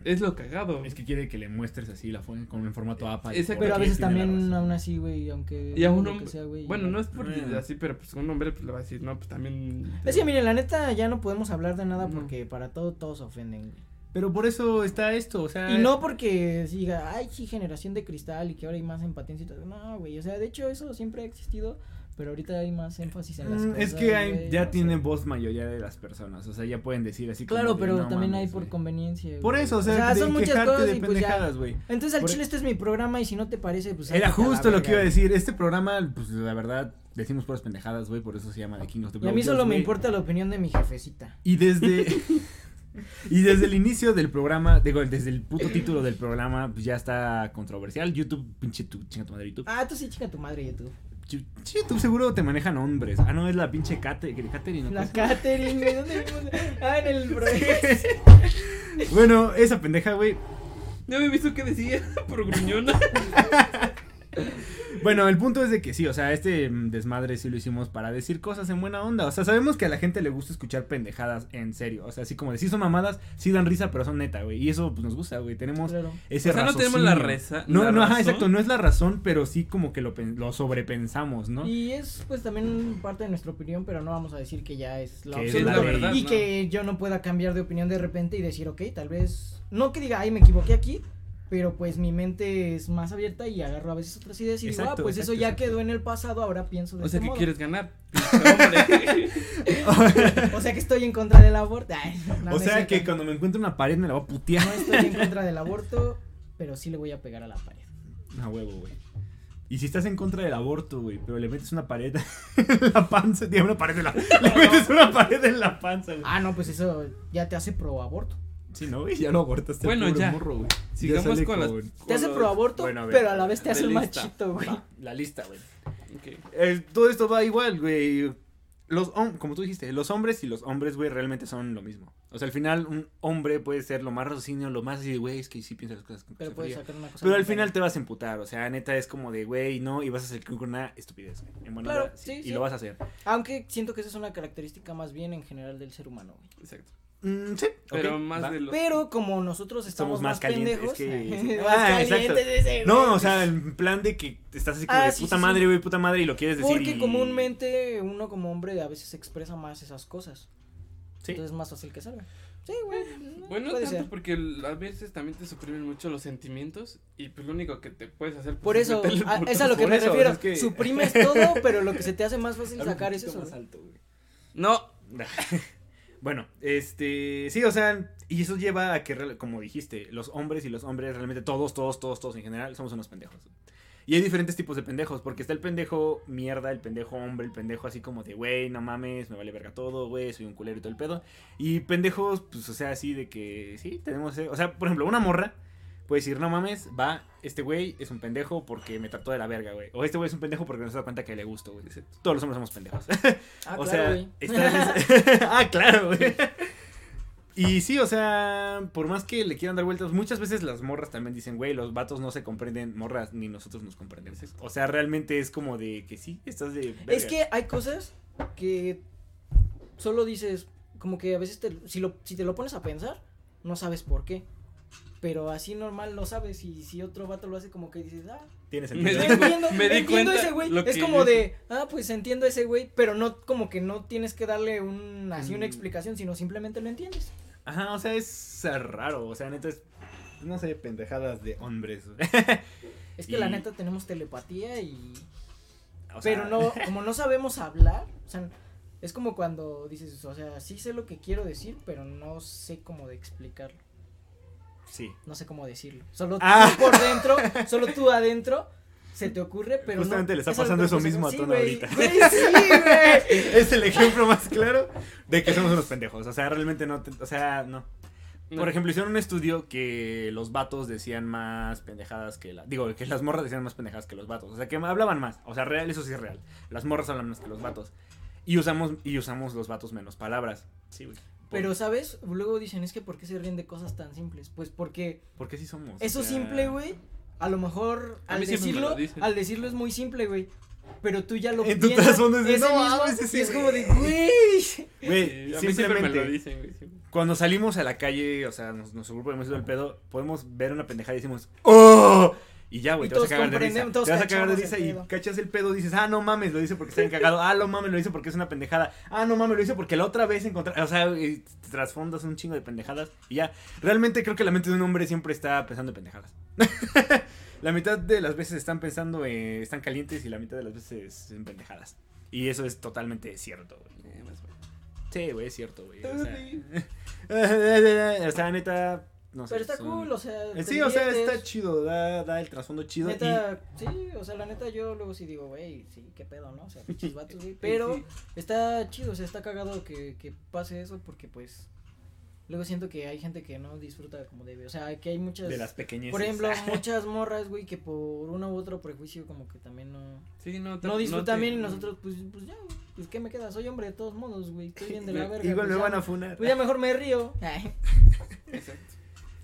Speaker 3: Es lo cagado.
Speaker 4: Es que quiere que le muestres así la fuente como en formato APA. de
Speaker 3: Exacto.
Speaker 4: por
Speaker 5: Eh, Pero a
Speaker 4: qué
Speaker 5: veces
Speaker 4: tiene la
Speaker 5: también,
Speaker 4: razón.
Speaker 5: aún así, güey, aunque.
Speaker 3: y a un
Speaker 5: lo que
Speaker 3: hombre,
Speaker 5: sea, güey,
Speaker 3: bueno,
Speaker 5: ya.
Speaker 3: no es por
Speaker 4: Bueno.
Speaker 3: así, pero pues un hombre pues, le va a decir, no, pues también.
Speaker 5: Es que, miren, la neta, ya no podemos hablar de nada
Speaker 3: No.
Speaker 5: porque para todo todos se ofenden, güey.
Speaker 4: Pero por eso está esto, o sea.
Speaker 5: Y no porque diga, ay, sí, generación de cristal y que ahora hay más empatía. en situación". No, güey, o sea, de hecho eso siempre ha existido, pero ahorita hay más énfasis en las
Speaker 4: Mm,
Speaker 5: cosas.
Speaker 4: Es que hay-
Speaker 5: güey,
Speaker 4: ya
Speaker 5: no
Speaker 4: tiene
Speaker 5: sé.
Speaker 4: voz mayoría de las personas, o sea, ya pueden decir así. como
Speaker 5: Claro,
Speaker 4: de,
Speaker 5: pero
Speaker 4: "No
Speaker 5: también
Speaker 4: mames,
Speaker 5: hay por
Speaker 4: güey".
Speaker 5: conveniencia. güey.
Speaker 4: Por eso, o sea, de quejarte de
Speaker 5: y pues ya.
Speaker 4: pendejadas, güey.
Speaker 5: Entonces, al
Speaker 4: Por-
Speaker 5: chile, este es mi programa y si no te parece, pues.
Speaker 4: Era
Speaker 5: ándate a la
Speaker 4: justo lo
Speaker 5: verga,
Speaker 4: que iba a
Speaker 5: güey.
Speaker 4: decir. Este programa, pues la verdad, decimos puras pendejadas, güey. Por eso se llama The King of the
Speaker 5: Y a mí
Speaker 4: Blowjobs,
Speaker 5: solo me
Speaker 4: güey.
Speaker 5: importa la opinión de mi jefecita.
Speaker 4: Y desde. y desde el inicio del programa, digo, desde el puto título del programa, pues ya está controversial. YouTube, pinche tu, chinga tu madre, YouTube.
Speaker 5: Ah, tú sí, chica, tu madre, YouTube.
Speaker 4: Yu- YouTube seguro te manejan hombres. Ah, no, es la pinche Kate, Katherine. ¿no? pues,
Speaker 5: La Katherine, güey, ¿dónde vimos? Ah, en el programa.
Speaker 4: Bueno, esa pendeja, güey.
Speaker 3: No había visto que decía, por gruñona.
Speaker 4: Bueno, el punto es de que sí, o sea, este mm, desmadre sí lo hicimos para decir cosas en buena onda. O sea, sabemos que a la gente le gusta escuchar pendejadas en serio. O sea, así como de sí son mamadas, sí dan risa, pero son neta, güey. Y eso pues nos gusta, güey. Tenemos
Speaker 5: Claro.
Speaker 4: ese
Speaker 3: O sea, no tenemos
Speaker 4: raciocinio.
Speaker 3: la reza-
Speaker 4: No,
Speaker 3: la
Speaker 4: no, ajá,
Speaker 3: razón.
Speaker 4: exacto, no es la razón, pero sí como que lo, pen- lo sobrepensamos, ¿no?
Speaker 5: Y es pues también parte de nuestra opinión, pero no vamos a decir que ya es la
Speaker 4: Que es
Speaker 5: opción.
Speaker 4: la ley.
Speaker 5: y
Speaker 3: no.
Speaker 5: que yo no pueda cambiar de opinión de repente y decir, ok, tal vez. No que diga, ay, me equivoqué aquí, Pero pues mi mente es más abierta y agarro a veces otras ideas y digo, ah,
Speaker 4: Exacto,
Speaker 5: pues
Speaker 4: exacto,
Speaker 5: eso ya
Speaker 4: exacto.
Speaker 5: quedó en el pasado, ahora pienso de
Speaker 3: O sea,
Speaker 5: este
Speaker 3: que
Speaker 5: modo.
Speaker 3: quieres ganar? pinche hombre.
Speaker 5: O sea que estoy en contra del aborto. Ay, no, no
Speaker 4: o
Speaker 5: es
Speaker 4: sea que
Speaker 5: cierto.
Speaker 4: cuando me encuentre una pared me la va a putear.
Speaker 5: No estoy en contra del aborto, pero sí le voy a pegar a la pared.
Speaker 4: A huevo, güey. Y si estás en contra del aborto, güey, pero le metes una pared en la panza, tiene una pared en la. Le metes una pared en la panza, güey.
Speaker 5: Ah, no, pues eso ya te hace pro aborto.
Speaker 4: Sí, ¿no? güey? ya lo abortaste.
Speaker 3: Bueno,
Speaker 4: pobre
Speaker 3: ya.
Speaker 4: morro, güey. Ya
Speaker 3: Sigamos
Speaker 4: sale
Speaker 3: con las.
Speaker 4: con-
Speaker 5: Te hace pro aborto,
Speaker 4: Bueno, a ver,
Speaker 5: pero a la vez te
Speaker 3: de
Speaker 5: hace un
Speaker 3: lista.
Speaker 5: machito, güey.
Speaker 4: La lista, güey.
Speaker 3: Ok.
Speaker 4: Eh, todo esto va igual, güey. Los hom- como tú dijiste, los hombres y los hombres, güey, realmente son lo mismo. O sea, al final, un hombre puede ser lo más raciocinio, lo más así, de, güey, es que sí piensa las cosas con
Speaker 5: Pero
Speaker 4: cabeza
Speaker 5: puedes
Speaker 4: fría.
Speaker 5: sacar una cosa.
Speaker 4: Pero al
Speaker 5: muy
Speaker 4: final
Speaker 5: buena.
Speaker 4: te vas a emputar, o sea, neta es como de, güey, no, y vas a hacer con una estupidez, güey. En buena
Speaker 5: Claro,
Speaker 4: hora,
Speaker 5: sí,
Speaker 4: y
Speaker 5: sí.
Speaker 4: lo vas a hacer.
Speaker 5: Aunque siento que esa es una característica más bien en general del ser humano, güey.
Speaker 3: Exacto.
Speaker 4: Mm, sí,
Speaker 3: Pero
Speaker 4: ok,
Speaker 3: más
Speaker 4: va.
Speaker 3: de los.
Speaker 5: Pero como nosotros estamos
Speaker 4: Somos más calientes,
Speaker 5: pendejos,
Speaker 4: es que-
Speaker 5: más
Speaker 4: Ah, exacto.
Speaker 5: calientes ese, güey.
Speaker 4: No, o sea, en plan de que estás así como
Speaker 5: Ah,
Speaker 4: de
Speaker 5: sí,
Speaker 4: puta
Speaker 5: sí, sí.
Speaker 4: madre, güey, puta madre, y lo quieres decir.
Speaker 5: Porque
Speaker 4: y-
Speaker 5: comúnmente uno como hombre a veces expresa más esas cosas.
Speaker 4: Sí. Eh,
Speaker 5: Entonces es más fácil que salga. Sí, güey.
Speaker 3: Bueno, no
Speaker 5: puede
Speaker 3: tanto
Speaker 5: ser.
Speaker 3: porque l- a veces también te suprimen mucho los sentimientos y pues lo único que te puedes hacer pues,
Speaker 5: Por
Speaker 3: es
Speaker 5: eso,
Speaker 3: meterle el
Speaker 5: a-
Speaker 3: putazo.
Speaker 5: es a lo que
Speaker 4: Por
Speaker 5: me
Speaker 4: eso,
Speaker 5: refiero.
Speaker 4: es que-
Speaker 5: Suprimes todo, pero lo que se te hace más fácil
Speaker 4: Habla un
Speaker 5: sacar es
Speaker 4: poquito más
Speaker 5: eso. güey.
Speaker 4: alto, güey.
Speaker 3: No,
Speaker 4: Bueno, este, sí, o sea, y eso lleva a que, real- como dijiste, los hombres y los hombres, realmente todos, todos, todos, todos en general, somos unos pendejos. Y hay diferentes tipos de pendejos, porque está el pendejo mierda, el pendejo hombre, el pendejo así como de, güey, no mames, me vale verga todo, güey, soy un culero y todo el pedo. Y pendejos, pues, o sea, así de que, sí, tenemos, eh, o sea, por ejemplo, una morra puede decir, no mames, va, este güey es un pendejo porque me trató de la verga, güey. O este güey es un pendejo porque no se da cuenta que le gusto, güey.
Speaker 3: Exacto.
Speaker 4: Todos los hombres somos pendejos
Speaker 5: Ah,
Speaker 4: o
Speaker 5: claro,
Speaker 4: sea,
Speaker 5: güey.
Speaker 4: está ah, claro, güey. Y sí, o sea, por más que le quieran dar vueltas, muchas veces las morras también dicen, güey, los vatos no se comprenden, morras, ni nosotros nos comprendemos.
Speaker 3: Exacto.
Speaker 4: O sea, realmente es como de que sí, estás de...
Speaker 5: Es
Speaker 4: verga.
Speaker 5: que hay cosas que solo dices, como que a veces te- si, lo, si te lo pones a pensar, no sabes por qué. Pero así normal lo sabes y si otro vato lo hace como que dices, ah,
Speaker 4: Tienes
Speaker 3: Me
Speaker 4: sentido.
Speaker 3: di-
Speaker 5: entiendo,
Speaker 3: me di
Speaker 5: entiendo
Speaker 3: cuenta
Speaker 5: ese güey.
Speaker 3: lo
Speaker 5: Es
Speaker 3: que
Speaker 5: como
Speaker 3: yo-
Speaker 5: de, ah, pues entiendo ese güey, pero no como que no tienes que darle un, así
Speaker 4: Mm.
Speaker 5: una explicación, sino simplemente lo entiendes.
Speaker 4: Ajá, o sea, es raro, o sea, neta es... No sé, pendejadas de hombres. güey.
Speaker 5: Es que la
Speaker 4: Y-
Speaker 5: neta tenemos telepatía y
Speaker 4: O sea,
Speaker 5: pero no como no sabemos hablar, o sea, es como cuando dices, o sea, sí sé lo que quiero decir, pero no sé cómo de explicarlo.
Speaker 4: Sí.
Speaker 5: no sé cómo decirlo. Solo
Speaker 4: Ah.
Speaker 5: tú por dentro, solo tú adentro se te ocurre, pero no-
Speaker 4: Justamente le está
Speaker 5: es algo
Speaker 4: pasando
Speaker 5: que
Speaker 4: eso
Speaker 5: pasa
Speaker 4: mismo a
Speaker 5: con-
Speaker 4: Tono
Speaker 5: güey,
Speaker 4: ahorita.
Speaker 5: güey, sí, güey.
Speaker 4: Es el ejemplo más claro de que somos unos pendejos. O sea, realmente no... te- o sea, no.
Speaker 3: no.
Speaker 4: Por ejemplo, hicieron un estudio que los vatos decían más pendejadas que las... Digo, que las morras decían más pendejadas que los vatos. O sea, que hablaban más. O sea, real, eso sí es real. Las morras hablan más que los vatos. Y usamos, y usamos los vatos menos palabras. Sí, güey.
Speaker 5: Pero, ¿sabes? Luego dicen, es que ¿por qué se ríen de cosas tan simples? Pues porque
Speaker 4: Porque sí somos.
Speaker 5: eso
Speaker 4: o sea,
Speaker 5: simple, güey, a lo mejor
Speaker 3: A
Speaker 5: al
Speaker 3: mí siempre me lo
Speaker 5: decirlo,
Speaker 3: dicen.
Speaker 5: al decirlo es muy simple, güey. Pero tú ya lo
Speaker 4: En tu
Speaker 5: piensas,
Speaker 4: trasfondo es de,
Speaker 5: ese
Speaker 4: "No
Speaker 5: mismo",
Speaker 4: mames, ese
Speaker 5: y es como de,
Speaker 4: güey".
Speaker 5: güey.
Speaker 4: Güey,
Speaker 3: Sí, a mí siempre me lo
Speaker 4: eh, simplemente...
Speaker 3: dicen, güey. siempre.
Speaker 4: Cuando salimos a la calle, o sea, nos- nuestro grupo hemos ido el pedo, podemos ver una pendejada y decimos, ¡Oh! Y ya, güey,
Speaker 5: Y
Speaker 4: te vas a
Speaker 5: todos
Speaker 4: cagar de
Speaker 5: comprendemos,
Speaker 4: risa.
Speaker 5: todos
Speaker 4: Te vas a cagar de
Speaker 5: cachamos
Speaker 4: risa
Speaker 5: el
Speaker 4: y
Speaker 5: pedo.
Speaker 4: cachas el pedo, dices, ah, no mames, lo dice porque está bien cagado, ah, no mames, lo hice porque es una pendejada, ah, no mames, lo hice porque la otra vez encontré, o sea, y te trasfondas un chingo de pendejadas y ya. Realmente creo que la mente de un hombre siempre está pensando en pendejadas. la mitad de las veces están pensando, eh, están calientes y la mitad de las veces en pendejadas. Y eso es totalmente cierto, güey.
Speaker 3: Eh, más bueno.
Speaker 4: Sí, güey, es cierto, güey. O sea,
Speaker 3: Sí.
Speaker 4: o sea, neta, no sé.
Speaker 5: Pero está
Speaker 4: son-
Speaker 5: cool, o sea,
Speaker 4: Eh,
Speaker 5: te
Speaker 4: Sí, o sea,
Speaker 5: diviertes.
Speaker 4: está chido, da, da el trasfondo chido. y-
Speaker 5: Neta, sí, o sea, la neta yo luego sí digo, güey, sí, qué pedo, ¿no? O sea, pinches vatos, güey. Pero
Speaker 3: Sí.
Speaker 5: está chido, o sea, está cagado que, que pase eso porque, pues, luego siento que hay gente que no disfruta como debe. O sea, que hay muchas,
Speaker 4: de las pequeñeces.
Speaker 5: por ejemplo, muchas morras, güey, que por uno u otro prejuicio como que también no,
Speaker 3: Sí, no,
Speaker 5: no disfrutan
Speaker 3: te-
Speaker 5: bien y nosotros, pues, pues ya, güey, pues, ¿qué me queda? Soy hombre de todos modos, güey, estoy bien de la verga.
Speaker 4: Igual
Speaker 5: pues,
Speaker 4: me
Speaker 5: ya,
Speaker 4: van a funar.
Speaker 5: Pues ya mejor me río.
Speaker 3: Exacto.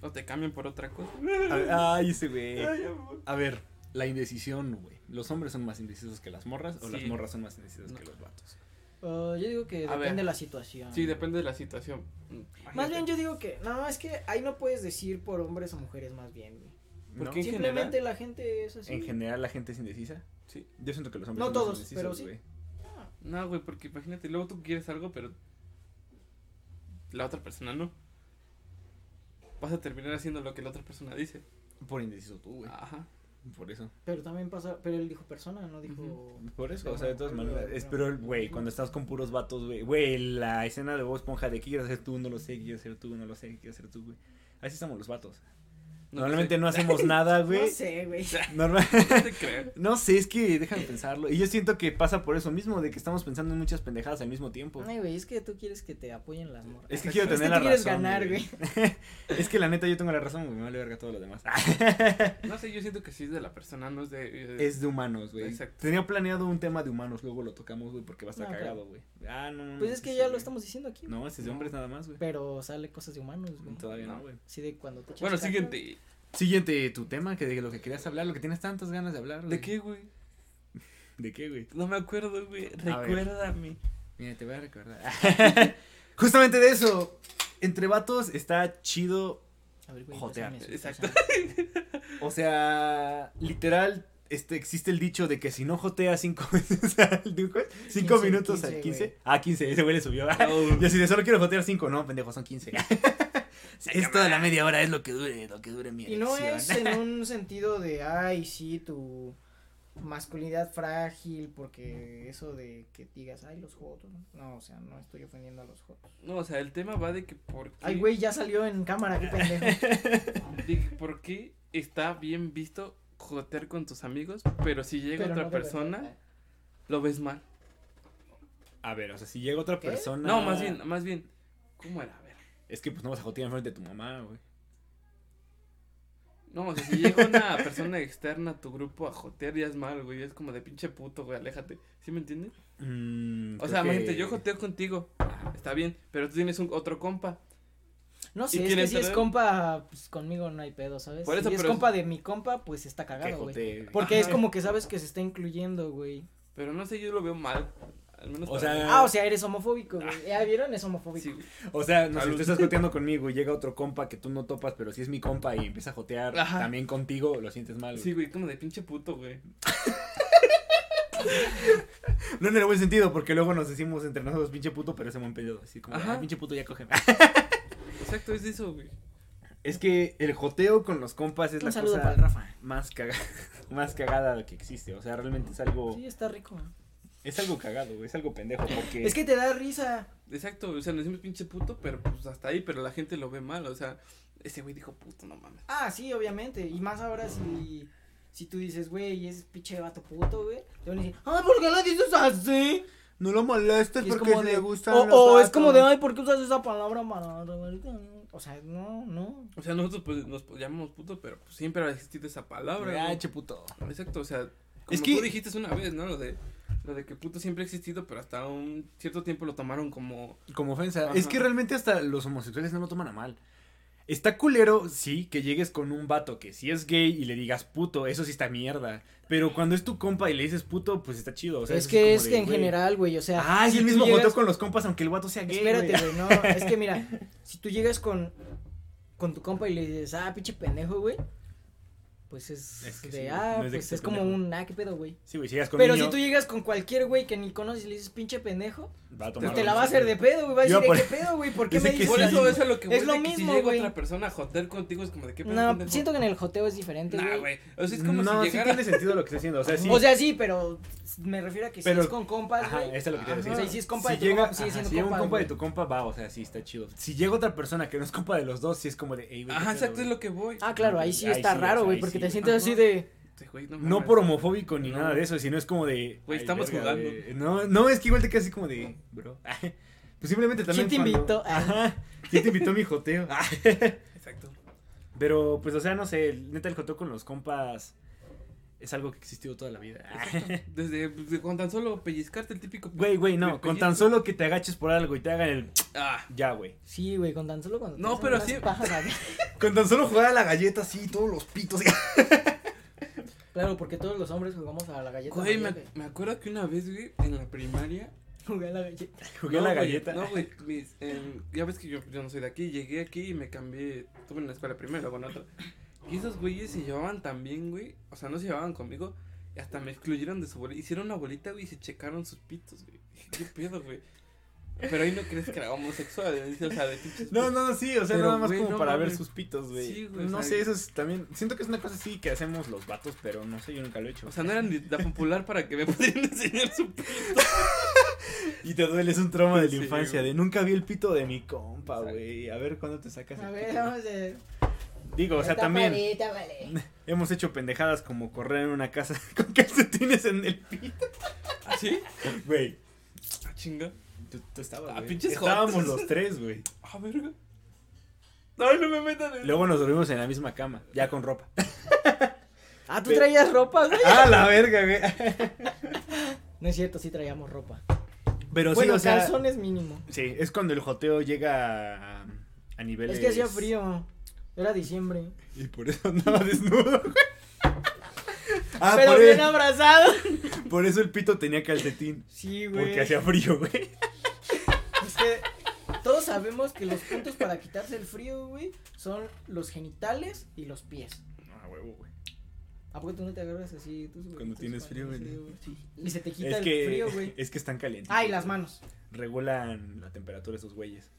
Speaker 3: O te cambian por otra cosa.
Speaker 4: A ver, Ay, ese güey.
Speaker 3: Ay, amor.
Speaker 4: A ver, la indecisión, güey. ¿Los hombres son más indecisos que las morras o
Speaker 3: Sí.
Speaker 4: las morras son más indecisas
Speaker 3: No.
Speaker 4: que los vatos?
Speaker 5: Uh, yo digo que
Speaker 3: A ver.
Speaker 5: depende de la situación.
Speaker 3: Sí, depende de la situación.
Speaker 5: Más bien yo digo que, no, es que ahí no puedes decir por hombres o mujeres más bien, güey.
Speaker 4: ¿No?
Speaker 3: qué? En
Speaker 5: Simplemente la gente es así.
Speaker 4: ¿En general la gente es indecisa?
Speaker 3: Sí.
Speaker 4: Yo siento que los hombres
Speaker 5: No
Speaker 4: son más
Speaker 5: todos,
Speaker 4: indecisos,
Speaker 5: pero sí.
Speaker 4: güey.
Speaker 3: No, güey, porque imagínate, luego tú quieres algo, pero la otra persona no. Vas a terminar haciendo lo que la otra persona dice.
Speaker 4: Por indeciso tú, güey.
Speaker 3: Ajá.
Speaker 4: Por eso.
Speaker 5: Pero también pasa, pero él dijo persona, no dijo...
Speaker 4: Por eso, o sea, de todas
Speaker 5: Pero-
Speaker 4: maneras. Es, pero, güey, cuando estás con puros vatos, güey. Güey, la escena de voz ponja de ¿qué quieres hacer tú? No lo sé, ¿qué quieres hacer tú? No lo sé, ¿qué quieres hacer tú, güey? Así estamos los vatos. Normalmente no hacemos nada, güey.
Speaker 5: No sé, güey.
Speaker 4: Normal-
Speaker 3: No te creo.
Speaker 4: No sé, es que déjame pensarlo. Y yo siento que pasa por eso mismo, de que estamos pensando en muchas pendejadas al mismo tiempo.
Speaker 5: Ay, güey, es que tú quieres que te apoyen las morras.
Speaker 4: Es que quiero
Speaker 5: Es que
Speaker 4: tener
Speaker 5: tú
Speaker 4: la
Speaker 5: quieres
Speaker 4: razón.
Speaker 5: ganar, güey.
Speaker 4: es que la neta yo tengo la razón, güey. Me vale verga todo lo demás. Ah,
Speaker 3: No sé, yo siento que sí es de la persona, no es de. eh,
Speaker 4: es de humanos, güey.
Speaker 3: Exacto.
Speaker 4: Tenía planeado un tema de humanos, luego lo tocamos, güey, porque va a estar
Speaker 5: No, pero-
Speaker 4: cagado, güey. Ah, no, no.
Speaker 5: Pues
Speaker 4: no,
Speaker 5: es
Speaker 4: sí,
Speaker 5: que
Speaker 4: sí,
Speaker 5: ya lo
Speaker 4: güey.
Speaker 5: estamos diciendo aquí, güey.
Speaker 4: No, este es de
Speaker 3: No.
Speaker 4: hombres nada más, güey.
Speaker 5: Pero sale cosas de humanos, güey.
Speaker 4: Todavía no,
Speaker 3: No.
Speaker 4: güey.
Speaker 5: Así de cuando te echas
Speaker 3: Bueno,
Speaker 5: caca.
Speaker 3: siguiente.
Speaker 4: Siguiente, tu tema, que de lo que querías hablar, lo que tienes tantas ganas de hablar, güey.
Speaker 3: ¿De qué, güey?
Speaker 4: ¿De qué, güey?
Speaker 3: No me acuerdo, güey.
Speaker 4: A ver.
Speaker 3: Recuérdame.
Speaker 4: Mira, te voy a recordar. Justamente de eso. Entre vatos está chido
Speaker 5: A ver, güey.
Speaker 4: Jotear.
Speaker 5: pásame su
Speaker 3: Exacto.
Speaker 5: cosa.
Speaker 4: O sea, literal, este, existe el dicho de que si no jotea cinco veces al ¿cuál? cinco
Speaker 5: 15,
Speaker 4: minutos
Speaker 5: 15,
Speaker 4: al 15.
Speaker 5: güey.
Speaker 4: Ah, 15, ese güey le subió. Yo si de solo quiero jotear cinco, no, pendejo, son 15. es toda la media hora, es lo que dure, lo que dure mi
Speaker 5: Y no
Speaker 4: erección.
Speaker 5: es en un sentido de, ay, sí, tu masculinidad frágil, porque eso de que digas, ay, los jotos. No, o sea, no estoy ofendiendo a los jotos.
Speaker 3: No, o sea, el tema va de que por qué.
Speaker 5: Ay, güey, ya salió en cámara, qué pendejo.
Speaker 3: de que por qué está bien visto jotear con tus amigos, pero si llega
Speaker 5: Pero
Speaker 3: otra
Speaker 5: no ¿eh? de
Speaker 3: persona,
Speaker 5: verdad.
Speaker 3: lo ves mal.
Speaker 4: A ver, o sea, si llega otra
Speaker 5: ¿Qué?
Speaker 4: persona.
Speaker 3: No, más bien, más bien. ¿Cómo era? A ver.
Speaker 4: Es que pues no vas a jotear enfrente de tu mamá, güey.
Speaker 3: No, o sea, si llega una persona externa a tu grupo a jotear, ya es mal, güey. Es como de pinche puto, güey, aléjate. ¿Sí me entiendes?
Speaker 4: Mm,
Speaker 3: O
Speaker 4: creo
Speaker 3: sea,
Speaker 4: que-
Speaker 3: imagínate, yo joteo contigo. Ah, Está bien, pero tú tienes un otro compa.
Speaker 5: No sé,
Speaker 3: ¿Y
Speaker 5: es
Speaker 3: quién
Speaker 5: que
Speaker 3: es
Speaker 5: si es
Speaker 3: el-
Speaker 5: compa, pues conmigo no hay pedo, ¿sabes?
Speaker 3: Por eso,
Speaker 5: si es
Speaker 3: pero es-
Speaker 5: compa de mi compa, pues está
Speaker 4: Que Ah,
Speaker 5: cagado, güey.
Speaker 4: jotee.
Speaker 5: Porque es
Speaker 3: Ajá.
Speaker 5: como que sabes que se está incluyendo, güey.
Speaker 3: Pero no sé, yo lo veo mal. Al menos.
Speaker 4: O
Speaker 3: para
Speaker 4: sea,
Speaker 3: mí.
Speaker 5: Ah, o sea, eres homofóbico, güey. ¿Ya vieron? Es homofóbico.
Speaker 3: Ah. Sí, güey.
Speaker 4: O sea, no sé,
Speaker 3: Salud.
Speaker 4: tú estás joteando conmigo y llega otro compa que tú no topas, pero si es mi compa y empieza a jotear
Speaker 3: Ajá.
Speaker 4: también contigo, lo sientes mal. güey.
Speaker 3: Sí, güey, como de pinche puto, güey.
Speaker 4: No en el buen sentido, porque luego nos decimos entre nosotros pinche puto, pero es un buen pedo. Así como,
Speaker 3: Ajá.
Speaker 4: "Ah, pinche puto, ya coge.
Speaker 3: Exacto, es eso, güey.
Speaker 4: es que el joteo con los compas es
Speaker 5: Un
Speaker 4: la
Speaker 5: saludo
Speaker 4: cosa
Speaker 5: para el Rafa.
Speaker 4: más cagada, más cagada que existe. O sea, realmente es algo,
Speaker 5: Sí, está rico.
Speaker 4: es algo cagado, güey, es algo pendejo, porque...
Speaker 5: Es que te da risa.
Speaker 3: Exacto, o sea, nos decimos pinche puto, pero pues hasta ahí, pero la gente lo ve mal, o sea, ese güey dijo puto, no mames.
Speaker 5: Ah, sí, obviamente. Y más ahora si, si tú dices, güey, es pinche vato puto, güey. Te van a decir, ay, "Ah, ¿por qué lo dices así?
Speaker 4: no lo molestes
Speaker 5: Y o, o es como de, ay, ¿por qué usas esa palabra para O sea, no, no.
Speaker 3: O sea, nosotros pues nos llamamos puto, pero pues, siempre ha existido esa palabra.
Speaker 4: Ah,
Speaker 3: güey.
Speaker 4: che puto.
Speaker 3: Exacto, o sea, como
Speaker 4: Es que-
Speaker 3: tú dijiste una vez, ¿no? Lo de lo de que puto siempre ha existido, pero hasta un cierto tiempo lo tomaron como
Speaker 4: Como ofensa.
Speaker 3: Ajá.
Speaker 4: Es que realmente hasta los homosexuales no lo toman a mal. Está culero, sí, que llegues con un vato que sí es gay y le digas puto, eso sí está mierda. Pero cuando es tu compa y le dices puto, pues está chido. O sea,
Speaker 5: es
Speaker 4: eso
Speaker 5: que
Speaker 4: como
Speaker 5: es
Speaker 4: de,
Speaker 5: que en
Speaker 4: güey.
Speaker 5: general, güey, o sea.
Speaker 4: Ah, es
Speaker 5: si
Speaker 4: el
Speaker 5: tú
Speaker 4: mismo
Speaker 5: llegas-
Speaker 4: joteo con los compas, aunque el vato sea gay.
Speaker 5: Espérate,
Speaker 4: güey.
Speaker 5: güey, no, es que mira, si tú llegas con con tu compa y le dices, ah, pinche pendejo, güey, pues es,
Speaker 4: Es que
Speaker 5: de,
Speaker 4: sí, güey,
Speaker 5: ah,
Speaker 4: no es de que
Speaker 5: pues
Speaker 4: esté
Speaker 5: es como
Speaker 4: pendejo.
Speaker 5: un, ah, qué pedo, güey.
Speaker 4: Sí, güey, si llegas con
Speaker 5: Pero
Speaker 4: un
Speaker 5: si
Speaker 4: niño,
Speaker 5: tú llegas con cualquier güey que ni conoces y le dices, pinche pendejo,
Speaker 4: va a
Speaker 5: pues
Speaker 4: tomar
Speaker 5: te la
Speaker 4: la
Speaker 5: va a hacer de pedo, güey, va a
Speaker 4: Yo
Speaker 5: decir, "Eh,
Speaker 4: por-
Speaker 5: qué pedo, güey, ¿por qué
Speaker 4: Yo sé
Speaker 5: me
Speaker 4: que
Speaker 5: dices
Speaker 3: Por
Speaker 4: sí.
Speaker 3: eso,
Speaker 5: así?".
Speaker 3: eso es lo que
Speaker 5: Es
Speaker 3: de
Speaker 5: lo
Speaker 3: que
Speaker 5: mismo,
Speaker 3: si llega
Speaker 5: güey.
Speaker 3: otra persona a joder contigo es como de qué
Speaker 5: No, siento que en el joteo es diferente,
Speaker 3: Nah,
Speaker 5: güey.
Speaker 3: güey. O sea, es como
Speaker 4: no,
Speaker 3: si
Speaker 4: sí
Speaker 3: llegara
Speaker 4: tiene sentido lo que estoy diciendo. O sea, sí.
Speaker 5: O sea, sí, pero me refiero a que
Speaker 4: Pero-
Speaker 5: si es con compas,
Speaker 4: Ajá,
Speaker 5: güey.
Speaker 4: eso es lo que te
Speaker 3: Ajá.
Speaker 4: decía.
Speaker 3: O sea, y
Speaker 5: si es compa de tu
Speaker 4: llega,
Speaker 5: compa, sigue
Speaker 4: ajá,
Speaker 5: siendo
Speaker 4: si llega un
Speaker 5: compa,
Speaker 4: compa de
Speaker 5: güey.
Speaker 4: tu compa, va, o sea, sí, está chido. Si llega otra persona que no es compa de los dos, sí es como de, "Ey, güey, qué
Speaker 3: Ajá,
Speaker 4: pedo,
Speaker 3: exacto,
Speaker 4: güey".
Speaker 3: es lo que voy.
Speaker 5: Ah, claro, ahí sí
Speaker 4: Ahí
Speaker 5: está
Speaker 4: sí, o
Speaker 5: raro,
Speaker 4: sea,
Speaker 5: güey,
Speaker 4: ahí
Speaker 5: porque
Speaker 4: sí,
Speaker 5: te
Speaker 4: güey.
Speaker 5: sientes
Speaker 3: Ajá.
Speaker 5: así de...
Speaker 3: Este güey,
Speaker 4: No
Speaker 3: mames.
Speaker 4: por homofóbico ni
Speaker 3: No.
Speaker 4: nada de eso, sino es como de.
Speaker 3: Güey,
Speaker 4: "Ay,
Speaker 3: estamos jugando".
Speaker 4: güey. No, no, es que igual te quedas así como de. Bro. Pues simplemente también.
Speaker 5: ¿Quién te
Speaker 4: cuando-
Speaker 5: invitó? Ah.
Speaker 4: Ajá. ¿Quién te invitó a mi joteo? Ah.
Speaker 3: Exacto.
Speaker 4: Pero, pues, o sea, no sé. el- Neta, el joteo con los compas es algo que ha existido toda la vida. Ah.
Speaker 3: Desde, desde con tan solo pellizcarte el típico
Speaker 4: Güey, güey,
Speaker 3: Me
Speaker 4: no. Con tan
Speaker 3: pellizco.
Speaker 4: solo que te agaches por algo y te hagan el.
Speaker 3: Ah,
Speaker 4: Ya, güey.
Speaker 5: Sí, güey, con tan solo cuando te
Speaker 3: No,
Speaker 5: hacen
Speaker 3: pero
Speaker 5: unas
Speaker 3: sí-
Speaker 5: pajas acá.
Speaker 4: Con tan solo jugar a la galleta así, todos los pitos.
Speaker 5: Claro, porque todos los hombres jugamos a la galleta.
Speaker 3: Güey, me,
Speaker 5: María,
Speaker 3: me acuerdo que una vez, güey, en la primaria.
Speaker 5: Jugué a la galleta.
Speaker 4: Jugué a
Speaker 3: No,
Speaker 4: la
Speaker 3: güey,
Speaker 4: galleta.
Speaker 3: No, güey, mis, em, ya ves que yo, yo no soy de aquí. Llegué aquí y me cambié. Estuve en la escuela primero con otra. Y esos güeyes se llevaban también, güey. O sea, no se llevaban conmigo. Y hasta me excluyeron de su bolita. Hicieron una bolita, güey, y se checaron sus pitos, güey. Dije, ¿Qué pedo, güey? Pero ahí no crees que era homosexual, ¿eh? o sea, de pinches-
Speaker 4: No, no, sí, o sea,
Speaker 3: Pero,
Speaker 4: nada más
Speaker 3: güey,
Speaker 4: como
Speaker 3: no
Speaker 4: para ver
Speaker 3: mames.
Speaker 4: sus pitos, güey.
Speaker 3: Sí, güey,
Speaker 4: No
Speaker 3: o sea,
Speaker 4: sé, eso es también. Siento que es una cosa así que hacemos los vatos, pero no sé, yo nunca lo he hecho.
Speaker 3: O sea, no era ni la popular para que me pudieran enseñar su p-
Speaker 4: y te duele, es un trauma de la
Speaker 3: Sí,
Speaker 4: infancia,
Speaker 3: güey.
Speaker 4: de nunca vi el pito de mi compa,
Speaker 3: Exacto.
Speaker 4: güey. A ver cuándo te sacas.
Speaker 5: A
Speaker 4: el
Speaker 5: ver,
Speaker 4: pito?
Speaker 5: vamos a ver.
Speaker 4: Digo, o sea, también
Speaker 5: Tápale, tápale.
Speaker 4: hemos hecho pendejadas como correr en una casa con calcetines en el pito. ¿Ah,
Speaker 3: ¿Sí?
Speaker 4: Güey,
Speaker 3: Ah, chinga.
Speaker 4: tú, tú estabas.
Speaker 3: Ah,
Speaker 4: güey.
Speaker 3: pinches
Speaker 4: Estábamos
Speaker 3: jotos.
Speaker 4: los tres, güey.
Speaker 3: Ah, verga. Ay, no me metan en
Speaker 4: Luego nos dormimos en la misma cama, ya con ropa.
Speaker 5: Ah, ¿tú
Speaker 4: Ve-
Speaker 5: traías ropa, güey?
Speaker 4: ¡Ah, la verga, güey!
Speaker 5: No es cierto, sí traíamos ropa.
Speaker 4: Pero
Speaker 5: bueno,
Speaker 4: sí, o sea.
Speaker 5: calzones mínimo.
Speaker 4: Sí, es cuando el joteo llega a, a niveles.
Speaker 5: Es que hacía frío. Era diciembre.
Speaker 4: Y por eso andaba desnudo, güey. Ah,
Speaker 5: Pero
Speaker 4: por,
Speaker 5: bien
Speaker 4: e-
Speaker 5: abrazado.
Speaker 4: por eso el pito tenía calcetín.
Speaker 5: Sí, güey.
Speaker 4: Porque hacía frío, güey.
Speaker 5: Es que todos sabemos que los puntos para quitarse el frío, güey, son los genitales y los pies.
Speaker 4: Ah, huevo, güey.
Speaker 5: ¿A poco tú no te agarras así? Tú, güey,
Speaker 4: Cuando
Speaker 5: tú
Speaker 4: tienes frío, güey.
Speaker 5: Sí. Y se te quita
Speaker 4: Es
Speaker 5: el
Speaker 4: que,
Speaker 5: frío, güey.
Speaker 4: es que están calientes.
Speaker 5: Ah, y las manos.
Speaker 4: Regulan la temperatura de esos güeyes.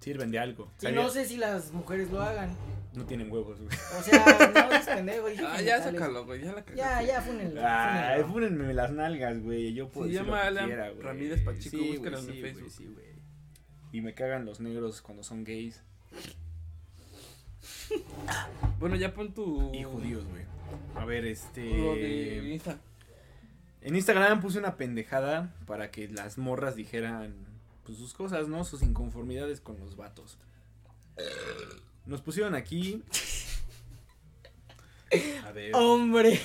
Speaker 4: Sirven de algo.
Speaker 5: Y
Speaker 4: ¿Sabías?
Speaker 5: no sé si las mujeres lo hagan.
Speaker 4: No tienen huevos, güey.
Speaker 5: O sea, no es pendejo. dije
Speaker 3: Ah, ya
Speaker 5: genitales.
Speaker 3: sácalo, güey. Ya la cagaste.
Speaker 5: Ya, ya, fúnenlo.
Speaker 4: Ay,
Speaker 5: fúnenlo.
Speaker 4: fúnenme las nalgas, güey. Yo puedo
Speaker 3: Se
Speaker 4: decir
Speaker 3: llama
Speaker 4: lo que
Speaker 3: Alan
Speaker 4: quiera, güey.
Speaker 3: Ramírez Pacheco,
Speaker 4: güey,
Speaker 3: búscalo en
Speaker 4: sí,
Speaker 3: Facebook.
Speaker 4: güey, sí, güey. Y me cagan los negros cuando son gays.
Speaker 3: Bueno, ya pon tu.
Speaker 4: Y judíos, güey. A ver,
Speaker 3: Lo de
Speaker 4: este.
Speaker 3: Insta.
Speaker 4: En Instagram puse una pendejada para que las morras dijeran pues, sus cosas, ¿no? Sus inconformidades con los vatos. Nos pusieron aquí. A ver.
Speaker 5: Hombre.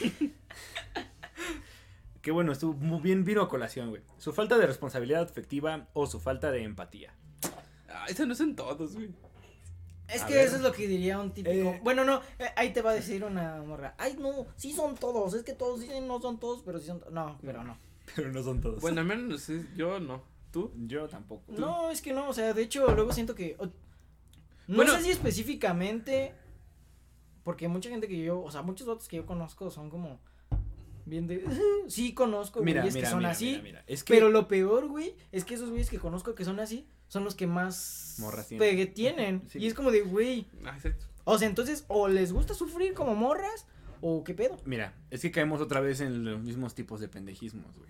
Speaker 4: Qué bueno, estuvo muy bien, vino a colación, güey. Su falta de responsabilidad afectiva o su falta de empatía.
Speaker 3: Ah, eso no son todos, güey.
Speaker 5: Es
Speaker 4: A
Speaker 5: que
Speaker 4: ver.
Speaker 5: eso es lo que diría un típico.
Speaker 4: Eh.
Speaker 5: bueno, no, eh, ahí te va a decir una morra. Ay, no, sí son todos. Es que todos dicen no son todos, pero sí son. to-". No, pero no.
Speaker 4: Pero no son todos.
Speaker 3: Bueno, al menos no sé, yo no. ¿Tú?
Speaker 4: yo tampoco.
Speaker 5: No, es que no. O sea, de hecho, luego siento que. o- no
Speaker 3: Bueno.
Speaker 5: sé si específicamente. Porque mucha gente que yo. O sea, muchos otros que yo conozco son como. Bien de. sí, conozco
Speaker 4: Mira,
Speaker 5: güeyes
Speaker 4: mira,
Speaker 5: que son
Speaker 4: mira,
Speaker 5: así.
Speaker 4: mira, mira. Es que
Speaker 5: Pero lo peor, güey, es que esos güeyes que conozco que son así son los que más.
Speaker 4: Morras tienen.
Speaker 5: pegue tienen.
Speaker 4: Sí.
Speaker 5: Y es como de, güey.
Speaker 3: Ah, exacto.
Speaker 5: O sea, entonces, o les gusta sufrir como morras, o qué pedo.
Speaker 4: Mira, es que caemos otra vez en los mismos tipos de pendejismos, güey.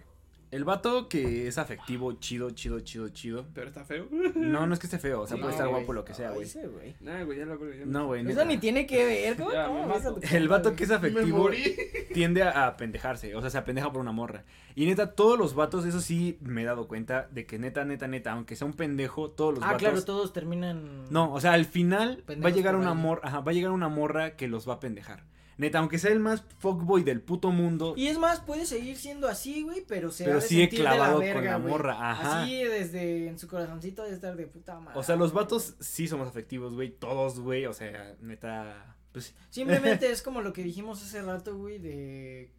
Speaker 4: El vato que es afectivo, chido, chido, chido, chido.
Speaker 3: Pero está feo.
Speaker 4: No, no es que esté feo, o sea,
Speaker 3: No,
Speaker 4: puede estar
Speaker 3: güey.
Speaker 4: guapo lo que sea,
Speaker 5: Ay,
Speaker 4: güey.
Speaker 5: ese güey.
Speaker 3: Nah, güey, ya lo ya
Speaker 4: No, güey.
Speaker 5: Eso
Speaker 4: neta.
Speaker 5: ni tiene que ver, ¿cómo?
Speaker 3: Ya,
Speaker 5: no,
Speaker 3: me
Speaker 5: eso
Speaker 3: mato.
Speaker 5: te-
Speaker 4: El vato que es afectivo
Speaker 3: morí.
Speaker 4: tiende a, a pendejarse, o sea, se apendeja por una morra. Y neta, todos los vatos, eso sí me he dado cuenta de que neta, neta, neta, aunque sea un pendejo, todos los
Speaker 5: Ah,
Speaker 4: vatos.
Speaker 5: claro, todos terminan.
Speaker 4: No, o sea, al final va a
Speaker 5: Pendejos
Speaker 4: llegar
Speaker 5: por
Speaker 4: una
Speaker 5: alguien.
Speaker 4: morra, ajá, va a llegar una morra que los va a pendejar. Neta, aunque sea el más fuckboy del puto mundo,
Speaker 5: Y es más, puede seguir siendo así, güey, pero se
Speaker 4: Pero
Speaker 5: ha de
Speaker 4: sigue
Speaker 5: sentir de
Speaker 4: clavado
Speaker 5: la verga,
Speaker 4: con la
Speaker 5: güey.
Speaker 4: morra, ajá.
Speaker 5: Así desde en su corazoncito de estar de puta madre.
Speaker 4: O sea, los vatos sí somos afectivos, güey. Todos, güey. O sea, neta. Pues
Speaker 5: Simplemente es como lo que dijimos hace rato, güey, de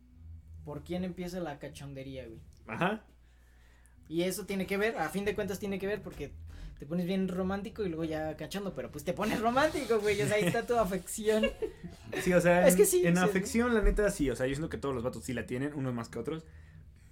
Speaker 5: por quién empieza la cachondería, güey.
Speaker 4: Ajá.
Speaker 5: Y eso tiene que ver, a fin de cuentas tiene que ver porque te pones bien romántico y luego ya cachondo, pero pues te pones romántico, güey, o sea, ahí está tu afección.
Speaker 4: Sí, o sea.
Speaker 5: Es que
Speaker 4: en-
Speaker 5: sí,
Speaker 4: En
Speaker 5: sí,
Speaker 4: afección, la neta, sí. O sea, yo siento que todos los vatos sí la tienen, unos más que otros.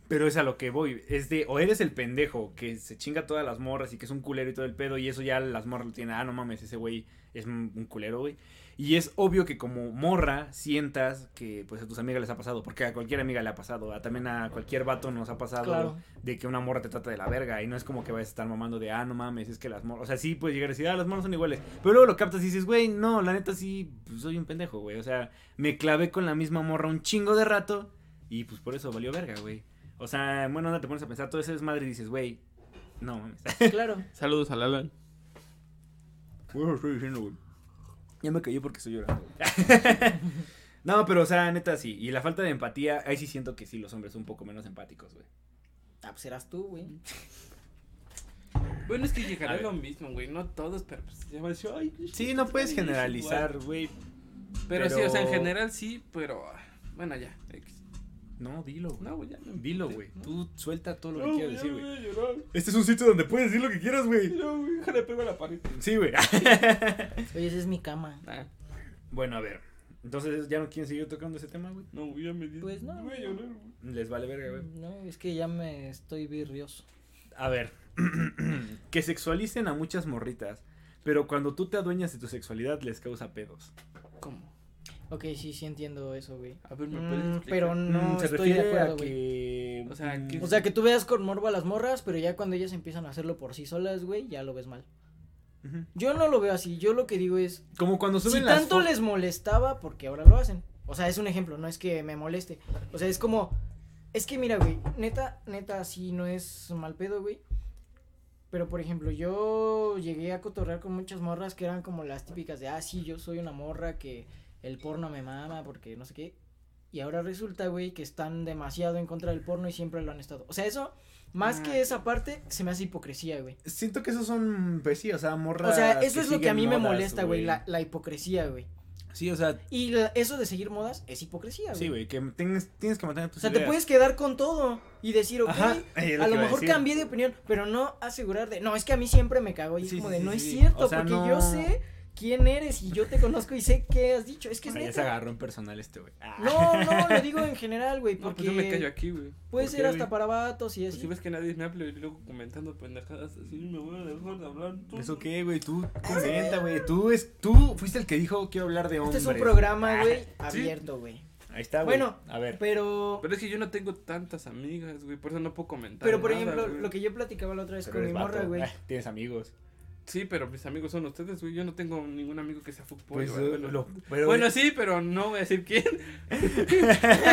Speaker 4: Pero es a lo que voy. Es de, o eres el pendejo que se chinga todas las morras y que es un culero y todo el pedo. Y eso ya las morras lo tienen. Ah, no mames, ese güey es un un culero, güey. Y es obvio que como morra sientas que pues a tus amigas les ha pasado. Porque a cualquier amiga le ha pasado. A, también a cualquier vato nos ha pasado.
Speaker 5: Claro.
Speaker 4: de que una morra te trata de la verga y no es como que vayas a estar mamando de, ah, no mames, es que las morras, o sea, sí puedes llegar a decir, ah, las morras son iguales, pero luego lo captas y dices, güey, no, la neta sí, pues, soy un pendejo, güey, o sea, me clavé con la misma morra un chingo de rato y pues por eso valió verga, güey. O sea, bueno, onda, te pones a pensar todo ese desmadre y dices, güey, no mames.
Speaker 5: Claro.
Speaker 3: Saludos a Lalan.
Speaker 4: Bueno, estoy diciendo, güey. Ya me cayó porque estoy llorando. güey. no, pero o sea, neta sí, y la falta de empatía, ahí sí siento que sí los hombres son un poco menos empáticos, güey.
Speaker 5: Ah, pues eras tú, güey.
Speaker 3: Bueno, es que
Speaker 4: A
Speaker 3: llegará
Speaker 4: ver.
Speaker 3: lo mismo, güey. No todos, pero pues ya me decía, ay,
Speaker 4: Sí, no puedes
Speaker 3: Igual.
Speaker 4: generalizar, güey.
Speaker 3: Pero, sí, o sea, en
Speaker 4: pero-
Speaker 3: general sí, pero. ah, Bueno, ya. X.
Speaker 4: No, dilo, güey.
Speaker 3: No, güey, ya. no-
Speaker 4: Dilo, güey.
Speaker 3: No.
Speaker 4: Tú suelta todo lo que
Speaker 3: No,
Speaker 4: quieras
Speaker 3: ya
Speaker 4: decir,
Speaker 3: voy
Speaker 4: güey.
Speaker 3: a llorar.
Speaker 4: Este es un sitio donde puedes decir lo que quieras, güey.
Speaker 3: No, güey, déjale pego a la pared.
Speaker 4: Sí, güey.
Speaker 5: Oye, esa es mi cama.
Speaker 3: Nah,
Speaker 4: bueno, a ver. Entonces, ¿ya no quieren seguir tocando ese tema, güey?
Speaker 3: no, güey, ya me di.
Speaker 5: Pues no.
Speaker 3: Voy a llorar, güey.
Speaker 4: Les vale verga, güey.
Speaker 5: No, es que ya me estoy virrioso.
Speaker 4: A ver. que sexualicen a muchas morritas, pero cuando tú te adueñas de tu sexualidad les causa pedos.
Speaker 3: ¿Cómo?
Speaker 5: Ok, sí, sí entiendo eso, güey.
Speaker 3: A ver, ¿me puedes
Speaker 5: Mm,
Speaker 3: explicar?
Speaker 5: pero no
Speaker 4: Mm, se
Speaker 5: estoy de
Speaker 4: refiere
Speaker 5: acuerdo,
Speaker 4: a
Speaker 5: güey.
Speaker 4: que...
Speaker 3: O sea, que-
Speaker 4: mm,
Speaker 5: O sea, que tú veas con morbo a las morras, pero ya cuando ellas empiezan a hacerlo por sí solas, güey, ya lo ves mal.
Speaker 4: ujú.
Speaker 5: Yo no lo veo así, yo lo que digo es,
Speaker 4: Como cuando suben
Speaker 5: si
Speaker 4: las
Speaker 5: tanto
Speaker 4: fo-
Speaker 5: les molestaba, porque ahora lo hacen. O sea, es un ejemplo, no es que me moleste. O sea, es como, es que mira, güey, neta, neta, así no es mal pedo, güey. Pero, por ejemplo, yo llegué a cotorrear con muchas morras que eran como las típicas de, ah, sí, yo soy una morra que el porno me mama porque no sé qué. Y ahora resulta, güey, que están demasiado en contra del porno y siempre lo han estado. O sea, eso, más
Speaker 3: Ah.
Speaker 5: que esa parte, se me hace hipocresía, güey.
Speaker 4: Siento que esos son, pues sí, o sea, morras
Speaker 5: O sea, eso es lo que a
Speaker 4: siguen
Speaker 5: mí me
Speaker 4: modas,
Speaker 5: molesta, güey, la, la hipocresía, güey.
Speaker 4: Sí, o sea,
Speaker 5: Y la- eso de seguir modas es hipocresía, güey.
Speaker 4: sí, güey, que tienes, tienes que mantener tus
Speaker 5: O sea, te
Speaker 4: ideas.
Speaker 5: puedes quedar con todo y decir, ok,
Speaker 4: Ajá, es lo
Speaker 5: a
Speaker 4: que
Speaker 5: lo
Speaker 4: iba a
Speaker 5: mejor
Speaker 4: decir.
Speaker 5: cambié de opinión, pero no asegurar de, no, es que a mí siempre me cago. Y es
Speaker 4: Sí,
Speaker 5: como
Speaker 4: sí,
Speaker 5: de,
Speaker 4: sí,
Speaker 5: no
Speaker 4: sí.
Speaker 5: es cierto,
Speaker 4: O sea,
Speaker 5: porque
Speaker 4: no-
Speaker 5: yo sé quién eres y yo te conozco y sé qué has dicho. Es que es
Speaker 4: Bueno, ya se
Speaker 5: neta.
Speaker 4: agarró en personal este, güey. Ah.
Speaker 5: No, no, lo digo en general, güey,
Speaker 3: No,
Speaker 5: porque
Speaker 3: pues yo me callo aquí, güey.
Speaker 5: puede
Speaker 4: ¿Por
Speaker 5: ser
Speaker 4: qué,
Speaker 5: hasta
Speaker 4: güey?
Speaker 5: para vatos y
Speaker 3: Pues
Speaker 5: así.
Speaker 3: si ves que nadie me habla y luego comentando pendejadas así, me voy a dejar de hablar. tú.
Speaker 4: ¿Eso qué, güey? Tú
Speaker 5: Ah,
Speaker 4: comenta, güey. Tú, es, tú fuiste el que dijo quiero hablar de
Speaker 5: este
Speaker 4: hombres. Ah,
Speaker 5: es un programa, güey, abierto, güey.
Speaker 4: Ahí está, güey.
Speaker 5: Bueno,
Speaker 4: a ver.
Speaker 5: Pero,
Speaker 3: Pero es que yo no tengo tantas amigas, güey, por eso no puedo comentar.
Speaker 5: pero por
Speaker 3: nada,
Speaker 5: ejemplo,
Speaker 3: güey.
Speaker 5: lo que yo platicaba la otra vez
Speaker 4: pero
Speaker 5: con mi
Speaker 4: eres vato.
Speaker 5: morra, güey.
Speaker 4: Ah, Tienes amigos.
Speaker 3: Sí, pero mis amigos son ustedes, güey. Yo no tengo ningún amigo que sea fútbol.
Speaker 4: Pues,
Speaker 3: güey,
Speaker 4: eh,
Speaker 3: bueno,
Speaker 4: lo- pero-
Speaker 3: Bueno, sí, pero no voy a decir quién.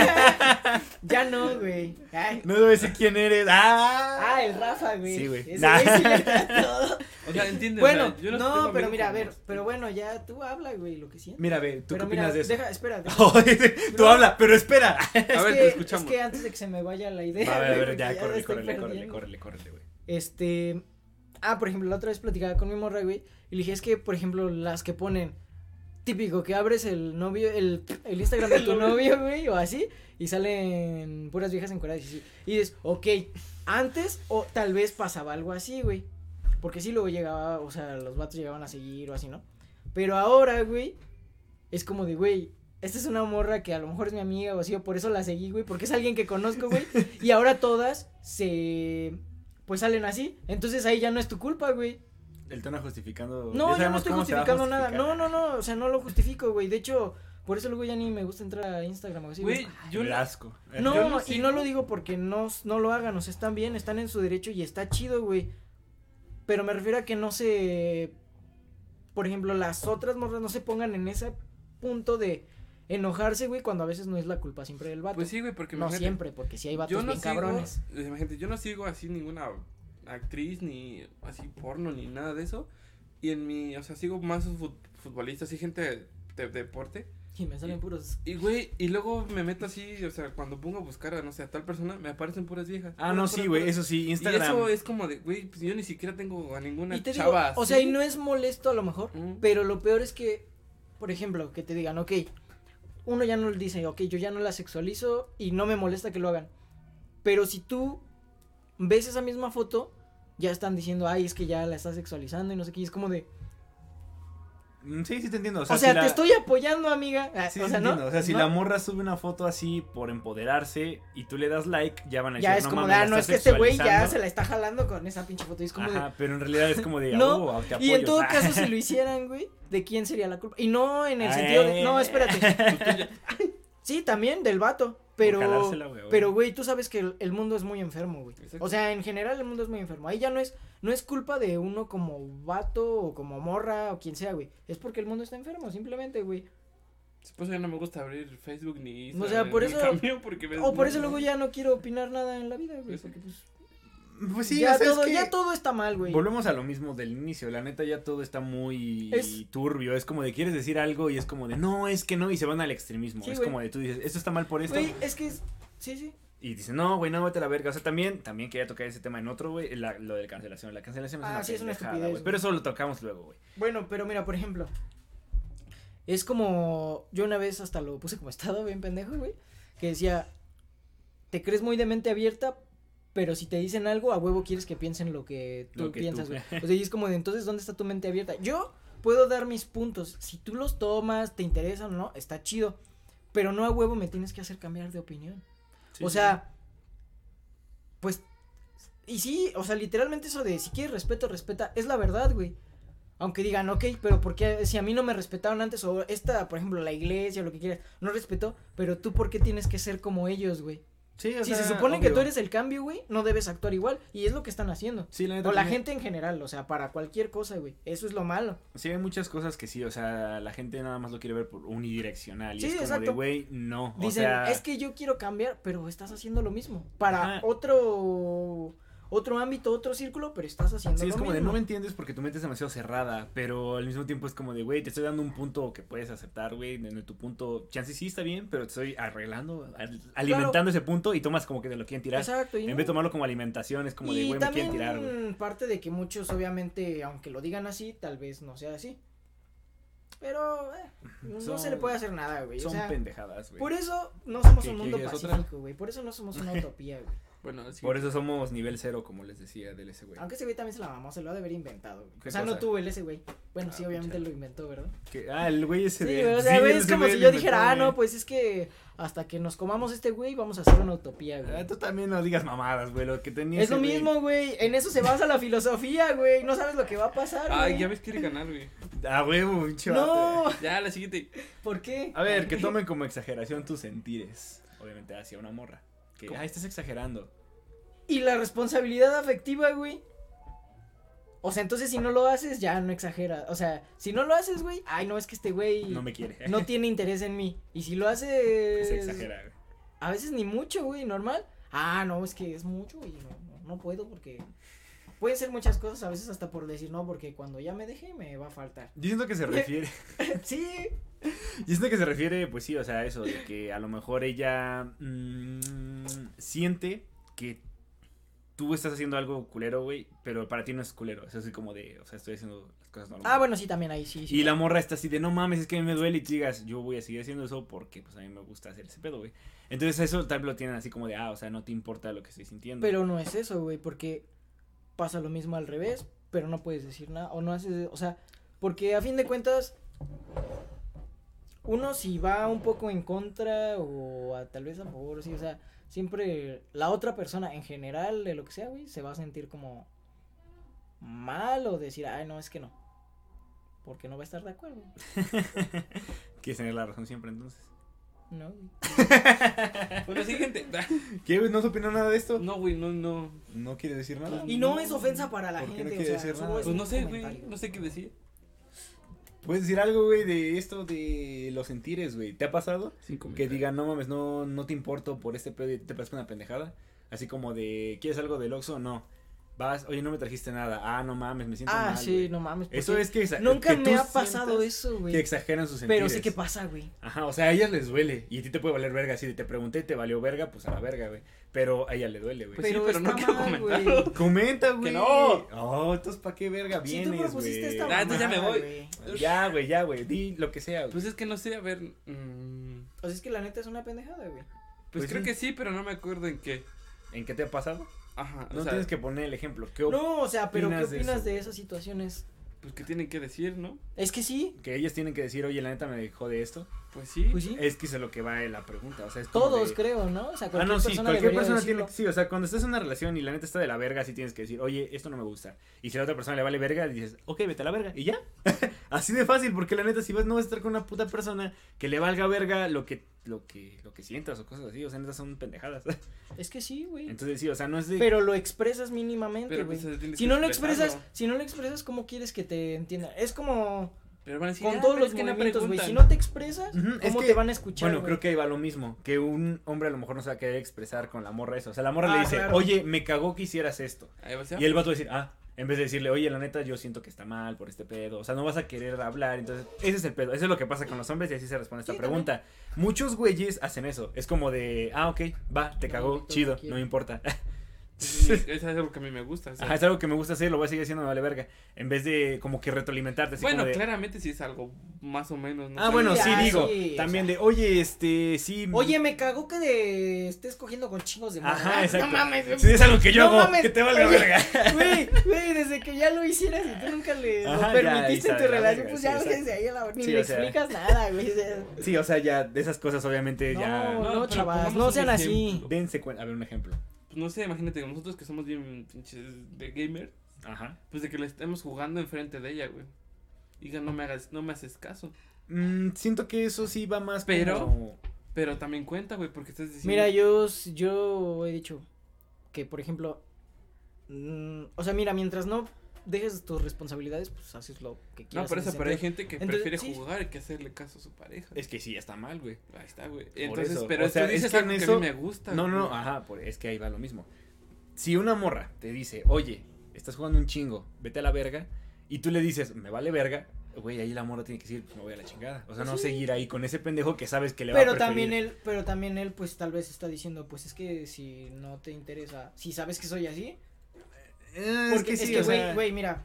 Speaker 5: Ya no, güey. Ay.
Speaker 4: No debo decir quién eres. ¡Ah!
Speaker 5: Ah, el Rafa, güey.
Speaker 4: Sí, güey.
Speaker 5: Ese
Speaker 4: Nah.
Speaker 5: güey sí le da todo.
Speaker 3: O sea, entienden. o
Speaker 5: bueno,
Speaker 3: sea, yo no,
Speaker 5: no,
Speaker 3: tengo
Speaker 5: pero
Speaker 3: amigos
Speaker 5: mira, a
Speaker 3: como- este.
Speaker 5: ver, pero bueno, ya tú habla, güey, lo que sientes.
Speaker 4: Mira, ve, ¿tú
Speaker 5: pero
Speaker 4: qué opinas
Speaker 5: mira,
Speaker 4: de eso?
Speaker 5: Deja, espera. deja.
Speaker 4: Tú
Speaker 5: No.
Speaker 4: habla, pero espera.
Speaker 5: Es
Speaker 3: A ver,
Speaker 5: que,
Speaker 3: te escuchamos.
Speaker 5: Es que antes de que se me vaya la idea.
Speaker 4: Va, a ver, a ver,
Speaker 5: porque
Speaker 4: ya,
Speaker 5: me
Speaker 4: córrele,
Speaker 5: estoy
Speaker 4: córrele, córrele,
Speaker 5: perdiendo.
Speaker 4: córrele, córrele, güey.
Speaker 5: Este. Ah, por ejemplo, la otra vez platicaba con mi morra, güey. Y le dije, es que, por ejemplo, las que ponen. Típico, que abres el novio, el, el Instagram de tu novio, güey, o así, y salen puras viejas encueradas y así. Y dices, ok, antes o tal vez pasaba algo así, güey. Porque sí luego llegaba, o sea, los vatos llegaban a seguir o así, ¿no? Pero ahora, güey, es como de, güey, esta es una morra que a lo mejor es mi amiga o así, o por eso la seguí, güey, porque es alguien que conozco, güey. y ahora todas se, pues salen así. Entonces ahí ya no es tu culpa, güey.
Speaker 4: El tono justificando. ya
Speaker 5: No, yo no
Speaker 4: sabemos
Speaker 5: estoy
Speaker 4: cómo se va a
Speaker 5: justificando nada.
Speaker 4: justificar.
Speaker 5: No, no, no, o sea, no lo justifico, güey. De hecho, por eso luego ya ni me gusta entrar a Instagram o así,
Speaker 3: Güey, yo
Speaker 4: El
Speaker 3: no-
Speaker 4: asco.
Speaker 5: no,
Speaker 3: Yo no
Speaker 5: y
Speaker 3: sigo.
Speaker 5: no lo digo porque no, no lo hagan, o sea, están bien, están en su derecho y está chido, güey. Pero me refiero a que no se. Por ejemplo, las otras morras no se pongan en ese punto de enojarse, güey, cuando a veces no es la culpa siempre del vato.
Speaker 3: Pues sí, güey, porque
Speaker 5: no
Speaker 3: imagínate,
Speaker 5: siempre, porque si hay vatos
Speaker 3: yo no
Speaker 5: bien
Speaker 3: sigo, eh,
Speaker 5: cabrones.
Speaker 3: Imagínate, yo no sigo así ninguna actriz ni así porno ni nada de eso. Y en mi, o sea, sigo más fut- futbolistas y gente de, de deporte.
Speaker 5: Y me salen puros.
Speaker 3: Y güey, y luego me meto así, o sea, cuando pongo a buscar a no sé, a tal persona, me aparecen puras viejas.
Speaker 4: Ah,
Speaker 3: Puras,
Speaker 4: no,
Speaker 3: puras,
Speaker 4: sí, güey,
Speaker 3: puras.
Speaker 4: eso sí, Instagram.
Speaker 3: Y eso es como de, güey, pues yo ni siquiera tengo a ninguna
Speaker 5: Y te digo,
Speaker 3: chava.
Speaker 5: o sea, y no es molesto a lo mejor,
Speaker 3: Mm.
Speaker 5: pero lo peor es que, por ejemplo, que te digan, ok, uno ya no le dice, ok, yo ya no la sexualizo y no me molesta que lo hagan. Pero si tú ves esa misma foto, ya están diciendo, ay, es que ya la estás sexualizando y no sé qué, y es como de,
Speaker 4: Mm, Sí, sí te entiendo.
Speaker 5: o
Speaker 4: O
Speaker 5: sea,
Speaker 4: sea, si
Speaker 5: te
Speaker 4: la-
Speaker 5: estoy apoyando, amiga. Ah,
Speaker 4: Sí,
Speaker 5: o
Speaker 4: sí
Speaker 5: sea,
Speaker 4: te
Speaker 5: ¿no?
Speaker 4: entiendo. O sea, si
Speaker 5: ¿No?
Speaker 4: la morra sube una foto así por empoderarse y tú le das like, ya van a decir,
Speaker 5: Ya es
Speaker 4: no
Speaker 5: como de,
Speaker 4: mames,
Speaker 5: ah,
Speaker 4: la
Speaker 5: no, es
Speaker 4: está
Speaker 5: que este güey ya
Speaker 4: sexualizando".
Speaker 5: se la está jalando con esa pinche foto, y es como de,
Speaker 4: Ajá, pero en realidad es como de,
Speaker 5: No,
Speaker 4: "Oh, te
Speaker 5: Y
Speaker 4: apoyo".
Speaker 5: en todo
Speaker 4: Ah,
Speaker 5: caso, si lo hicieran, güey, ¿de quién sería la culpa? Y no en el
Speaker 4: Ah,
Speaker 5: sentido de.
Speaker 4: eh.
Speaker 5: No, espérate. sí, también del vato. Pero.
Speaker 4: Por calársela, güey, güey.
Speaker 5: Pero, güey, tú sabes que el, el mundo es muy enfermo, güey.
Speaker 3: Exacto.
Speaker 5: O sea, en general el mundo es muy enfermo. Ahí ya no es, no es culpa de uno como vato o como morra o quien sea, güey. Es porque el mundo está enfermo, simplemente, güey.
Speaker 3: Pues yo no me gusta abrir Facebook ni
Speaker 5: O sea,
Speaker 3: Instagram,
Speaker 5: por
Speaker 3: ni
Speaker 5: eso-
Speaker 3: Cameo porque me-
Speaker 5: O por eso luego ya no quiero opinar nada en la vida, güey.
Speaker 3: Exacto.
Speaker 5: porque, pues,
Speaker 4: Pues sí,
Speaker 5: ya,
Speaker 4: o sea, es
Speaker 5: todo,
Speaker 4: que
Speaker 5: ya todo está mal, güey.
Speaker 4: Volvemos a lo mismo del inicio. La neta, ya todo está muy
Speaker 5: Es-
Speaker 4: turbio. Es como de, quieres decir algo y es como de, no, es que no, y se van al extremismo.
Speaker 5: Sí,
Speaker 4: es
Speaker 5: güey.
Speaker 4: como de, tú dices, esto está mal por esto.
Speaker 5: Güey, es que es. Sí, sí.
Speaker 4: Y dicen, no, güey, no, vete a la verga. O sea, también, también quería tocar ese tema en otro, güey, la- lo de cancelación. La cancelación es
Speaker 5: Ah,
Speaker 4: una
Speaker 5: sí, es una
Speaker 4: pendejada,
Speaker 5: estupidez,
Speaker 4: güey,
Speaker 5: güey.
Speaker 4: Pero eso lo tocamos luego, güey.
Speaker 5: Bueno, pero mira, por ejemplo, es como yo una vez hasta lo puse como estado bien pendejo, güey, que decía, te crees muy de mente abierta, pero si te dicen algo, a huevo quieres que piensen lo que tú
Speaker 4: Lo que tú,
Speaker 5: piensas, güey.
Speaker 4: güey.
Speaker 5: O sea, y es como de, entonces, ¿dónde está tu mente abierta? Yo puedo dar mis puntos, si tú los tomas, te interesan o no, está chido, pero no a huevo me tienes que hacer cambiar de opinión.
Speaker 4: Sí,
Speaker 5: o
Speaker 4: sí,
Speaker 5: sea, pues Y sí, o sea, literalmente eso de si quieres respeto, respeta, es la verdad, güey. Aunque digan, ok, pero ¿por qué si a mí no me respetaron antes o esta, por ejemplo, la iglesia o lo que quieras, no respetó, pero tú por qué tienes que ser como ellos, güey?
Speaker 4: Sí,
Speaker 5: Si se supone que tú eres el cambio, güey, no debes actuar igual y es lo que están haciendo.
Speaker 4: Sí, la neta
Speaker 5: o la
Speaker 4: tiene-
Speaker 5: gente en general, o sea, para cualquier cosa, güey. Eso es lo malo.
Speaker 4: Sí, hay muchas cosas que sí, o sea, la gente nada más lo quiere ver por unidireccional. Y
Speaker 5: Sí,
Speaker 4: es como de,
Speaker 5: exacto.
Speaker 4: güey, no. o
Speaker 5: Dicen,
Speaker 4: sea,
Speaker 5: es que yo quiero cambiar, pero estás haciendo lo mismo. Para
Speaker 4: Ajá.
Speaker 5: otro otro ámbito, otro círculo, pero estás haciendo
Speaker 4: Sí,
Speaker 5: lo
Speaker 4: es como de
Speaker 5: mismo.
Speaker 4: no me entiendes porque tu mente es demasiado cerrada, pero al mismo tiempo es como de, güey, te estoy dando un punto que puedes aceptar, güey, en tu punto, chance sí está bien, pero te estoy arreglando, al- alimentando ese punto y tomas como que te lo quieren tirar.
Speaker 5: Exacto. y
Speaker 4: En
Speaker 5: no.
Speaker 4: vez de tomarlo como alimentación, es como de,
Speaker 5: y
Speaker 4: güey, me
Speaker 5: también
Speaker 4: quieren tirar, güey.
Speaker 5: parte de que muchos, obviamente, aunque lo digan así, tal vez no sea así. Pero eh, no
Speaker 4: Son-
Speaker 5: se le puede hacer nada, güey.
Speaker 4: Son
Speaker 5: o sea,
Speaker 4: pendejadas, güey.
Speaker 5: por eso no somos
Speaker 4: ¿Qué-
Speaker 5: un mundo
Speaker 4: quieres otra?
Speaker 5: pacífico, güey. Por eso no somos una utopía, güey.
Speaker 3: Bueno, sí.
Speaker 4: Por eso somos nivel cero, como les decía del ese güey.
Speaker 5: Aunque ese güey también se la mamó, se lo ha de haber inventado, güey.
Speaker 4: ¿Qué
Speaker 5: O sea,
Speaker 4: cosa?
Speaker 5: no tuvo el ese güey. Bueno,
Speaker 4: Ah,
Speaker 5: sí, obviamente
Speaker 4: chale.
Speaker 5: lo inventó, ¿verdad?
Speaker 4: Que- ah, el güey ese
Speaker 5: Sí,
Speaker 4: de...
Speaker 5: güey, o sea,
Speaker 4: sí,
Speaker 5: güey, es
Speaker 4: ese
Speaker 5: como
Speaker 4: güey
Speaker 5: si
Speaker 4: lo
Speaker 5: yo dijera,
Speaker 4: inventó,
Speaker 5: ah, no,
Speaker 4: güey".
Speaker 5: pues es que hasta que nos comamos este güey vamos a hacer una utopía, güey.
Speaker 4: Ah, tú también no digas mamadas, güey, lo que tenía
Speaker 5: es lo
Speaker 4: ese güey.
Speaker 5: mismo, güey. En eso se basa la filosofía, güey. No sabes lo que va a pasar,
Speaker 3: Ay,
Speaker 5: güey.
Speaker 3: ya ves quiere ganar, güey.
Speaker 4: Ah, huevo, pinche vato,
Speaker 5: No,
Speaker 4: güey.
Speaker 3: Ya, la siguiente.
Speaker 5: ¿por qué?
Speaker 4: A ver, que tomen como exageración tus sentires. Obviamente hacia una morra. Que, ah, estás exagerando.
Speaker 5: Y la responsabilidad afectiva, güey. O sea, entonces si no lo haces, ya no exagera. O sea, si no lo haces, güey, ay, no, es que este güey
Speaker 4: No me quiere.
Speaker 5: no tiene interés en mí. Y si lo
Speaker 4: Se
Speaker 5: haces.
Speaker 4: exagera, güey.
Speaker 5: A veces ni mucho, güey, normal. Ah, no, es que es mucho, güey, no, no, no puedo porque pueden ser muchas cosas, a veces hasta por decir no, porque cuando ya me deje me va a faltar.
Speaker 4: Yo siento que se refiere.
Speaker 5: sí,
Speaker 4: Yo siento que se refiere, pues sí, o sea, a eso, de que a lo mejor ella mm, siente que tú estás haciendo algo culero, güey, pero para ti no es culero. Es así como de, o sea, estoy haciendo las cosas normales.
Speaker 5: ah, bueno, sí, también ahí sí. sí.
Speaker 4: Y la morra está así de, no mames, es que a mí me duele y tú digas, yo voy a seguir haciendo eso porque pues a mí me gusta hacer ese pedo, güey. Entonces eso tal vez lo tienen así como de, ah, o sea, no te importa lo que estoy sintiendo.
Speaker 5: Pero no es eso, güey, porque pasa lo mismo al revés, pero no puedes decir nada, o no haces, o sea, porque a fin de cuentas, uno si va un poco en contra o a- tal vez a favor, sí, o sea, siempre la otra persona en general, de lo que sea, güey, se va a sentir como mal o decir, ay, no, es que no, porque no va a estar de acuerdo,
Speaker 4: Quieres tener la razón siempre entonces.
Speaker 5: ¿no? güey?
Speaker 3: Bueno, Pues, siguiente.
Speaker 4: ¿Qué, güey? ¿No has opinado nada de esto?
Speaker 3: No, güey, no, no.
Speaker 4: Ah, ¿No quiere decir nada?
Speaker 5: Y no es ofensa para la
Speaker 4: ¿Por qué no
Speaker 5: gente, o
Speaker 4: quiere
Speaker 5: sea,
Speaker 4: decir
Speaker 5: solo
Speaker 4: nada?
Speaker 5: es
Speaker 3: Pues
Speaker 5: un
Speaker 3: no sé, güey.
Speaker 5: comentario.
Speaker 3: No sé qué decir.
Speaker 4: Puedes decir algo, güey, de esto de los sentires, güey. ¿Te ha pasado?
Speaker 3: Cinco
Speaker 4: Que digan, no mames, no, no te importo por este pedo y te parece una pendejada. Así como de, ¿quieres algo del Oxxo? No. Vas, oye, no me trajiste nada. Ah, no mames, me siento
Speaker 5: Ah,
Speaker 4: mal,
Speaker 5: sí,
Speaker 4: güey.
Speaker 5: no mames. ¿por
Speaker 4: Eso
Speaker 5: qué?
Speaker 4: es que exa-
Speaker 5: Nunca
Speaker 4: que tú
Speaker 5: me ha pasado
Speaker 4: sientas
Speaker 5: eso,
Speaker 4: Que
Speaker 5: güey.
Speaker 4: exageran sus sentidos.
Speaker 5: Pero sé que pasa, güey.
Speaker 4: Ajá, o sea, a ellas les duele. Y a ti te puede valer verga. Si te pregunté y te valió verga, pues a la verga, güey. Pero a ella le duele, güey.
Speaker 3: Pues sí,
Speaker 5: pero
Speaker 3: pero no
Speaker 5: está
Speaker 3: quiero
Speaker 5: mal,
Speaker 3: comentarlo.
Speaker 5: güey.
Speaker 4: Comenta, güey.
Speaker 3: no.
Speaker 4: Oh, entonces, ¿para qué verga
Speaker 5: Si tú
Speaker 4: vienes, güey?
Speaker 5: propusiste esta
Speaker 3: Ah, entonces ya me
Speaker 5: mamada,
Speaker 3: voy.
Speaker 5: güey.
Speaker 4: Ya, güey, ya, güey. Di lo que sea, güey.
Speaker 3: Pues es que no sé, a ver. mm,
Speaker 5: O sea, es que la neta es una pendejada, güey.
Speaker 3: pues,
Speaker 4: Pues
Speaker 3: creo
Speaker 4: sí.
Speaker 3: que sí, pero no me acuerdo en qué.
Speaker 4: ¿En qué te ha pasado?
Speaker 3: Ajá,
Speaker 4: No
Speaker 3: o sea,
Speaker 4: tienes que poner el ejemplo. ¿Qué op-
Speaker 5: No, o sea, pero ¿qué
Speaker 4: opinas de
Speaker 5: opinas
Speaker 4: eso?
Speaker 5: de esas situaciones?
Speaker 3: pues que tienen que decir, ¿no?
Speaker 5: Es que sí,
Speaker 4: Que ellas tienen que decir, oye, la neta me dejó de esto.
Speaker 3: Pues sí.
Speaker 5: pues sí.
Speaker 4: Es que eso es lo que va en la pregunta. O sea, es como
Speaker 5: Todos,
Speaker 4: Eh, de-
Speaker 5: creo, ¿no? O sea,
Speaker 4: Ah,
Speaker 5: cualquier
Speaker 4: no, sí,
Speaker 5: persona
Speaker 4: cualquier
Speaker 5: debería
Speaker 4: persona
Speaker 5: decirlo.
Speaker 4: tiene que. Sí, o sea, cuando estás en una relación y la neta está de la verga, sí tienes que decir, oye, esto no me gusta. Y si a la otra persona le vale verga, dices, ok, vete a la verga. Y ya. Así de fácil, porque la neta, si vas, no vas a estar con una puta persona que le valga verga lo que, lo que, lo que sientas o cosas así. O sea, neta son pendejadas.
Speaker 5: Es que sí, güey.
Speaker 4: Entonces, sí, o sea, no es de.
Speaker 5: Pero lo expresas mínimamente,
Speaker 3: Pero
Speaker 5: güey.
Speaker 3: pues, tienes
Speaker 5: Si
Speaker 3: que
Speaker 5: no lo
Speaker 3: expresarlo.
Speaker 5: expresas, si no lo expresas, ¿cómo quieres que te entienda? Es como
Speaker 3: Pero van a decir,
Speaker 5: con
Speaker 3: "Ah,
Speaker 5: todos
Speaker 3: pero
Speaker 5: los
Speaker 3: es que no
Speaker 5: movimientos, güey. Si
Speaker 3: preguntan".
Speaker 5: no te expresas,
Speaker 4: Ujú, es
Speaker 5: ¿cómo
Speaker 4: que-
Speaker 5: te van a escuchar?
Speaker 4: Bueno,
Speaker 5: güey?
Speaker 4: creo que ahí va lo mismo, que un hombre a lo mejor no se va a querer expresar con la morra eso. O sea, la morra
Speaker 5: Ah,
Speaker 4: le dice,
Speaker 5: claro.
Speaker 4: oye, me cagó que hicieras esto.
Speaker 3: Ahí va a ser.
Speaker 4: Y el vato va a decir, ah, en vez de decirle, oye, la neta, yo siento que está mal por este pedo. O sea, no vas a querer hablar. Entonces, ese es el pedo. Eso es lo que pasa con los hombres y así se responde esta
Speaker 5: Sí,
Speaker 4: pregunta. Muchos güeyes hacen eso. Es como de, ah, ok, va, te
Speaker 5: No,
Speaker 4: cagó,
Speaker 5: no
Speaker 4: chido,
Speaker 5: quiero.
Speaker 4: no me importa.
Speaker 3: Sí, Eso es algo que a mí me gusta. o sea.
Speaker 4: Ajá, es algo que me gusta hacer, lo voy a seguir haciendo, me vale verga. En vez de como que retroalimentarte. Así
Speaker 3: bueno,
Speaker 4: como de,
Speaker 3: claramente sí es algo más o menos. ¿no?
Speaker 4: Ah, bueno,
Speaker 5: Sí,
Speaker 4: sí,
Speaker 5: ah,
Speaker 4: digo.
Speaker 5: sí, o
Speaker 4: también de, oye, este, sí.
Speaker 5: Oye, me cagó que de- estés cogiendo con chingos de morra.
Speaker 4: Ajá,
Speaker 5: Ah,
Speaker 4: exacto.
Speaker 5: No mames, güey.
Speaker 4: Sí, es algo que yo
Speaker 5: No
Speaker 4: hago,
Speaker 5: mames.
Speaker 4: que te valga
Speaker 5: Oye,
Speaker 4: verga.
Speaker 5: Güey, güey, desde que ya lo hicieras y tú nunca le
Speaker 4: Ajá, ya,
Speaker 5: lo
Speaker 4: ahí
Speaker 5: permitiste en
Speaker 4: está,
Speaker 5: tu
Speaker 4: la
Speaker 5: relación,
Speaker 4: verga,
Speaker 5: pues
Speaker 4: sí,
Speaker 5: ya
Speaker 4: exacto.
Speaker 5: desde ahí a la ni
Speaker 4: Sí,
Speaker 5: le
Speaker 4: o sea.
Speaker 5: explicas nada, güey. o sea,
Speaker 4: Sí, o sea, ya, de esas cosas obviamente ya...
Speaker 5: No,
Speaker 3: No,
Speaker 5: no,
Speaker 3: pero
Speaker 5: chavas,
Speaker 3: pongamos
Speaker 5: no
Speaker 3: un
Speaker 5: sean así.
Speaker 3: ejemplo.
Speaker 4: Dense cuenta, a ver un ejemplo.
Speaker 3: Pues no sé, imagínate, nosotros que somos bien pinches de gamer,
Speaker 4: Ajá.
Speaker 3: pues de que le estemos jugando enfrente de ella, güey. Diga, no me hagas, no me haces caso.
Speaker 4: Mm, siento que eso sí va más
Speaker 3: Pero-
Speaker 4: como-
Speaker 3: Pero también cuenta, güey, porque estás diciendo.
Speaker 5: Mira, yo, s- yo he dicho que, por ejemplo, mm, o sea, mira, mientras no dejes tus responsabilidades, pues haces lo que
Speaker 3: No,
Speaker 5: quieras.
Speaker 3: por
Speaker 5: en
Speaker 3: eso,
Speaker 5: ese
Speaker 3: pero hay
Speaker 5: sentido.
Speaker 3: gente que
Speaker 5: Entonces,
Speaker 3: prefiere
Speaker 5: sí.
Speaker 3: jugar que hacerle caso a su pareja.
Speaker 4: Es que sí, ya está mal, güey.
Speaker 3: Ahí está, güey.
Speaker 4: Por
Speaker 3: Entonces,
Speaker 4: eso,
Speaker 3: pero
Speaker 4: o sea,
Speaker 3: tú
Speaker 4: es
Speaker 3: dices
Speaker 4: que en
Speaker 3: algo que a
Speaker 4: eso-
Speaker 3: mí me gusta.
Speaker 4: No, no, no,
Speaker 3: güey.
Speaker 5: ah,
Speaker 4: ajá, por- es que ahí va lo mismo. Si una morra te dice, oye, estás jugando un chingo, vete a la verga, y tú le dices, me vale verga, güey, ahí la morra tiene que decir, pues me voy a la chingada. O sea, no seguir ahí con ese pendejo que sabes que le va a
Speaker 5: Pero
Speaker 4: preferir.
Speaker 5: también él, pero también él, pues tal vez está diciendo, pues es que si no te interesa, si sabes que soy así,
Speaker 4: Eh,
Speaker 5: porque
Speaker 4: es que sí, o
Speaker 5: güey,
Speaker 4: sea,
Speaker 5: güey, mira,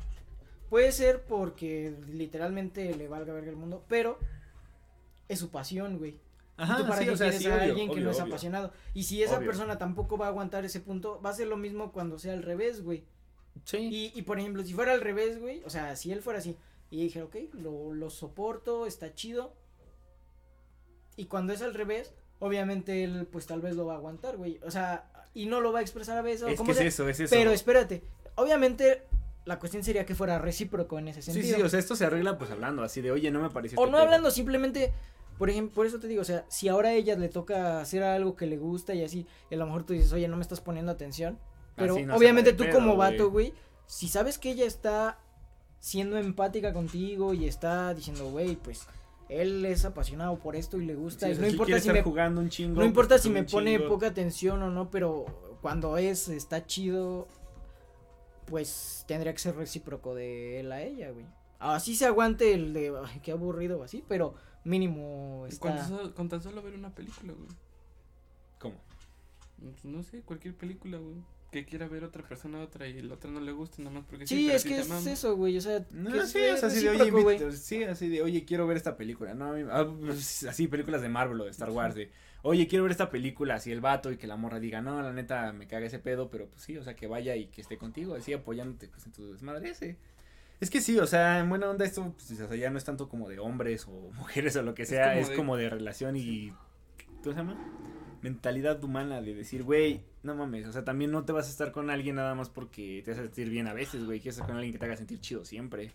Speaker 5: puede ser porque literalmente le valga verga el mundo, pero es su pasión, güey.
Speaker 4: ajá,
Speaker 5: ¿Tú para
Speaker 4: sí,
Speaker 5: qué
Speaker 4: o sea,
Speaker 5: quieres
Speaker 4: sí,
Speaker 5: a
Speaker 4: obvio,
Speaker 5: alguien que
Speaker 4: obvio,
Speaker 5: no es
Speaker 4: obvio.
Speaker 5: apasionado? Y si esa
Speaker 4: Obvio.
Speaker 5: persona tampoco va a aguantar ese punto, va a ser lo mismo cuando sea al revés, güey.
Speaker 4: Sí.
Speaker 5: Y, y por ejemplo, si fuera al revés, güey, o sea, si él fuera así y dijera, ok, lo, lo soporto, está chido. Y cuando es al revés, obviamente él, pues tal vez lo va a aguantar, güey. O sea, y no lo va a expresar a veces. o
Speaker 4: Es
Speaker 5: como
Speaker 4: que es
Speaker 5: sea,
Speaker 4: eso, es eso.
Speaker 5: Pero espérate, obviamente la cuestión sería que fuera recíproco en ese
Speaker 4: sí,
Speaker 5: sentido.
Speaker 4: sí, o sea, esto se arregla pues hablando, así de, oye, no me pareció
Speaker 5: O
Speaker 4: este
Speaker 5: no
Speaker 4: pedo".
Speaker 5: hablando, simplemente, por ejemplo, por eso te digo, o sea, si ahora a ella le toca hacer algo que le gusta y así, y a lo mejor tú dices, oye, no me estás poniendo atención. Pero
Speaker 4: Así no se
Speaker 5: obviamente
Speaker 4: la
Speaker 5: tú
Speaker 4: de
Speaker 5: como
Speaker 4: pedo,
Speaker 5: vato, güey, si sabes que ella está siendo empática contigo y está diciendo, güey, pues él es apasionado por esto y le gusta,
Speaker 4: Sí, o
Speaker 5: y
Speaker 4: sea,
Speaker 5: no
Speaker 4: si
Speaker 5: importa
Speaker 4: quiere
Speaker 5: si
Speaker 4: estar
Speaker 5: me
Speaker 4: jugando un chingo.
Speaker 5: no importa
Speaker 4: pues,
Speaker 5: si me
Speaker 4: un
Speaker 5: pone
Speaker 4: chingo.
Speaker 5: poca atención o no, pero cuando es, está chido, pues tendría que ser recíproco de él a ella, güey. Así se aguante el de, "Ay, qué aburrido o así, pero mínimo
Speaker 3: Con
Speaker 5: está...
Speaker 3: tan solo- con tan solo ver una película, güey.
Speaker 4: ¿Cómo?
Speaker 3: Pues, No sé, cualquier película, güey. Que quiera ver otra persona a otra y la otra no le guste, nada más porque
Speaker 5: Sí,
Speaker 3: pero a
Speaker 5: es
Speaker 3: ti
Speaker 5: que
Speaker 3: te
Speaker 5: es
Speaker 3: mama.
Speaker 5: eso, güey, o sea...
Speaker 4: No,
Speaker 5: que
Speaker 4: sí,
Speaker 5: sea
Speaker 4: o sea, así de, oye,
Speaker 5: recíproco, güey.
Speaker 4: invita- sí, así de, oye, quiero ver esta película. No, a mí- ah, pues, así, películas de Marvel o de Star Wars. De, oye, quiero ver esta película. Así el vato y que la morra diga, no, la neta me caga ese pedo, pero pues sí, o sea, que vaya y que esté contigo, así apoyándote pues, en tu desmadre ese. Es que sí, o sea, en buena onda esto pues, o sea, ya no es tanto como de hombres o mujeres o lo que
Speaker 3: Es
Speaker 4: sea,
Speaker 3: como
Speaker 4: es
Speaker 3: de-
Speaker 4: como de relación y. ¿Cómo se llama? Mentalidad humana de decir, güey, no mames, o sea, también no te vas a estar con alguien nada más porque te hace sentir bien a veces, güey, quieres estar con alguien que te haga sentir chido siempre.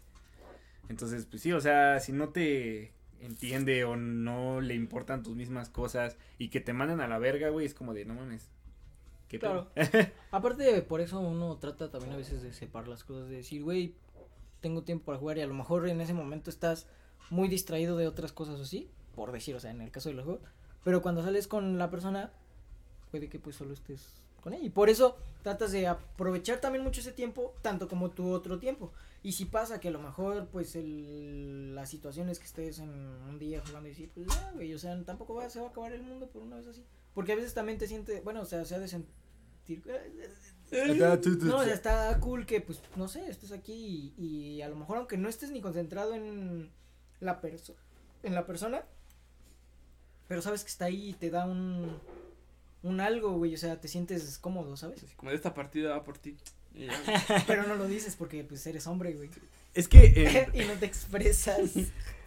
Speaker 4: Entonces, pues sí, o sea, si no te entiende o no le importan tus mismas cosas y que te manden a la verga, güey, es como de, no mames. ¿Qué
Speaker 5: Claro.
Speaker 4: pedo?
Speaker 5: Aparte, por eso uno trata también a veces de separar las cosas, de decir, güey, tengo tiempo para jugar y a lo mejor en ese momento estás muy distraído de otras cosas o sí, por decir, o sea, en el caso de los juegos, pero cuando sales con la persona, puede que pues solo estés con ella. Y por eso tratas de aprovechar también mucho ese tiempo, tanto como tu otro tiempo. Y si pasa que a lo mejor, pues, el, la situación es que estés en un día jugando y sí, pues, ya, güey, o sea, tampoco va, se va a acabar el mundo por una vez así. Porque a veces también te sientes, bueno, o sea, se ha de sentir... No, o sea, está cool que, pues, no sé, estés aquí y, y a lo mejor aunque no estés ni concentrado en la persona, en la persona, pero sabes que está ahí y te da un, un algo, güey, o sea, te sientes cómodo, ¿sabes?
Speaker 3: Así como de esta partida va por ti. Y ya, güey.
Speaker 5: Pero no lo dices porque, pues, eres hombre, güey,
Speaker 4: Es que eh,
Speaker 5: y no te expresas.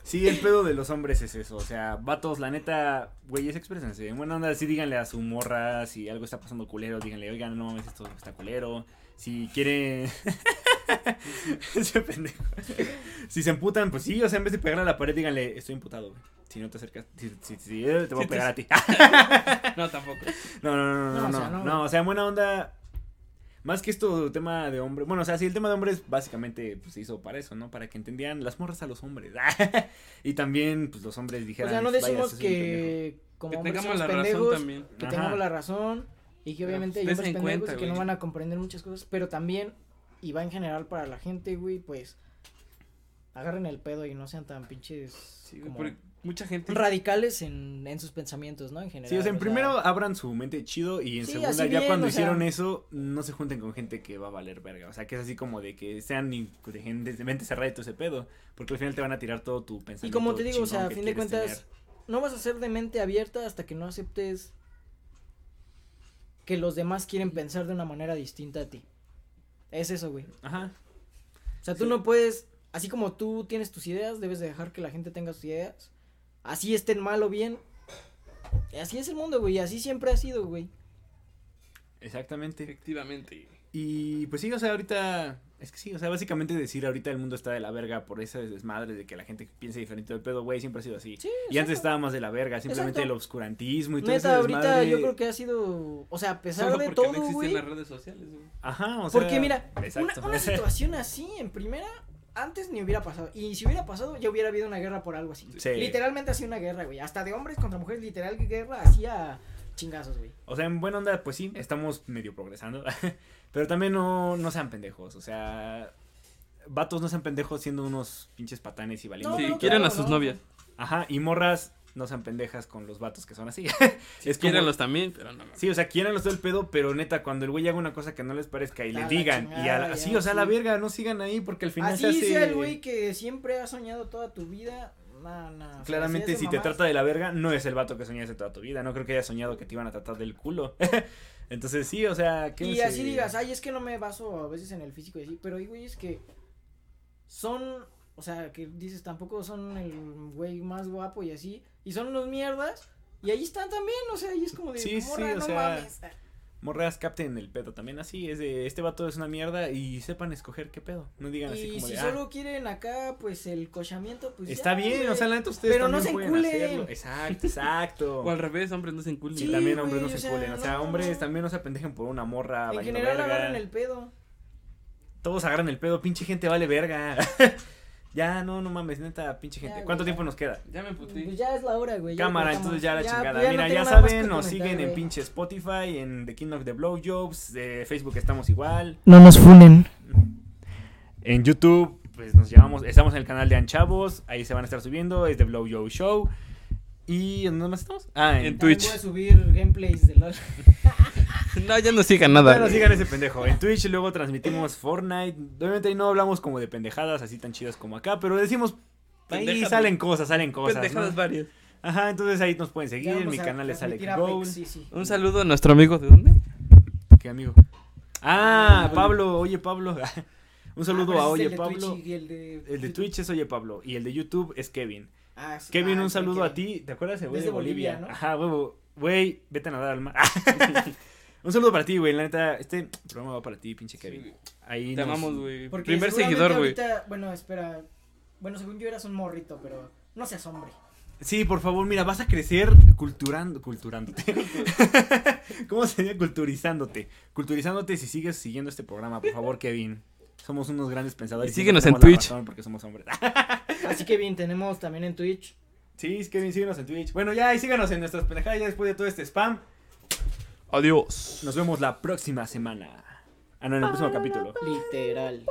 Speaker 4: sí, el pedo de los hombres es eso. O sea, vatos, la neta, güeyes, exprésense. En buena onda, sí, díganle a su morra si algo está pasando culero. Díganle, oigan, no mames, esto está culero. Si quieren. Ese pendejo. Si se emputan, pues sí, o sea, en vez de pegarle a la pared, díganle, estoy imputado, güey. Si no te acercas, si, si- si- eh, te voy
Speaker 3: Si te-
Speaker 4: a pegar a ti.
Speaker 3: No, tampoco.
Speaker 4: No, no, no, no, no,
Speaker 5: No, o
Speaker 4: no,
Speaker 5: sea, no.
Speaker 4: no, o sea, en buena onda, más que esto tema de hombre, bueno, o sea, sí, el tema de hombres básicamente pues, se hizo para eso, ¿no? Para que entendieran las morras a los hombres, y también, pues, los hombres
Speaker 5: o
Speaker 4: dijeran,
Speaker 5: sea, no
Speaker 4: "Vaya,
Speaker 5: decimos
Speaker 4: ese es un pendejo".
Speaker 5: que, como
Speaker 3: Que
Speaker 5: hombres
Speaker 3: tengamos
Speaker 5: somos
Speaker 3: la razón
Speaker 5: pendejos,
Speaker 3: también.
Speaker 5: que
Speaker 4: Ajá.
Speaker 5: tengamos la razón y que
Speaker 3: Pero,
Speaker 5: obviamente hay
Speaker 3: pues,
Speaker 5: hombres
Speaker 3: tense en
Speaker 5: pendejos
Speaker 3: cuenta,
Speaker 5: que no
Speaker 3: güey.
Speaker 5: van a comprender muchas cosas, pero también, y va en general para la gente, güey, pues agarren el pedo y no sean tan pinches
Speaker 3: Sí, güey,
Speaker 5: como
Speaker 3: porque mucha gente.
Speaker 5: radicales en, en sus pensamientos, ¿no? En general.
Speaker 4: Sí, o sea, en
Speaker 5: o
Speaker 4: primero abran su mente chido y en
Speaker 5: Sí,
Speaker 4: segunda,
Speaker 5: así
Speaker 4: ya
Speaker 5: bien,
Speaker 4: cuando
Speaker 5: o sea.
Speaker 4: hicieron eso, no se junten con gente que va a valer verga. O sea, que es así como de que sean in- de, gente, de mente cerrada y todo ese pedo. Porque al final te van a tirar todo tu pensamiento.
Speaker 5: Y como te digo, o
Speaker 4: chingón
Speaker 5: sea, a
Speaker 4: que
Speaker 5: fin de
Speaker 4: quieres
Speaker 5: cuentas, no vas a ser de mente abierta hasta que no aceptes que los demás quieren pensar de una manera distinta a ti. Es eso, güey.
Speaker 4: tener. Ajá.
Speaker 5: O sea, tú
Speaker 4: Sí.
Speaker 5: no puedes, así como tú tienes tus ideas, debes de dejar que la gente tenga sus ideas. Así estén mal o bien. Así es el mundo, güey. Así siempre ha sido, güey.
Speaker 4: Exactamente.
Speaker 3: Efectivamente.
Speaker 4: Y pues sí, o sea, ahorita. Es que sí, o sea, básicamente decir ahorita el mundo está de la verga por ese desmadre de que la gente piensa diferente del pedo, güey, siempre ha sido así.
Speaker 5: Sí,
Speaker 4: y antes
Speaker 5: exacto.
Speaker 4: estaba más de la verga, simplemente
Speaker 5: Exacto.
Speaker 4: el obscurantismo y todo ese
Speaker 5: Neta, ahorita
Speaker 4: desmadre.
Speaker 5: yo creo que ha sido. O sea, a pesar
Speaker 3: Solo
Speaker 5: de
Speaker 3: porque
Speaker 5: todo,
Speaker 3: no existen
Speaker 5: güey.
Speaker 3: las redes sociales, güey.
Speaker 4: Ajá, o sea.
Speaker 5: Porque mira, una,
Speaker 4: exacto.
Speaker 5: una situación así, en primera, antes ni hubiera pasado. Y si hubiera pasado, ya hubiera habido una guerra por algo así.
Speaker 4: Sí.
Speaker 5: Literalmente así una guerra, güey. Hasta de hombres contra mujeres, literal guerra hacía chingazos, güey.
Speaker 4: O sea, en buena onda, pues sí, estamos medio progresando. Pero también no, no sean pendejos, o sea. Vatos no sean pendejos siendo unos pinches patanes y valiendo.
Speaker 5: No,
Speaker 3: sí,
Speaker 5: no,
Speaker 3: quieren a
Speaker 5: claro,
Speaker 3: sus
Speaker 5: no.
Speaker 3: novias.
Speaker 4: Ajá, y morras no sean pendejas con los vatos que son así.
Speaker 3: Sí,
Speaker 4: como-
Speaker 3: quiéranlos también, pero no. mames.
Speaker 4: Sí, o sea, los todo el pedo, pero neta, cuando el güey haga una cosa que no les parezca y
Speaker 5: A
Speaker 4: le
Speaker 5: la
Speaker 4: digan, y a la-
Speaker 5: chingada,
Speaker 4: sí,
Speaker 5: ya,
Speaker 4: o sea, a la
Speaker 5: sí.
Speaker 4: verga, no sigan ahí porque al final
Speaker 5: Así
Speaker 4: se hace...
Speaker 5: sea el güey que siempre ha soñado toda tu vida. Nah, nah, o sea,
Speaker 4: Claramente,
Speaker 5: así
Speaker 4: si
Speaker 5: es
Speaker 4: te
Speaker 5: mamás.
Speaker 4: trata de la verga, no es el vato que soñaste toda tu vida, no creo que hayas soñado que te iban a tratar del culo. Entonces, sí, o sea, que...
Speaker 5: Y así digas, ah. ay, es que no me baso a veces en el físico y así, pero, güey, es que son, o sea, que dices, tampoco son el güey más guapo y así, y son unos mierdas, y ahí están también, o sea, y es como de,
Speaker 4: Sí, sí,
Speaker 5: "Morra,
Speaker 4: o
Speaker 5: no
Speaker 4: sea,
Speaker 5: mames".
Speaker 4: Morras capten el pedo también así, es de, este vato es una mierda y sepan escoger qué pedo, no digan así
Speaker 5: Y
Speaker 4: como
Speaker 5: si
Speaker 4: de, "Ah,
Speaker 5: solo quieren acá, pues, el cochamiento, pues
Speaker 4: está
Speaker 5: ya,
Speaker 4: bien,
Speaker 5: güey.
Speaker 4: o sea, la neta ustedes
Speaker 5: Pero no
Speaker 4: también
Speaker 5: se
Speaker 4: pueden
Speaker 5: enculen.
Speaker 4: hacerlo". Exacto, exacto.
Speaker 3: O al revés, hombres no se enculen.
Speaker 5: Sí,
Speaker 4: y también hombres
Speaker 5: güey,
Speaker 4: no
Speaker 5: o
Speaker 4: se
Speaker 5: sea,
Speaker 4: enculen, o sea,
Speaker 5: no,
Speaker 4: hombres
Speaker 5: no.
Speaker 4: también no se apendejen por una morra
Speaker 5: En
Speaker 4: valiendo
Speaker 5: general
Speaker 4: verga.
Speaker 5: agarran el pedo.
Speaker 4: Todos agarran el pedo, pinche gente vale verga. ya, no, no mames, neta, pinche gente.
Speaker 5: Ya,
Speaker 4: ¿Cuánto
Speaker 5: güey,
Speaker 4: tiempo
Speaker 5: ya.
Speaker 4: nos queda?
Speaker 3: Ya me puté.
Speaker 5: Pues ya es la hora, güey. ya
Speaker 4: Cámara,
Speaker 5: cortamos.
Speaker 4: entonces ya la chingada.
Speaker 5: pues,
Speaker 4: Mira,
Speaker 5: no
Speaker 4: ya
Speaker 5: tengo nada más
Speaker 4: saben,
Speaker 5: que
Speaker 4: nos
Speaker 5: comentar,
Speaker 4: siguen en
Speaker 5: güey.
Speaker 4: pinche Spotify, en The King of the Blowjobs, de Facebook estamos igual.
Speaker 5: No nos funen.
Speaker 4: En YouTube, pues nos llevamos, estamos en el canal de Anchavos, ahí se van a estar subiendo, es The Blowjob Show. ¿Y en dónde más estamos? Ah, en,
Speaker 3: En
Speaker 5: También
Speaker 3: Twitch.
Speaker 5: voy a subir gameplays de LOL.
Speaker 3: No, ya no sigan nada.
Speaker 4: Bueno,
Speaker 3: güey.
Speaker 4: sigan ese pendejo. En Twitch luego transmitimos Fortnite. Obviamente no hablamos como de pendejadas así tan chidas como acá, pero decimos. Ahí
Speaker 3: Pendejadas.
Speaker 4: salen cosas, salen cosas. ¿no?
Speaker 3: Pendejadas varias.
Speaker 4: Ajá, entonces ahí nos pueden seguir.
Speaker 5: Ya
Speaker 4: En
Speaker 5: vamos
Speaker 4: mi
Speaker 5: a
Speaker 4: canal es Alex
Speaker 5: transmitir Apex,
Speaker 4: Gold.
Speaker 5: sí, sí.
Speaker 3: Un saludo a nuestro amigo, ¿de dónde?
Speaker 4: Qué amigo. Ah, Pablo, oye Pablo. Un saludo a
Speaker 5: Ah, pero
Speaker 4: Oye
Speaker 5: ese es el de Twitch
Speaker 4: Pablo.
Speaker 5: y el de,
Speaker 4: El de Twitch es Oye Pablo y el de YouTube es Kevin.
Speaker 5: Ah, sí.
Speaker 4: Kevin,
Speaker 5: Ah,
Speaker 4: un
Speaker 5: sí,
Speaker 4: saludo a
Speaker 5: Kevin.
Speaker 4: ti. ¿Te acuerdas de güey de
Speaker 5: Desde Bolivia,
Speaker 4: Bolivia?
Speaker 5: ¿no?
Speaker 4: Ajá, huevo. Güey, vete a nadar al mar. un saludo para ti, güey. La neta, este programa va para ti, pinche Kevin.
Speaker 3: Sí,
Speaker 4: Ahí
Speaker 3: Te
Speaker 4: nos-
Speaker 3: amamos, güey.
Speaker 5: Porque
Speaker 3: Primer
Speaker 5: seguramente
Speaker 3: seguidor, güey.
Speaker 5: ahorita- Bueno, espera. Bueno, según yo eras un morrito, pero no seas hombre.
Speaker 4: Sí, por favor, mira, vas a crecer culturando, culturándote. ¿Cómo sería culturizándote? Culturizándote si sigues siguiendo este programa, por favor, Kevin. Somos unos grandes pensadores.
Speaker 3: Y síguenos en
Speaker 4: tenemos la
Speaker 3: Twitch.
Speaker 4: razón Porque somos hombres.
Speaker 5: Así que bien, tenemos también en Twitch.
Speaker 4: sí, Kevin, síguenos en Twitch. Bueno, ya, y síganos en nuestras pendejadas ya después de todo este spam.
Speaker 3: Adiós.
Speaker 4: Nos vemos la próxima semana. Ah, no, en el próximo capítulo.
Speaker 5: Literal.